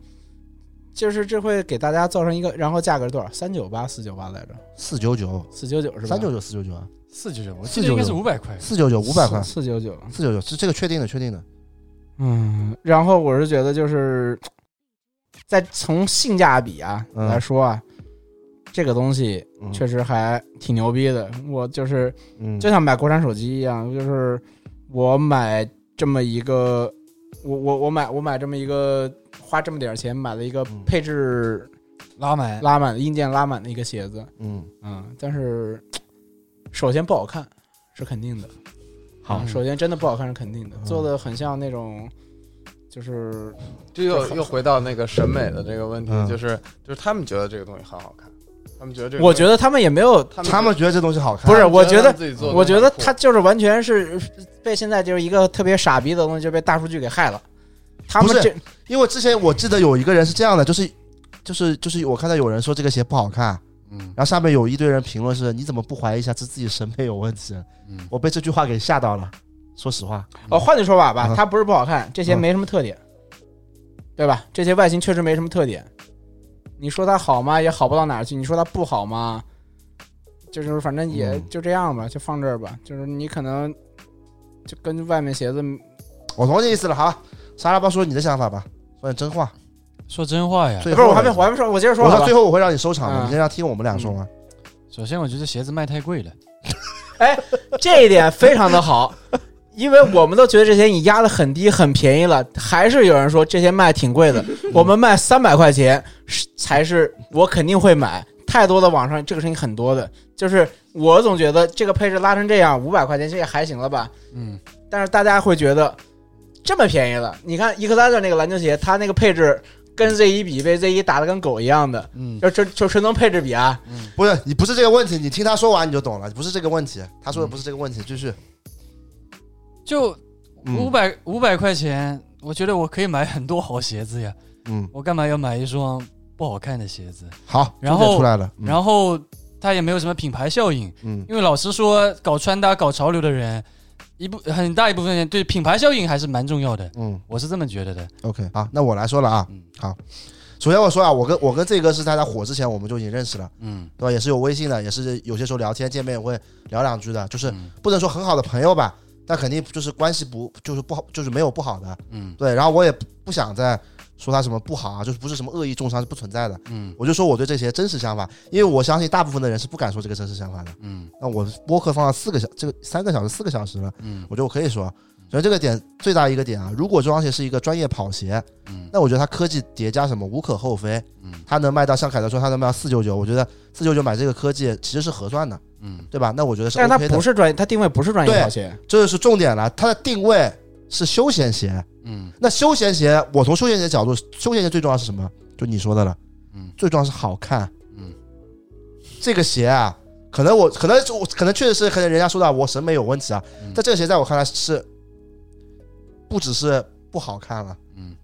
就是这会给大家造成一个，然后价格是多少？三九八四九八来着，四九九，四九九是吧？三九九，四九九啊，四九九，我这四应九该是九，五百块。四九九，五百块，四九九，四九九是这个确定的，确定的，嗯，然后我是觉得就是，在从性价比啊、嗯来说啊，这个东西嗯确实还挺牛逼的。我就是嗯，就像买国产手机一样，就是我买这么一个，我我我买我买这么一个，花这么点儿钱买了一个嗯配置拉满，拉满、硬件拉满的一个鞋子，嗯，嗯，但是首先不好看是肯定的，好嗯首先真的不好看是肯定的，嗯做的很像那种。就是这又又回到那个审美的这个问题，嗯就是就是他们觉得这个东西很好看，他们觉得这个东西，我觉得他们也没有，他们他们觉得这东西好看，嗯不是我觉得自己做的我觉得很酷他就是完全是被现在就是一个特别傻逼的东西就被大数据给害了。他们不是这因为之前我记得有一个人是这样的，就是就是就是我看到有人说这个鞋不好看，嗯然后下面有一堆人评论是你怎么不怀疑一下是自己审美有问题？ 嗯我被这句话给吓到了，说实话，哦，换句说法吧，嗯它不是不好看，这些没什么特点，对吧？这些外形确实没什么特点。你说它好吗？也好不到哪儿去。你说它不好吗？就是反正也嗯就这样吧，就放这儿吧。就是你可能就跟外面鞋子，我懂你意思了，好吧，沙拉包说你的想法吧，说点真话，说真话呀。最不后是我还没我还没说，我接着说我好说吧最。后我会让你收场的，嗯你先让听我们俩说完。首先，我觉得鞋子卖太贵了。 这一点非常的好，因为我们都觉得这些你压的很低很便宜了，还是有人说这些卖挺 贵的，我们卖三百块钱是才是我肯定会买。太多的网上这个事情很多的，就是我总觉得这个配置拉成这样五百块钱，这也还行了吧？嗯，但是大家会觉得这么便宜了，你看伊克拉的那个篮球鞋，它那个配置跟 Z 一比，被 Z 一打的跟狗一样的，嗯，就就就纯从配置比啊，不是你不是这个问题，你听他说完你就懂了，不是这个问题，他说的不是这个问题，继续。就嗯五百五百块钱，我觉得我可以买很多好鞋子呀。嗯，我干嘛要买一双不好看的鞋子？好，然后重点出来了，嗯然后它也没有什么品牌效应，嗯因为老实说，搞穿搭、搞潮流的人，一部很大一部分人对品牌效应还是蛮重要的，嗯我是这么觉得的。 ，OK，好，那我来说了啊，嗯好，首先我说啊，我跟我跟这个是在他火之前我们就已经认识了，嗯，对吧？也是有微信的，也是有些时候聊天见面也会聊两句的，就是嗯不能说很好的朋友吧，但肯定就是关系不就是不好，就是没有不好的，嗯对。然后我也不不想再说他什么不好啊，就是不是什么恶意重伤是不存在的，嗯我就说我对这些真实想法，因为我相信大部分的人是不敢说这个真实想法的。嗯那我播客放了四个小，这个三个小时、四个小时了，嗯我觉得我可以说，首先这个点最大一个点啊，如果这双鞋是一个专业跑鞋，嗯那我觉得它科技叠加什么无可厚非，嗯它能卖到像凯德说它能卖到四九九，我觉得四九九买这个科技其实是合算的，嗯对吧？那我觉得是但是它 OK 的不，是专业，它定位不是专业对跑鞋，这就是重点了，它的定位是休闲鞋，嗯那休闲鞋，我从休闲鞋角度，休闲鞋最重要是什么？就你说的了，嗯最重要是好看，嗯，这个鞋啊，可能我可能我可能确实是可能人家说的我审美有问题啊，嗯但这个鞋在我看来是不只是不好看了，嗯，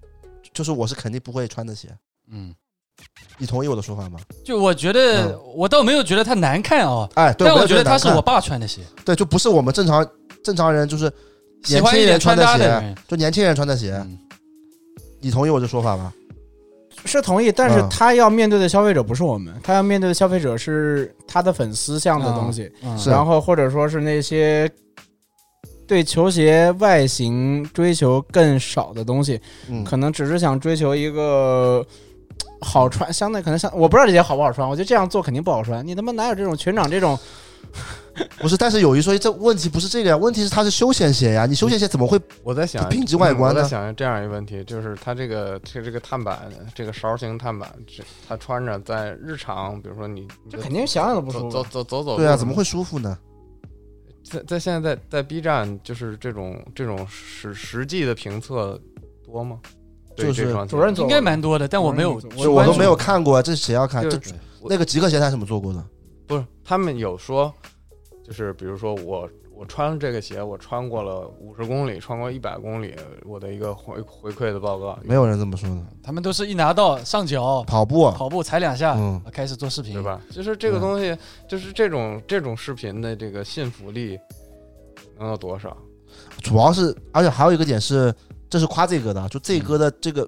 就是我是肯定不会穿的鞋。嗯，你同意我的说法吗？就我觉得我倒没有觉得它难看哦，哎，嗯对，但我我也觉得它是难我看，爸穿的鞋，对，就不是我们正常正常人，就是喜年欢轻一点人穿的搭的鞋人，。就年轻人穿的鞋。嗯你同意我这说法吗？是同意，但是嗯他要面对的消费者不是我们，他要面对的消费者是他的粉丝这样的东西，嗯是然后或者说是那些对球鞋外形追求更少的东西，嗯，可能只是想追求一个。好穿，相对可能像我不知道这些好不好穿，我觉得这样做肯定不好穿。你他妈哪有这种全场这种不是，但是有一说一，这问题不是这个呀，问题是它是休闲鞋呀，你休闲鞋怎么会？我在想它品质外观嗯呢我在想这样一个问题，就是它这个这这个碳板，这个勺型碳板，这它穿着在日常，比如说你你这就肯定想想都不走舒服走走走走，对啊，怎么会舒服呢？在在现在在在 B 站就是这种这种实实际的评测多吗？对就是这双鞋主任做应该蛮多的，但我没有我就我都没有看过，啊这谁要看？就这是那个极客鞋它是怎么做过的？不是他们有说，就是比如说我我穿这个鞋，我穿过了五十公里，穿过一百公里，我的一个回回馈的报告，没有人这么说的。他们都是一拿到上脚跑步，啊跑步踩两下嗯，开始做视频，对？吧？就是这个嗯东西，就是这种这种视频的这个信服力能有多少？主要是，而且还有一个点是，这是夸 Z 哥的，就 Z 哥的 这个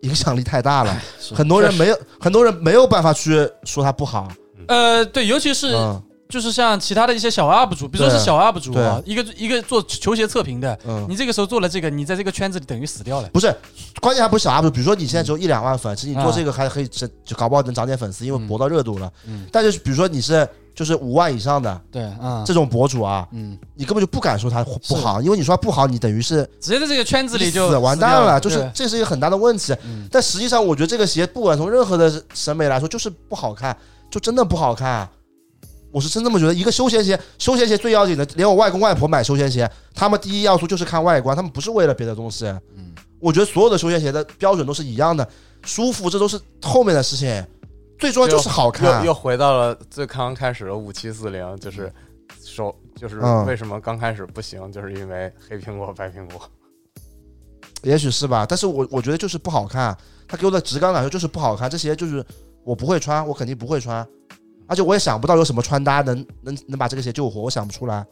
影响力太大了，是很多人没有，很多人没有办法去说他不好。呃，对，尤其是嗯就是像其他的一些小 UP 主，比如说对是小 UP 主啊，对一个一个做球鞋测评的，嗯，你这个时候做了这个，你在这个圈子里等于死掉了。不是，关键还不是小 UP 主，比如说你现在只有一两万粉，其实你做这个还可以挣，就搞不好能涨点粉丝，因为嗯博到热度了。嗯但是比如说你是就是五万以上的对，嗯，这种博主啊，嗯，你根本就不敢说他不好，因为你说他不好，你等于是直接在这个圈子里就死完蛋了，死就掉是这是一个很大的问题。嗯但实际上，我觉得这个鞋不管从任何的审美来说，就是不好看，就真的不好看。我是真这么觉得，一个休闲鞋，休闲鞋最要紧的，连我外公外婆买休闲鞋，他们第一要素就是看外观，他们不是为了别的东西。嗯我觉得所有的休闲鞋的标准都是一样的，舒服这都是后面的事情，最重要就是好看又。又回到了最刚开始的五七四零，就是手就是嗯为什么刚开始不行，就是因为黑苹果白苹 果。也许是吧，但是我我觉得就是不好看，它给我的质感来说就是不好看，这鞋就是我不会穿，我肯定不会穿，而且我也想不到有什么穿搭能能能把这个鞋救活，我想不出来。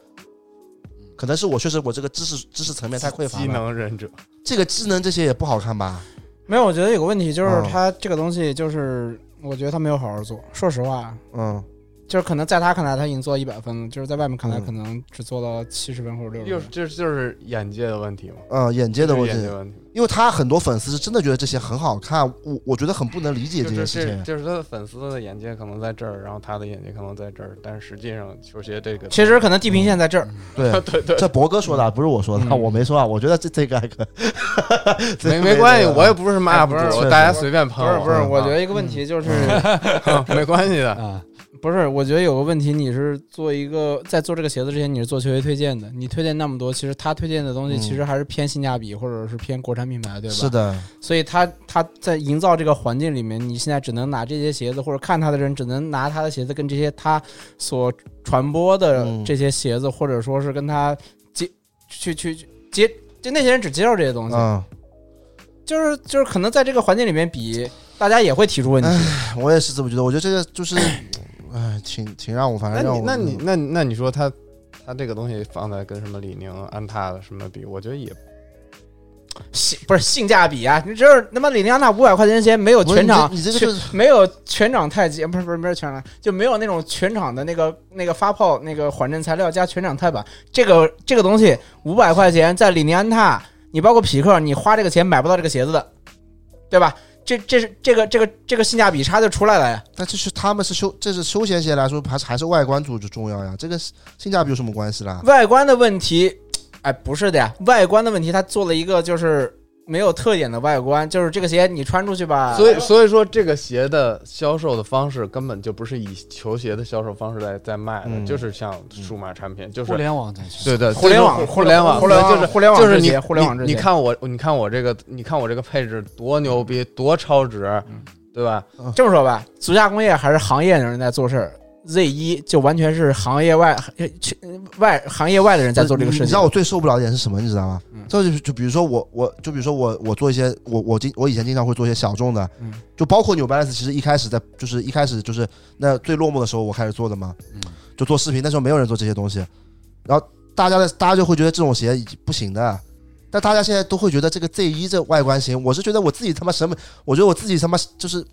可能是我确实我这个知识知识层面太匮乏机了，能忍者，这个机能这些也不好看吧？没有，我觉得有个问题就是嗯他这个东西就是，我觉得他没有好好做。说实话，嗯，就是可能在他看来他已经做到一百分了，就是在外面看来嗯可能只做到七十分或者六又十是分。就是就是眼界的问题嘛，嗯，眼界的就是问眼题界，问题。因为他很多粉丝是真的觉得这些很好看，我我觉得很不能理解这就是件事这，情。就是他的粉丝的眼界可能在这儿，然后他的眼界可能在这儿，但是实际上球鞋这个其实可能地平线在这儿，对， 对对这博哥说的，不是我说的，嗯我没说啊。我觉得这这个还可以，这没个 没关系，我也不是什么哎 UP 不是主，确实大家随便不喷是我。不是？嗯我觉得一个问题 就是，啊没关系的，啊，不是？我觉得有个问题，你是做一个在做这个鞋子之前，你是做球鞋推荐的，你推荐那么多，其实他推荐的东西嗯其实还是偏性价比或者是偏国产品牌，对吧？是。的，所以他他在营造这个环境里面，你现在只能拿这些鞋子，或者看他的人只能拿他的鞋子跟这些他所传播的嗯这些鞋子，或者说是跟他接去去去接，就那些人只接受这些东西，嗯，就是就是可能在这个环境里面比大家也会提出问题。 我也是这么觉得。我觉得这个就是，哎，挺挺让我，反那正让你我，那你那你那你说他他这个东西放在跟什么李宁、安踏的什么比，我觉得也性不是性价比啊，你只有他妈里尼安娜五百块钱鞋没有不是全场，你这你这全个就是没有全场太极，不是不是没有全场，就没有那种全场的那个那个发泡那个缓震材料加全场钛板，这个这个东西五百块钱在里尼安踏，你包括匹克，你花这个钱买不到这个鞋子的，对吧？这这是这个这个这个性价比差就出来了呀。但这是他们是休，这是休闲鞋来说，还是还是外观主就重要呀？这个性价比有什么关系啦？外观的问题，哎，不是的呀，外观的问题，它做了一个就是没有特点的外观，就是这个鞋你穿出去吧，所以所以说这个鞋的销售的方式根本就不是以球鞋的销售方式在在卖的，嗯就是像数码产品，就互是联网真是对对互联网互联网互联网就是互联网就是这你些互联网这你你些看我你看我这个你看我这个配置多牛逼多超值，嗯对吧？这么说吧，足下工业还是行业的人在做事儿，Z 一就完全是行业外呃去外行业外的人在做这个你事嗯知道情。我最受不了的点是什么？你知道吗？嗯嗯这就是就比如说我我就比如说我我做一些我我经我以前经常会做一些小众的，嗯就包括 New Balance，其实一开始在就是一开始就是那最落寞的时候我开始做的嘛，嗯就做视频，那时候没有人做这些东西，然后大家的大家就会觉得这种鞋已经不行的。但大家现在都会觉得这个 Z 一这外观型，我是觉得我自己他妈审美，我觉得我自己他妈就是，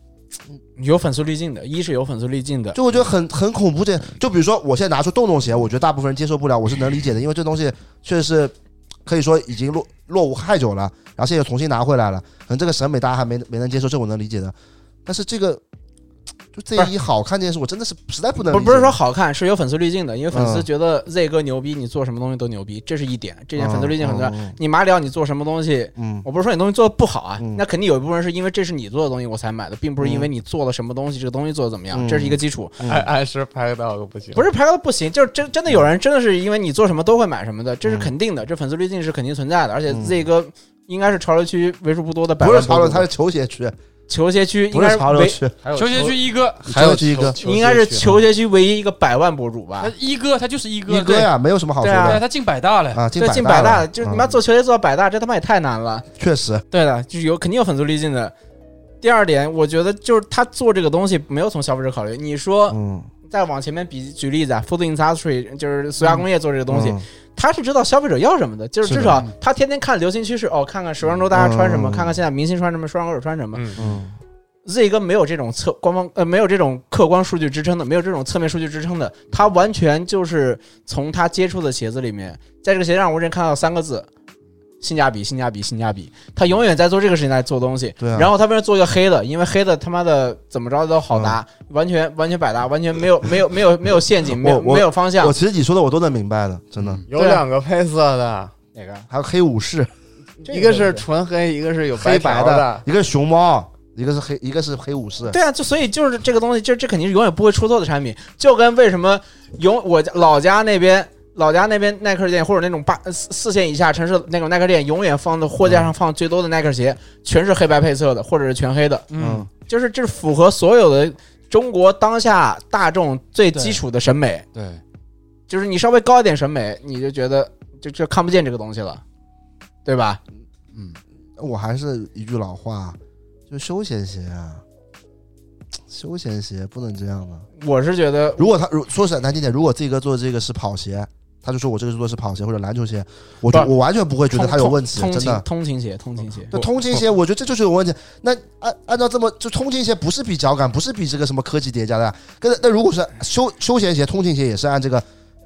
有粉碎滤镜的，一是有粉碎滤镜的，就我觉得很很恐怖这。就比如说我现在拿出洞洞鞋，我觉得大部分人接受不了，我是能理解的，因为这东西确实是可以说已经落落伍太久了，然后现在又重新拿回来了，可能这个审美大家还没没能接受，这我能理解的。但是这个就 Z 一好看这件事，我真的是实在不能理解。不不是说好看，是有粉碎滤镜的，因为粉丝嗯觉得 Z 哥牛逼，你做什么东西都牛逼，这是一点，这点粉碎滤镜很重要。嗯你马里奥你做什么东西，嗯我不是说你东西做的不好啊嗯，那肯定有一部分人是因为这是你做的东西我才买的，并不是因为你做了什么东西，这个东西做的怎么样，嗯这是一个基础。嗯按按时拍到都不行，不是排到不行，就是真真的有人真的是因为你做什么都会买什么的，这是肯定的，这粉丝滤镜是肯定存在的，而且嗯 Z 哥应该是潮流区为数不多的百不万是潮流，博主它是球鞋区，球鞋区应不该是是潮流唯区，还有球鞋区一哥，还有球嗯一哥，球应该是鞋区球鞋区唯一一个百万博主吧他？一哥他就是一哥，一哥呀，没有什么好说对对，的他进百大了。啊，进这进百大嗯大，就你妈做球鞋做到百大，这他妈也太难了。确实，对的，就是有肯定有粉丝滤镜的。第二点，我觉得就是他做这个东西没有从消费者考虑。你说嗯，再往前面比，举例子啊，Food Industry 就是塑料工业做这个东西，嗯他是知道消费者要什么的，就是是的至少他天天看流行趋势，哦，看看时装周大家穿什么，嗯看看现在明星穿什么，时装歌手穿什么。嗯嗯 Z 哥没有这种侧官方呃没有这种客观数据支撑的，没有这种侧面数据支撑的，他完全就是从他接触的鞋子里面，在这个鞋上我只看到三个字：性价比，性价比，性价比。他永远在做这个事情在做东西。对啊然后他为了做一个黑的，因为黑的他妈的怎么着都好搭，完全完全百搭，完全没有没有没有没有陷阱，没有嗯我我没有方向我。其实你说的我都能明白的，真的。有对啊两个配色的，哪个？还有黑武士，一个是纯黑，一个是有黑白白条的的，，一个是熊猫，一个是黑，一个是黑武士。对啊，就所以就是这个东西，这这肯定是永远不会出错的产品，就跟为什么永我家老家那边。老家那边耐克店或者那种八四四线以下城市那种耐克店，永远放的货嗯架上放最多的耐克鞋，全是黑白配色的，或者是全黑的，嗯，就是这是符合所有的中国当下大众最基础的审美。对，就是你稍微高一点审美，你就觉得就就看不见这个东西了，对吧？嗯，我还是一句老话，就休闲鞋啊，休闲鞋不能这样啊的。我是觉得如果他如说实在难听点，如果这个做这个是跑鞋，他就说我这个做的是跑鞋或者篮球鞋，我就不我完全不会觉得他有问题，通真的嗯勤。通勤鞋，通勤鞋，那通勤鞋，我觉得这就是有问题。那按按照这么，就通勤鞋不是比脚感，不是比这个什么科技叠加的。跟那如果是休休闲鞋、通勤鞋也是按这个，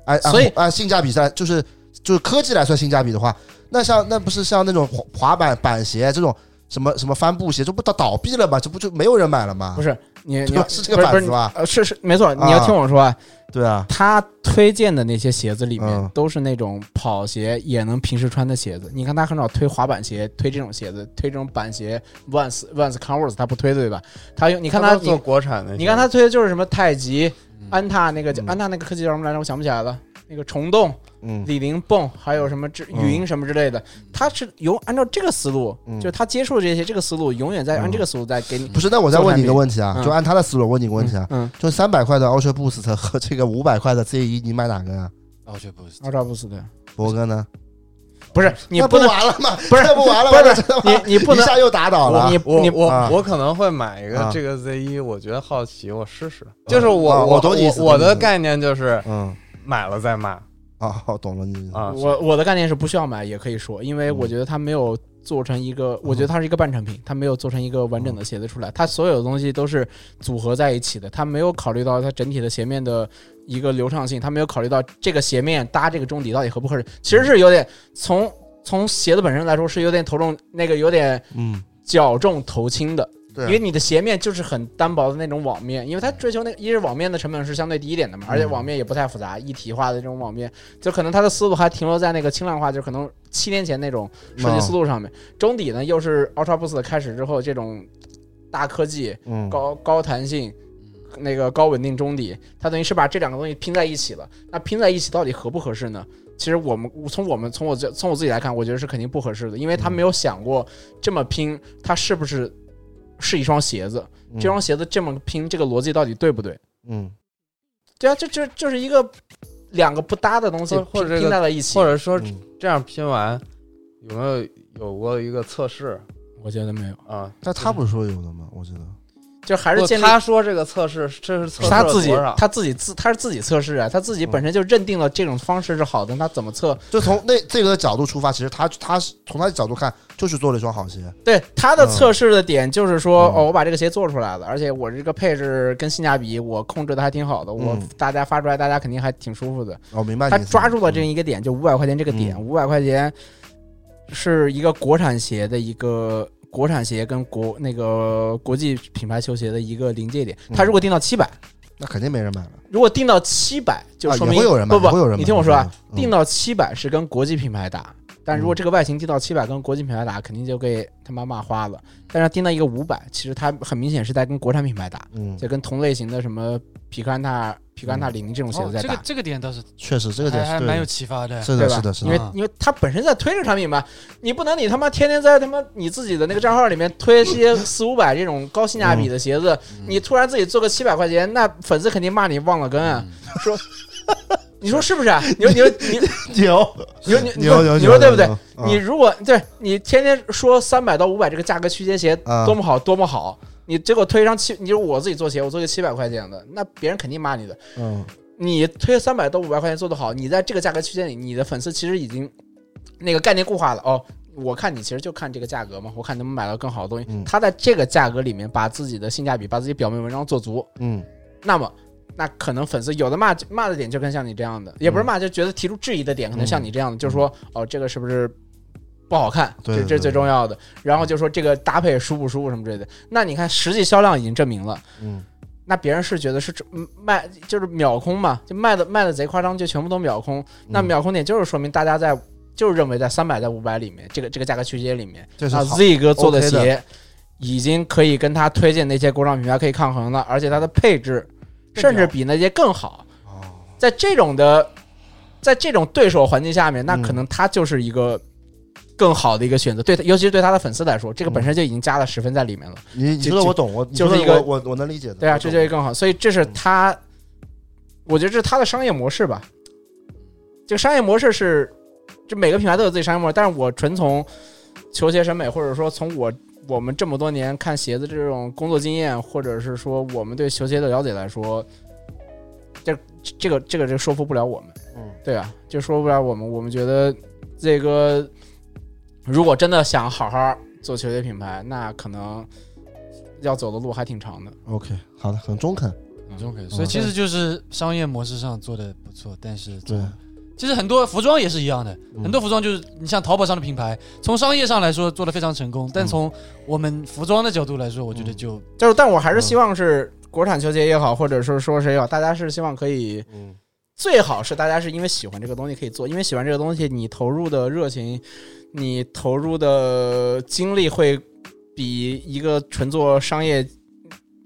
按按所以按性价比算，就是就是科技来算性价比的话，那像那不是像那种滑滑板板鞋这种什么什么帆布鞋，这不倒倒闭了吗？这不就没有人买了吗不？是你 对你吧要啊是这个板不是子吧？呃，是是没错，你要听我说啊，对啊，他推荐的那些鞋子里嗯面都是那种跑鞋也能平时穿的鞋子。你看他很少推滑板鞋，推这种鞋子，推这种板鞋，Vans Vans Converse 他不推对吧？他用你你看他做你国产的，你看他推的就是什么太极、安踏那个叫嗯安踏那个科技叫什么来着？我想不起来了。那个虫洞、嗯，李宁泵，还有什么之嗯语音什么之类的，他是有按照这个思路，嗯就是他接触这些这个思路，永远在按这个思路在给你不是。那我再问你一个问题啊，嗯就按他的思路问你一个问题啊，嗯，就三百块的 Ultra Boost 和这个五百块的 Z 一，你买哪个啊？奥却不是奥，扎布斯的博哥呢？不是你那不能完了吗？不是那不完了吗？ 不是这他妈你你不能一下又打倒了。你我你啊我我可能会买一啊个这个 Z 一，我觉得好奇，我试试。就是我啊我我懂你意思我我懂你意的思概念就是嗯，买了再骂啊，我懂了你。啊，我我的概念是不需要买也可以说，因为我觉得它没有做成一个，我觉得它是一个半成品，它没有做成一个完整的鞋子出来，它所有的东西都是组合在一起的，它没有考虑到它整体的鞋面的一个流畅性，它没有考虑到这个鞋面搭这个中底到底合不合适，其实是有点从从鞋子本身来说是有点头重那个有点嗯，脚重头轻的。对因为你的鞋面就是很单薄的那种网面，因为它追求那个一是网面的成本是相对低一点的嘛，而且网面也不太复杂，一体化的这种网面，就可能它的思路还停留在那个轻量化，就可能七年前那种设计思路上面。中底呢又是 Ultra Boost 的开始之后这种大科技、嗯，高高弹性。那个高稳定中底，它等于是把这两个东西拼在一起了。那拼在一起到底合不合适呢？其实我们从我们从我这从我自己来看，我觉得是肯定不合适的，因嗯为他没有想过这么拼，它是不是是一双鞋子？嗯这双鞋子这么拼，这个逻辑到底对不对？嗯，对啊，这这就是一个两个不搭的东西或或者拼这个拼在了一起或。者说嗯这样拼完，有没有有过一个测试我觉得没有，啊？但他不是说有的吗？我记得就还是不建立他说这个测试，这是测是试他了自己多少，嗯他自己自他是自己测试啊，他自己本身就认定了这种方式是好的，那怎么测？就 从那这个角度出发，其实他他是从他的角度看，就是做了一双好鞋。对他的测试的点就是说，嗯哦，我把这个鞋做出来了，而且我这个配置跟性价比我控制的还挺好的，我嗯大家发出来，大家肯定还挺舒服的。哦，明白你他的意思。抓住了这一个点，就五百块钱这个点，嗯五百块钱是一个国产鞋的一个国产鞋跟国那个国际品牌球鞋的一个临界点。他嗯如果定到七百，嗯，那肯定没人买了。如果定到七百，就啊说也明会有人买，不也会有不，人买。你听我说啊，嗯，定到七百是跟国际品牌打，但如果嗯这个外形定到七百跟国际品牌打，肯定就给他妈骂花了。但是定到一个五百，其实它很明显是在跟国产品牌打，嗯，就跟同类型的什么皮坎塔、皮坎塔零这种鞋哦子在这打。个这个点倒是确实这个点还是还对蛮有的启发的。是对的，吧是的，是因的。为啊因为它本身在推这个产品嘛，你不能你他妈天天在他妈你自己的那个账号里面推 一些四五百这种高性价比的鞋子，嗯你突然自己做个七百块钱，那粉丝肯定骂你忘了根啊，嗯 说。你说是不是啊？你说你说你牛你 说你你牛说牛，你说对不对？牛？你牛如果对你天天说三百到五百这个价格区间鞋啊多么好多么好，你结果推上七，你说我自己做鞋，我做个七百块钱的，那别人肯定骂你的。嗯你推三百到五百块钱做得好，你在这个价格区间里，你的粉丝其实已经那个概念固化了哦。我看你其实就看这个价格嘛，我看能不能买到更好的东西。嗯他在这个价格里面把自己的性价比、把自己表面文章做足，嗯那么那可能粉丝有的骂骂的点就跟像你这样的，也嗯不是骂，就觉得提出质疑的点，可能像你这样的，就说哦这个是不是不好看，对这这对是最重要的。然后就说这个搭配舒不舒服什么之类的。那你看实际销量已经证明了。嗯那别人是觉得是嗯卖就是秒空嘛，就卖的卖的贼夸张，就全部都秒空。那嗯秒空点就是说明大家在就是认为在三百在五百里面这个这个价格区间里面，这是那好啊 Z 哥做的 OK 的鞋已经可以跟他推荐那些国产品牌可以抗衡了，而且它的配置更甚至屌比那些更好。哦在这种的在这种对手环境下面，那嗯可能他就是一个更好的一个选择，对他，尤其是对他的粉丝来说，这个嗯本身就已经加了十分在里面了。你你就说的就我懂，我你就是说的一个我我我能理解的。对啊，我这懂就会更好。所以这是嗯他，我觉得这是他的商业模式吧。这个商业模式是，这每个品牌都有自己商业模式，但是我纯从球鞋审美，或者说从我我们这么多年看鞋子这种工作经验，或者是说我们对球鞋的了解来说，这这个这个这个说服不了我们。嗯对啊，就说不了我们，我们觉得这个如果真的想好好做球鞋品牌，那可能要走的路还挺长的。 OK，好的，很中肯。嗯就可以，所以其实就是商业模式上做的不错，但是对，其实很多服装也是一样的，嗯很多服装就是你像淘宝上的品牌，从商业上来说做的非常成功，但嗯从我们服装的角度来说，我觉得嗯就就是，但我还是希望是国产球鞋也好，或者说说谁也好，大家是希望可以，嗯最好是大家是因为喜欢这个东西可以做，因为喜欢这个东西，你投入的热情，你投入的精力会比一个纯做商业。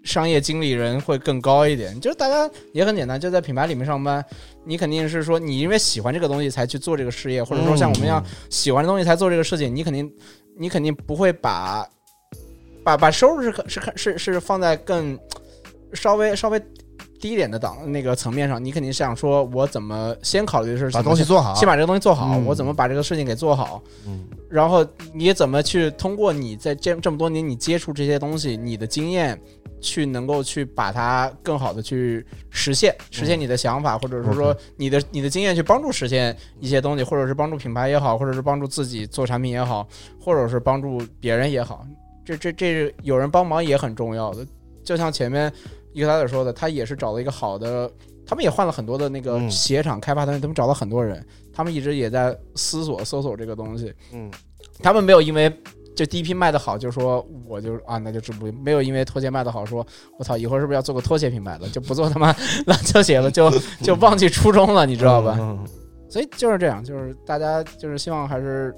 商业经理人会更高一点，就是大家也很简单，就在品牌里面上班，你肯定是说你因为喜欢这个东西才去做这个事业，或者说像我们一样，嗯喜欢的东西才做这个事情，你肯定你肯定不会把把把收入是可是可是是放在更稍微稍微低一点的档那个层面上，你肯定是想说我怎么先考虑的是把怎么东西先做好。先把这个东西做好，嗯我怎么把这个事情给做好，嗯然后你怎么去通过你在这这么多年你接触这些东西，你的经验。去能够去把它更好的去实现，实现你的想法，或者是说 OK 你的你的经验去帮助实现一些东西，或者是帮助品牌也好，或者是帮助自己做产品也好，或者是帮助别人也好，这这这有人帮忙也很重要的。就像前面一个大姐说的，他也是找了一个好的，他们也换了很多的那个嗯鞋厂开发团队，他们找了很多人，他们一直也在思索搜索这个东西。嗯他们没有因为就第一批卖的好，就说我就啊那就止步，没有因为拖鞋卖的好说，我操以后是不是要做个拖鞋品牌了，就不做他妈篮球鞋了，就 就忘记初衷了，你知道吧？嗯所以就是这样，就是大家就是希望还是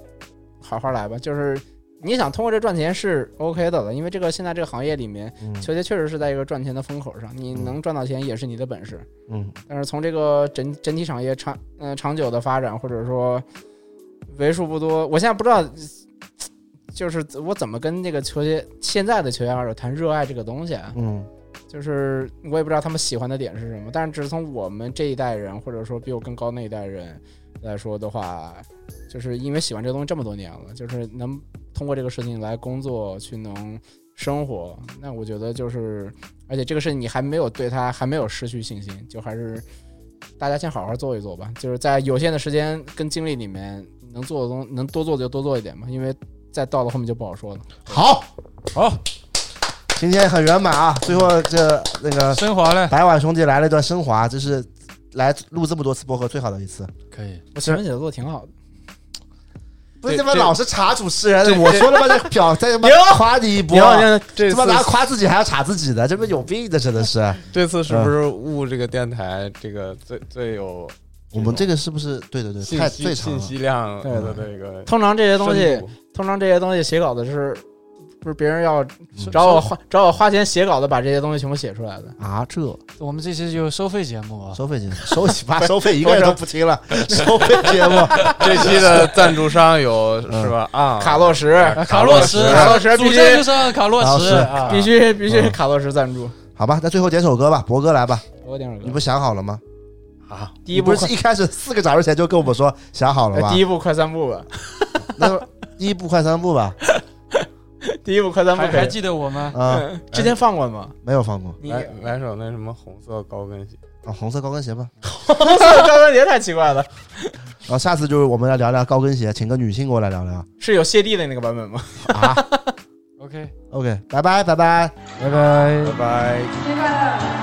好好来吧，就是你想通过这赚钱是 OK 的了，因为这个现在这个行业里面，嗯球鞋确实是在一个赚钱的风口上，你能赚到钱也是你的本事，嗯但是从这个整整体产业长呃长久的发展，或者说为数不多，我现在不知道，就是我怎么跟这个球鞋现在的球鞋爱好者谈热爱这个东西啊？嗯就是我也不知道他们喜欢的点是什么，但是只是从我们这一代人，或者说比我更高那一代人，来说的话，就是因为喜欢这个东西这么多年了，就是能通过这个事情来工作，去能生活，那我觉得就是，而且这个事情你还没有对它还没有失去信心，就还是大家先好好做一做吧，就是在有限的时间跟精力里面，能做的东能多做就多做一点嘛，因为再到了后面就不好说了。好，好，今天很圆满啊！最后这那个升华了，白碗兄弟来了一段升华，这是来录这么多次播客最好的一次。可以。我前面写的做的挺好的，不是对他妈这老是查主持人，我说他妈这表再他 妈夸你一波你，要让这他次妈拿夸自己还要查自己的，这不有病的真的 是。这次是不是误这个电台这个最最有我们这个是不是对对对信太息最长信了？息量对的对这个通常这些东西深。度通常这些东西写稿子是，不是别人要找我花找我花钱写稿子，把这些东西全部写出来的。啊，这我们这期有收费节目啊，收费节目，收起吧， 收费一个人都不听了，收费节 目。这期的赞助商有嗯是吧？啊，卡洛什啊卡洛什，卡洛什主必须战就上卡洛卡洛什什啊，必须必须嗯卡洛什赞助。好吧，那最后点首歌吧，博哥来吧，我点首你歌不，想好了吗？啊，第一你步不是一开始四个小时前就跟我们说想好了呃吗 第？一步快三步吧，那就第一步快三步吧，第一步快三步还可还以。记得我吗？啊，嗯之前放过吗？哎没有放过你来 来首那什么红色高跟鞋，啊，红色高跟鞋吧。高跟鞋太奇怪了，然后下次就是我们来聊聊高跟鞋，请个女性过来聊聊是有谢帝的那个版本吗？啊。 OK， OK，拜拜，拜拜。拜拜。拜拜。新年快乐！